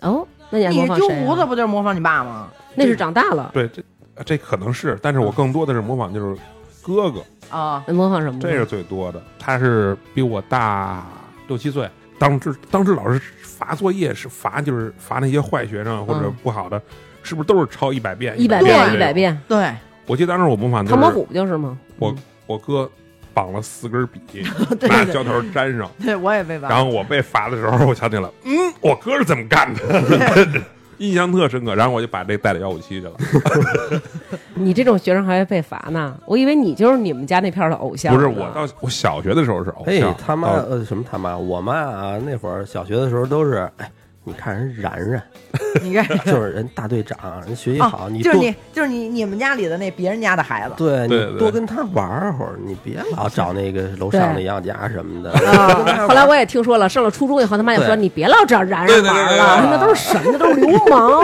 Speaker 1: 哦，那你还模
Speaker 3: 你
Speaker 1: 仿
Speaker 3: 揪
Speaker 1: 谁啊
Speaker 3: 胡子不就是模仿你爸吗？
Speaker 1: 那是长大了，
Speaker 2: 对，这这可能是，但是我更多的是模仿就是哥哥，
Speaker 3: 啊，
Speaker 1: 那模仿什么？
Speaker 2: 这是最多的。他是比我大六七岁，当时当时老师罚作业是罚就是罚那些坏学生或者
Speaker 3: 嗯
Speaker 2: 不好的，是不是都是抄一百遍？
Speaker 1: 一百
Speaker 3: 对
Speaker 1: 遍，啊
Speaker 2: 这
Speaker 1: 一百
Speaker 2: 种。
Speaker 1: 遍。
Speaker 3: 对，
Speaker 2: 我记得当时我模仿就
Speaker 1: 唐伯
Speaker 2: 是
Speaker 1: 虎不就是吗？
Speaker 2: 我
Speaker 1: 嗯
Speaker 2: 我哥绑了四根
Speaker 1: <laughs>
Speaker 2: 笔，
Speaker 3: 对
Speaker 2: 拿
Speaker 3: 对
Speaker 2: 胶头粘上。
Speaker 3: 对，我也被
Speaker 2: 然
Speaker 3: 绑。
Speaker 2: 后我被罚的时候，我想起了，嗯，我哥是怎么干的， <laughs> 印象特深刻。然后我就把这带到幺五七去了。
Speaker 1: 你这种学生还会被罚呢？我以为你就是你们家那片儿的偶像呢。
Speaker 2: 不是我到我小学的时候是偶
Speaker 4: 哎
Speaker 2: 像，，
Speaker 4: 他妈
Speaker 2: 到
Speaker 4: 呃什么他妈，我妈啊那会儿小学的时候都是，哎，你看人冉冉，
Speaker 3: 你看，
Speaker 4: 就是人大队长，人学习好，
Speaker 3: 啊
Speaker 4: <laughs> 你
Speaker 3: 就
Speaker 4: 多
Speaker 3: 是你，就是你，你们家里的那别人家的孩子，
Speaker 4: 对
Speaker 2: 对
Speaker 4: 你多跟他玩会儿，你别老找那个楼上的
Speaker 1: 对
Speaker 4: 杨家什么的。
Speaker 1: 啊！后来我也听说了，上了初中以后，他妈就说
Speaker 4: 对
Speaker 1: 你别老找然
Speaker 2: 对
Speaker 1: 然
Speaker 2: 对对
Speaker 1: 玩
Speaker 2: 对
Speaker 1: 了，
Speaker 2: 对
Speaker 1: 那都是什么？那都
Speaker 2: <laughs>
Speaker 1: 是流氓。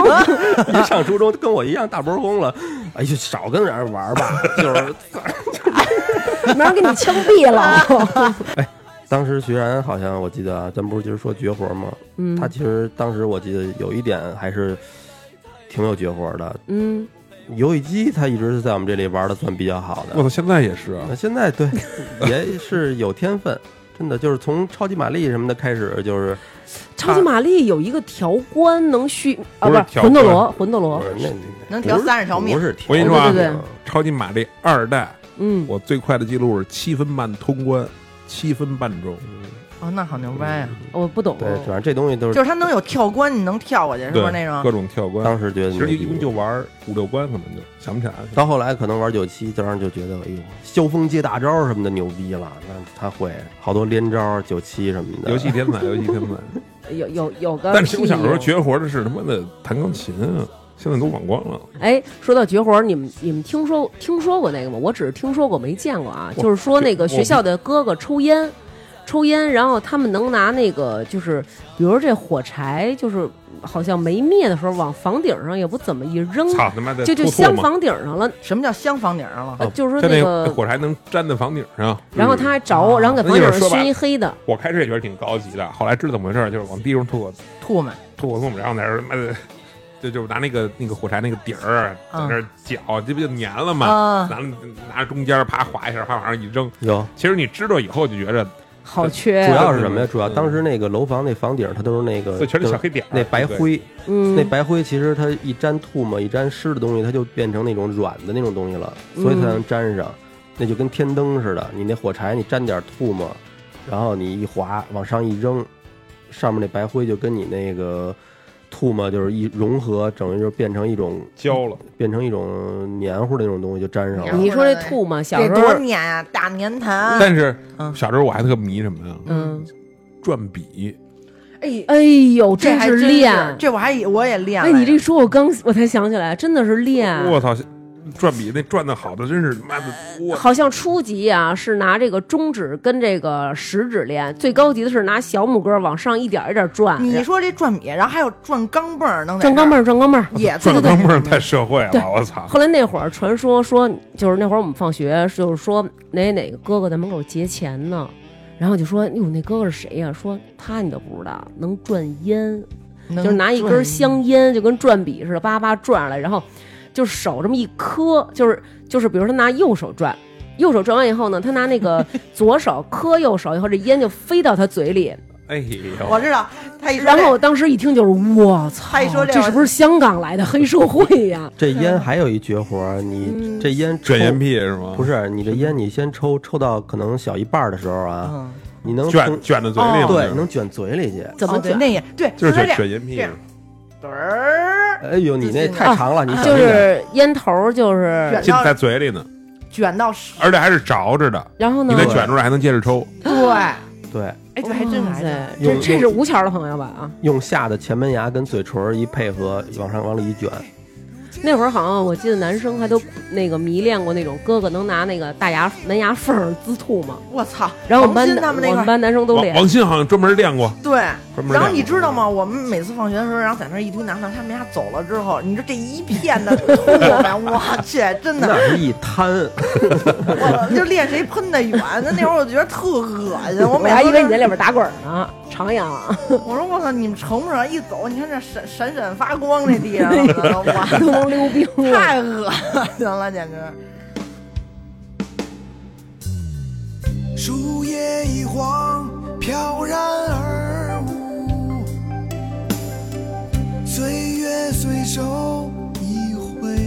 Speaker 4: 一上初中跟我一样大波公了，哎就少跟人玩吧。
Speaker 3: <laughs>
Speaker 4: 就是
Speaker 1: 明儿给你枪毙
Speaker 2: <laughs>
Speaker 1: 了。
Speaker 4: 当时徐然好像我记得啊，咱不是就是说绝活吗？
Speaker 1: 嗯
Speaker 4: 他其实当时我记得有一点还是挺有绝活的，
Speaker 1: 嗯，
Speaker 4: 游戏机他一直是在我们这里玩的算比较好的
Speaker 2: 我。操，现在也是啊
Speaker 4: 那现在对 <laughs> 也是有天分，真的就是从超级玛丽什么的开始，就是
Speaker 1: 超级玛丽有一个条关能续啊，
Speaker 2: 不
Speaker 1: 不
Speaker 2: 是
Speaker 1: 是
Speaker 2: 调
Speaker 1: 魂斗
Speaker 2: 官
Speaker 1: 罗，魂斗罗
Speaker 4: 不。是那
Speaker 3: 能调
Speaker 4: 不是
Speaker 3: 30条命
Speaker 4: 不是
Speaker 2: 哦我跟你
Speaker 4: 调
Speaker 2: 说啊
Speaker 4: 命
Speaker 1: 对对对
Speaker 2: 超级玛丽二代，
Speaker 1: 嗯，
Speaker 2: 我最快的记录是七分半通关，七分半钟。
Speaker 3: 哦，那好牛掰啊！
Speaker 1: 我不懂。
Speaker 4: 对，反正这东西都
Speaker 3: 就是是他能有跳关，你能跳过去，是不
Speaker 2: 对，
Speaker 3: 是那种
Speaker 2: 各？种跳关
Speaker 4: 当？时觉得
Speaker 2: 其实一
Speaker 4: 牛
Speaker 2: 共
Speaker 4: 逼
Speaker 2: 就玩五六关，可能就想不起来了。
Speaker 4: 到后来可能玩九七，当时就觉得哎呦，萧峰接大招什么的牛逼了，那他会好多连招九七什么的。
Speaker 2: 游戏天才，游戏天才。
Speaker 1: 有有有个，
Speaker 2: 但是我小时候。绝活的是他妈的弹钢琴啊，现在都忘光了。
Speaker 1: 哎，说到绝活儿，你们你们听说听说过那个吗？我只是听说过，没见过啊。就是说那个
Speaker 2: 我
Speaker 1: 学校的哥哥抽烟，抽烟，然后他们能拿那个，就是比如说这火柴，就是好像没灭的时候，往房顶上也不怎么一扔，
Speaker 2: 操他妈的，
Speaker 1: 就就
Speaker 2: 吐唾
Speaker 1: 镶
Speaker 2: 沫
Speaker 1: 房顶上了。
Speaker 3: 什么叫镶房顶上了？
Speaker 2: 啊
Speaker 1: 呃就是说
Speaker 2: 像那
Speaker 1: 个，
Speaker 2: 火柴能粘在房顶上，
Speaker 1: 然后他还着，然后给
Speaker 2: 那
Speaker 1: 房
Speaker 2: 就
Speaker 1: 顶
Speaker 2: 是
Speaker 1: 上
Speaker 2: 说白
Speaker 1: 熏
Speaker 2: 了
Speaker 1: 一黑的。
Speaker 2: 我开始也觉得挺高级的，后来知道怎么回事儿，就是往地上吐
Speaker 3: 吐沫。
Speaker 2: 吐口唾沫，然后在那儿妈的，就就拿那个那个火柴那个底儿在那儿搅，这不就粘了吗
Speaker 3: 啊？
Speaker 2: 拿拿着中间儿啪划一下，啪往上一扔。
Speaker 4: 有，
Speaker 2: 其实你知道以后就觉着
Speaker 1: 好缺
Speaker 4: 主
Speaker 1: 啊，
Speaker 4: 要是什么呀？主要当时那个楼房那房顶它呃都是那个
Speaker 2: 这嗯全是小黑点儿，啊
Speaker 4: 那白
Speaker 2: 对。
Speaker 4: 灰，
Speaker 1: 嗯，
Speaker 4: 那白灰其实它一沾吐沫、一沾湿的东西，它就变成那种软的那种东西了，所以才能粘上。那就跟天灯似的，你那火柴你沾点吐沫，然后你一划往上一扔，上面那白灰就跟你那个吐沫就是一融合，等于就变成一种
Speaker 2: 焦了，
Speaker 4: 变成一种黏糊的那种东西就粘上
Speaker 3: 然后
Speaker 4: 了。
Speaker 1: 你说这吐嘛，小
Speaker 3: 这
Speaker 1: 时
Speaker 3: 多
Speaker 1: 候，
Speaker 3: 黏啊，大粘痰。
Speaker 2: 但是
Speaker 3: 嗯
Speaker 2: 小时候我还特迷什么呀？
Speaker 1: 嗯，
Speaker 2: 转笔，
Speaker 3: 哎，
Speaker 1: 哎呦，
Speaker 3: 这还
Speaker 1: 是
Speaker 3: 真
Speaker 1: 练
Speaker 3: 是，这我还以我也练
Speaker 1: 哎，
Speaker 3: 了。
Speaker 1: 你这一说，我刚我才想起来，真的是练。
Speaker 2: 我操！转笔那转的好的真是妈的多。
Speaker 1: 好像初级啊是拿这个中指跟这个食指练，最高级的是拿小拇哥往上一点一点转。
Speaker 3: 你说这转米，然后还有转钢镚儿，能在
Speaker 1: 啊转钢镚
Speaker 3: 儿
Speaker 1: 儿，转钢镚儿。
Speaker 3: 也
Speaker 2: 转
Speaker 3: 对对
Speaker 2: 钢
Speaker 3: 对
Speaker 2: 镚儿太社会
Speaker 1: 对
Speaker 2: 了，我操！
Speaker 1: 后来那会儿传说说，就是那会儿我们放学，就是说哪哪个哥哥在门口劫钱呢，然后就说哟那哥哥是谁呀、说他你都不知道，能转烟，
Speaker 3: 能
Speaker 1: 就是拿一根香烟就跟转笔似的，叭叭转上来，然后就手这么一磕，就是就是比如他拿右手转。右手转完以后呢，他拿那
Speaker 3: <laughs>
Speaker 1: 个左手磕右手以后，这烟就飞到他嘴里。
Speaker 2: 哎
Speaker 3: 转。
Speaker 2: 呦，
Speaker 3: 我知道，他一说
Speaker 1: 然
Speaker 3: 这
Speaker 1: 后我当时一听就是，我操
Speaker 3: 他一说，这
Speaker 1: 这是不是香港来的黑社会呀？
Speaker 4: 这烟还有一绝活儿，你这烟抽
Speaker 2: 卷烟屁是吗？
Speaker 4: 不是你这烟，你先抽抽到可能小一半儿的时候啊，
Speaker 3: 嗯，
Speaker 4: 你能从
Speaker 2: 卷卷到嘴里吗，
Speaker 3: 哦
Speaker 4: 对能卷嘴里去。
Speaker 1: 怎么
Speaker 3: 哦对
Speaker 1: 卷？
Speaker 3: 那也对，
Speaker 2: 就是
Speaker 3: 说
Speaker 2: 卷
Speaker 3: 这
Speaker 2: 卷烟屁
Speaker 3: 这。嘚儿
Speaker 4: 哎呦，你那
Speaker 3: 就是
Speaker 4: 太长了，你小
Speaker 1: 啊就
Speaker 4: 心点
Speaker 1: 是烟头儿，就是
Speaker 3: 卷
Speaker 2: 进在嘴里呢，
Speaker 3: 卷到十，
Speaker 2: 而且还是着着的，
Speaker 1: 然
Speaker 3: 嗯
Speaker 1: 后呢
Speaker 2: 你？再卷出来还能接着抽。
Speaker 3: 对，哎
Speaker 4: 对，
Speaker 3: 对，还真是
Speaker 1: 哇
Speaker 3: 还真是
Speaker 1: 塞，
Speaker 4: 有
Speaker 1: 这这是吴桥的朋友吧？啊，
Speaker 4: 用下的前门牙跟嘴唇儿一配合，往上往里一卷，
Speaker 1: 那会儿好像我记得男生还都那个迷恋过那种哥哥能拿那个大牙门牙缝儿滋吐嘛。
Speaker 3: 我操！
Speaker 1: 然后我们班
Speaker 3: 王鑫
Speaker 1: 的
Speaker 3: 他
Speaker 1: 我
Speaker 3: 们那
Speaker 1: 们
Speaker 3: 块儿
Speaker 1: 班男生都
Speaker 2: 王
Speaker 1: 练，
Speaker 2: 王鑫好像专门练过，
Speaker 3: 对。
Speaker 2: 专门练过。
Speaker 3: 然后你知道吗？我们每次放学的时候，然后在那儿一堆男的，他们俩走了之后，你说这一片的吐沫，我去，真的，
Speaker 4: 那 <laughs> 是一滩。
Speaker 3: 我就练谁喷的远。那那会儿我觉得特恶心，我
Speaker 1: 我
Speaker 3: 每
Speaker 1: 还
Speaker 3: 次
Speaker 1: 以为你在
Speaker 3: 都
Speaker 1: 里边打滚儿呢，徜徉，
Speaker 3: 我说我操，你们成不成？一走，你看这闪闪闪发光，这地上我觉
Speaker 1: <laughs>
Speaker 3: 得
Speaker 1: 都
Speaker 3: 哇，
Speaker 1: 能溜冰了。
Speaker 3: 太恶心了，简直。
Speaker 5: 树叶一晃，飘然而舞，岁月随手一挥。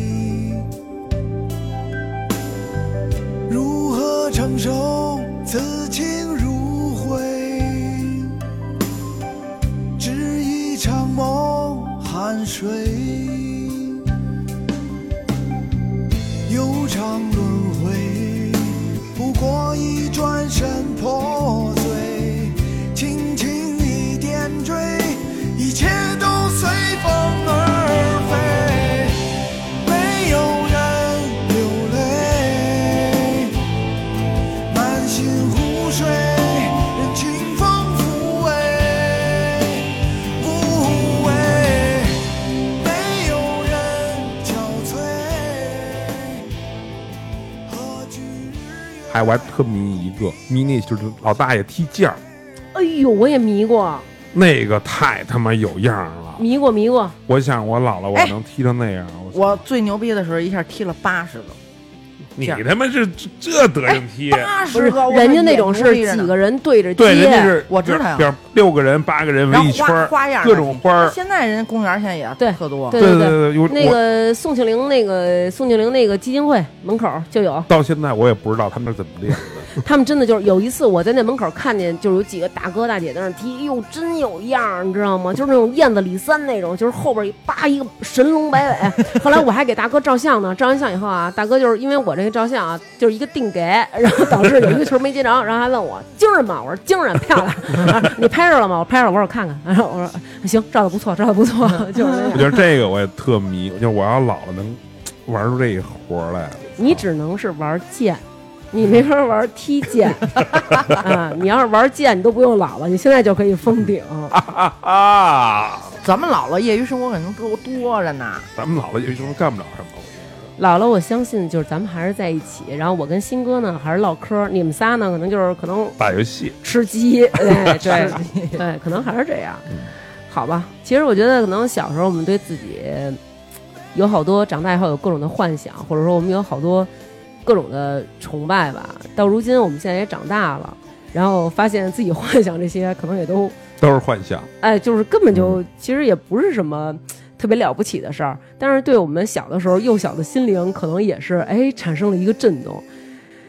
Speaker 5: 如何承受此情如灰？只一场梦，酣睡，悠长轮回，不过一转身破碎，轻轻一点缀，一切都随风而飞。没有人流泪，满心湖水，任清风抚慰，哎无畏。没有人憔悴，何惧日月？
Speaker 2: 还我还特迷一个迷那就是老大爷踢毽儿，
Speaker 1: <laughs> 哎呦，我也迷过，
Speaker 2: 那个太他妈有样儿了。
Speaker 1: 迷过，迷过。
Speaker 2: 我想我老了我
Speaker 3: 嗯哎
Speaker 2: 能踢成那样，我
Speaker 3: 我最牛逼的时候，一下踢了八十个，
Speaker 2: 你他妈是这这德
Speaker 3: 哎
Speaker 2: 行踢。
Speaker 3: 八
Speaker 1: 不
Speaker 3: 十
Speaker 1: 是啊
Speaker 3: 个，我，
Speaker 1: 人家那种
Speaker 3: 眼珠
Speaker 1: 是
Speaker 3: 立着呢
Speaker 1: 几个人对着接，
Speaker 2: 对，人家是
Speaker 3: 我知道呀
Speaker 2: 比如六个人、八个人围一圈
Speaker 3: 然
Speaker 2: 儿
Speaker 3: 后花花样儿
Speaker 2: 各种花儿。
Speaker 3: 现在人公园现在也
Speaker 1: 对
Speaker 3: 特多，
Speaker 1: 对
Speaker 2: 对
Speaker 1: 对。
Speaker 2: 对，有
Speaker 1: 那
Speaker 2: 我
Speaker 1: 个宋庆龄，那个宋庆龄那个基金会门口就有，
Speaker 2: 到现在我也不知道他们是怎么练的。
Speaker 1: 他们真的就是有一次，我在那门口看见，就是有几个大哥大姐在那儿踢，哎呦，真有样儿，你知道吗？就是那种燕子李三那种，就是后边一叭一个神龙摆尾。后来我还给大哥照相呢，照完相以后啊，大哥就是因为我这个照相啊，就是一个定给，然后导致有一个球没接着，然后还问我精神吗？我说精神，漂亮。啊你拍着了吗？我拍着了，我说我看看。然后我说行，照的不错，照的不错，就是那
Speaker 2: 我
Speaker 1: 样。
Speaker 2: 觉得这个我也特迷，就是我要老了能玩出这一活儿来。
Speaker 1: 你只能是玩剑。你没法玩踢毽啊！你要是玩剑，你都不用老了，你现在就可以封顶。
Speaker 2: 啊啊！
Speaker 3: 咱们老了，业余生活可能多多着呢。
Speaker 2: 咱们老了有什么干不了什么？我觉得
Speaker 1: 老了，我相信就是咱们还是在一起。然后我跟新哥呢还是唠嗑，你们仨呢可能就是可能
Speaker 2: 打游戏，
Speaker 1: 吃 <laughs> 鸡，哎对对对，可能还是这样，好吧。其实我觉得可能小时候我们对自己有好多长大以后有各种的幻想，或者说我们有好多各种的崇拜吧。到如今我们现在也长大了，然后发现自己 <laughs> 幻想这些可能也都
Speaker 2: 都是幻想。
Speaker 1: 哎，就是根本就其实也不是什么特别了不起的事儿，但是对我们小的时候幼小的心灵，可能也是哎产生了一个震动。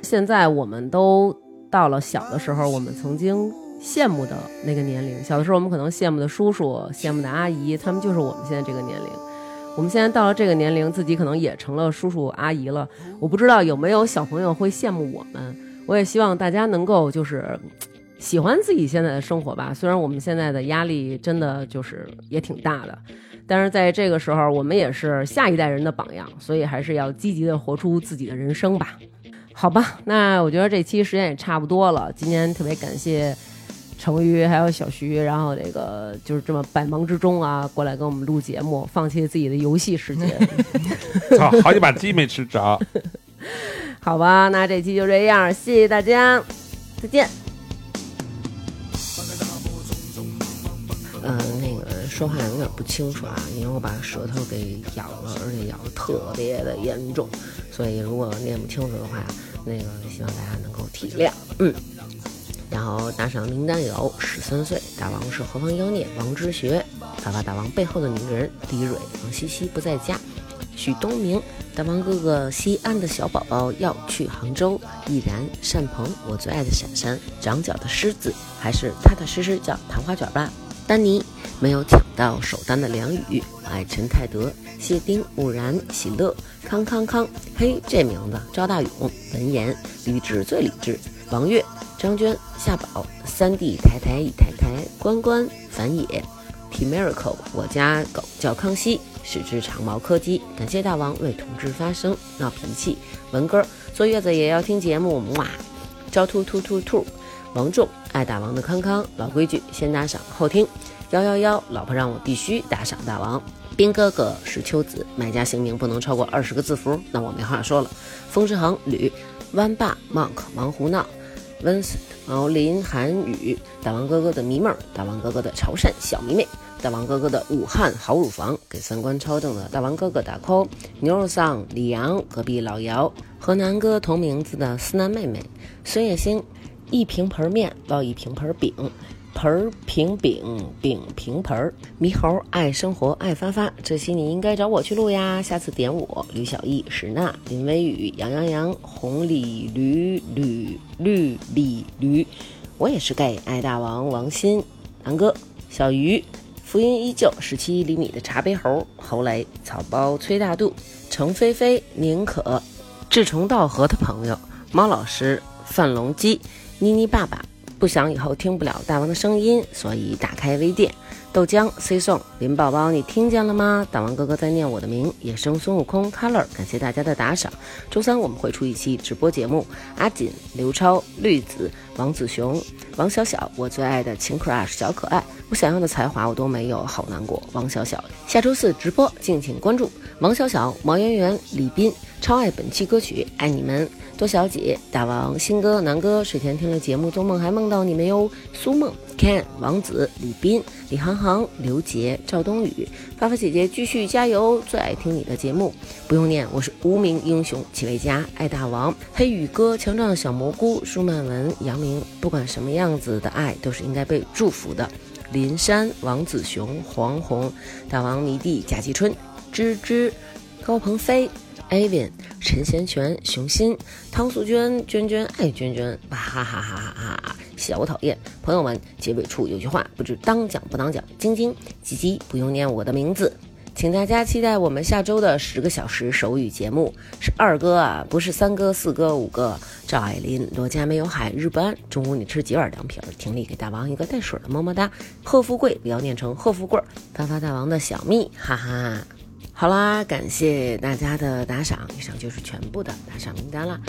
Speaker 1: 现在我们都到了小的时候，我们曾经羡慕的那个年龄。小的时候，我们可能羡慕的叔叔、羡慕的阿姨，他们就是我们现在这个年龄。我们现在到了这个年龄，自己可能也成了叔叔阿姨了。我不知道有没有小朋友会羡慕我们。我也希望大家能够就是喜欢自己现在的生活吧。虽然我们现在的压力真的就是也挺大的，但是在这个时候，我们也是下一代人的榜样，所以还是要积极的活出自己的人生吧。好吧，那我觉得这期时间也差不多了。今天特别感谢成瑜还有小徐，然后那个就是这么百忙之中啊，过来跟我们录节目，放弃了自己的游戏时间。
Speaker 2: 操，好几把鸡没吃着。
Speaker 1: 好吧，那这期就这样，谢谢大家，再见。
Speaker 8: 呃，那个说话有点不清楚啊，因为我把舌头给咬了，而且咬得特别的严重，所以如果念不清楚的话，那个希望大家能够体谅。嗯，然后打赏名单有：十三岁大王是何方妖孽，王之学，法法大王背后的女人，李蕊，王西西不在家，许东明，大王哥哥，西安的小宝宝要去杭州，易然、单鹏，我最爱的闪闪，长脚的狮子，还是踏踏实实叫糖花卷吧。丹尼没有抢到首单的梁宇，我爱陈泰德、谢丁、木然、喜乐、康康康，嘿，这名字赵大勇、文言、理智最理智、王月、张娟、夏宝、三弟、台台、一台台、关关、樊野、T Miracle，我家狗叫康熙，是只长毛柯基。感谢大王为同志发声，闹脾气，文哥坐月子也要听节目，哇！招兔兔兔兔，王仲爱打王的康康，老规矩，先打赏后听。幺幺幺，老婆让我必须打赏大王。兵哥哥是秋子，买家姓名不能超过二十个字符，那我没话说了。风之航吕湾霸 monk 忙胡闹，Vincent 毛林韩语，大王哥哥的迷妹儿，大王哥哥的潮汕小迷妹，大王哥哥的武汉好乳房，给三观超正的大王哥哥打 call，牛肉丧李阳隔壁老姚，和南哥同名字的思南妹妹，孙叶星，一平盆面烙一平盆饼，盆儿平饼饼平盆儿。猕猴爱生活爱发发，这期你应该找我去录呀，下次点我。吕小艺、史娜、林微雨、杨洋洋、红鲤驴、吕绿鲤驴，我也是 gay。爱大王王鑫、南哥、小鱼。福音依旧，十七厘米的茶杯猴，侯雷、草包、崔大度、程菲菲、宁可、志同道合的朋友，猫老师、范龙基、妮妮爸爸，不想以后听不了大王的声音，所以打开微店。豆浆、C 送、林宝宝，你听见了吗？大王哥哥在念我的名，野生孙悟空 Color，感谢大家的打赏。周三我们会出一期直播节目，阿锦、刘超、绿子、王子雄、王小小，我最爱的情 crush 小可爱，我想要的才华我都没有，好难过。王小小，下周四直播，敬请关注。王小小、毛圆圆、李斌，超爱本期歌曲，爱你们。多小姐、大王、新哥、南哥，睡前听了节目，做梦还梦到你们哟。苏梦、Ken、王子、李斌、李航航、刘杰、赵冬雨、发发姐姐继续加油，最爱听你的节目，不用念，我是无名英雄企卫家，爱大王、黑羽哥、强壮的小蘑菇、舒曼文、杨明，不管什么样子的爱都是应该被祝福的。林珊、王子雄、黄宏、大王迷弟、贾继春、芝芝、高鹏飞、Avin、陈贤全、熊心、汤素娟、娟娟爱娟娟，哇哈哈哈哈哈哈！小讨厌，朋友们，结尾处有句话，不知当讲不当讲。晶晶、吉吉，不用念我的名字，请大家期待我们下周的十个小时手语节目。是二哥啊，不是三哥、四哥、五哥。赵爱琳、罗家没有海、日不安。中午你吃几碗凉皮儿？婷丽给大王一个带水的么么哒。贺富贵不要念成贺富贵儿，发发大王的小蜜，哈哈。好啦，感谢大家的打赏，以上就是全部的打赏名单啦。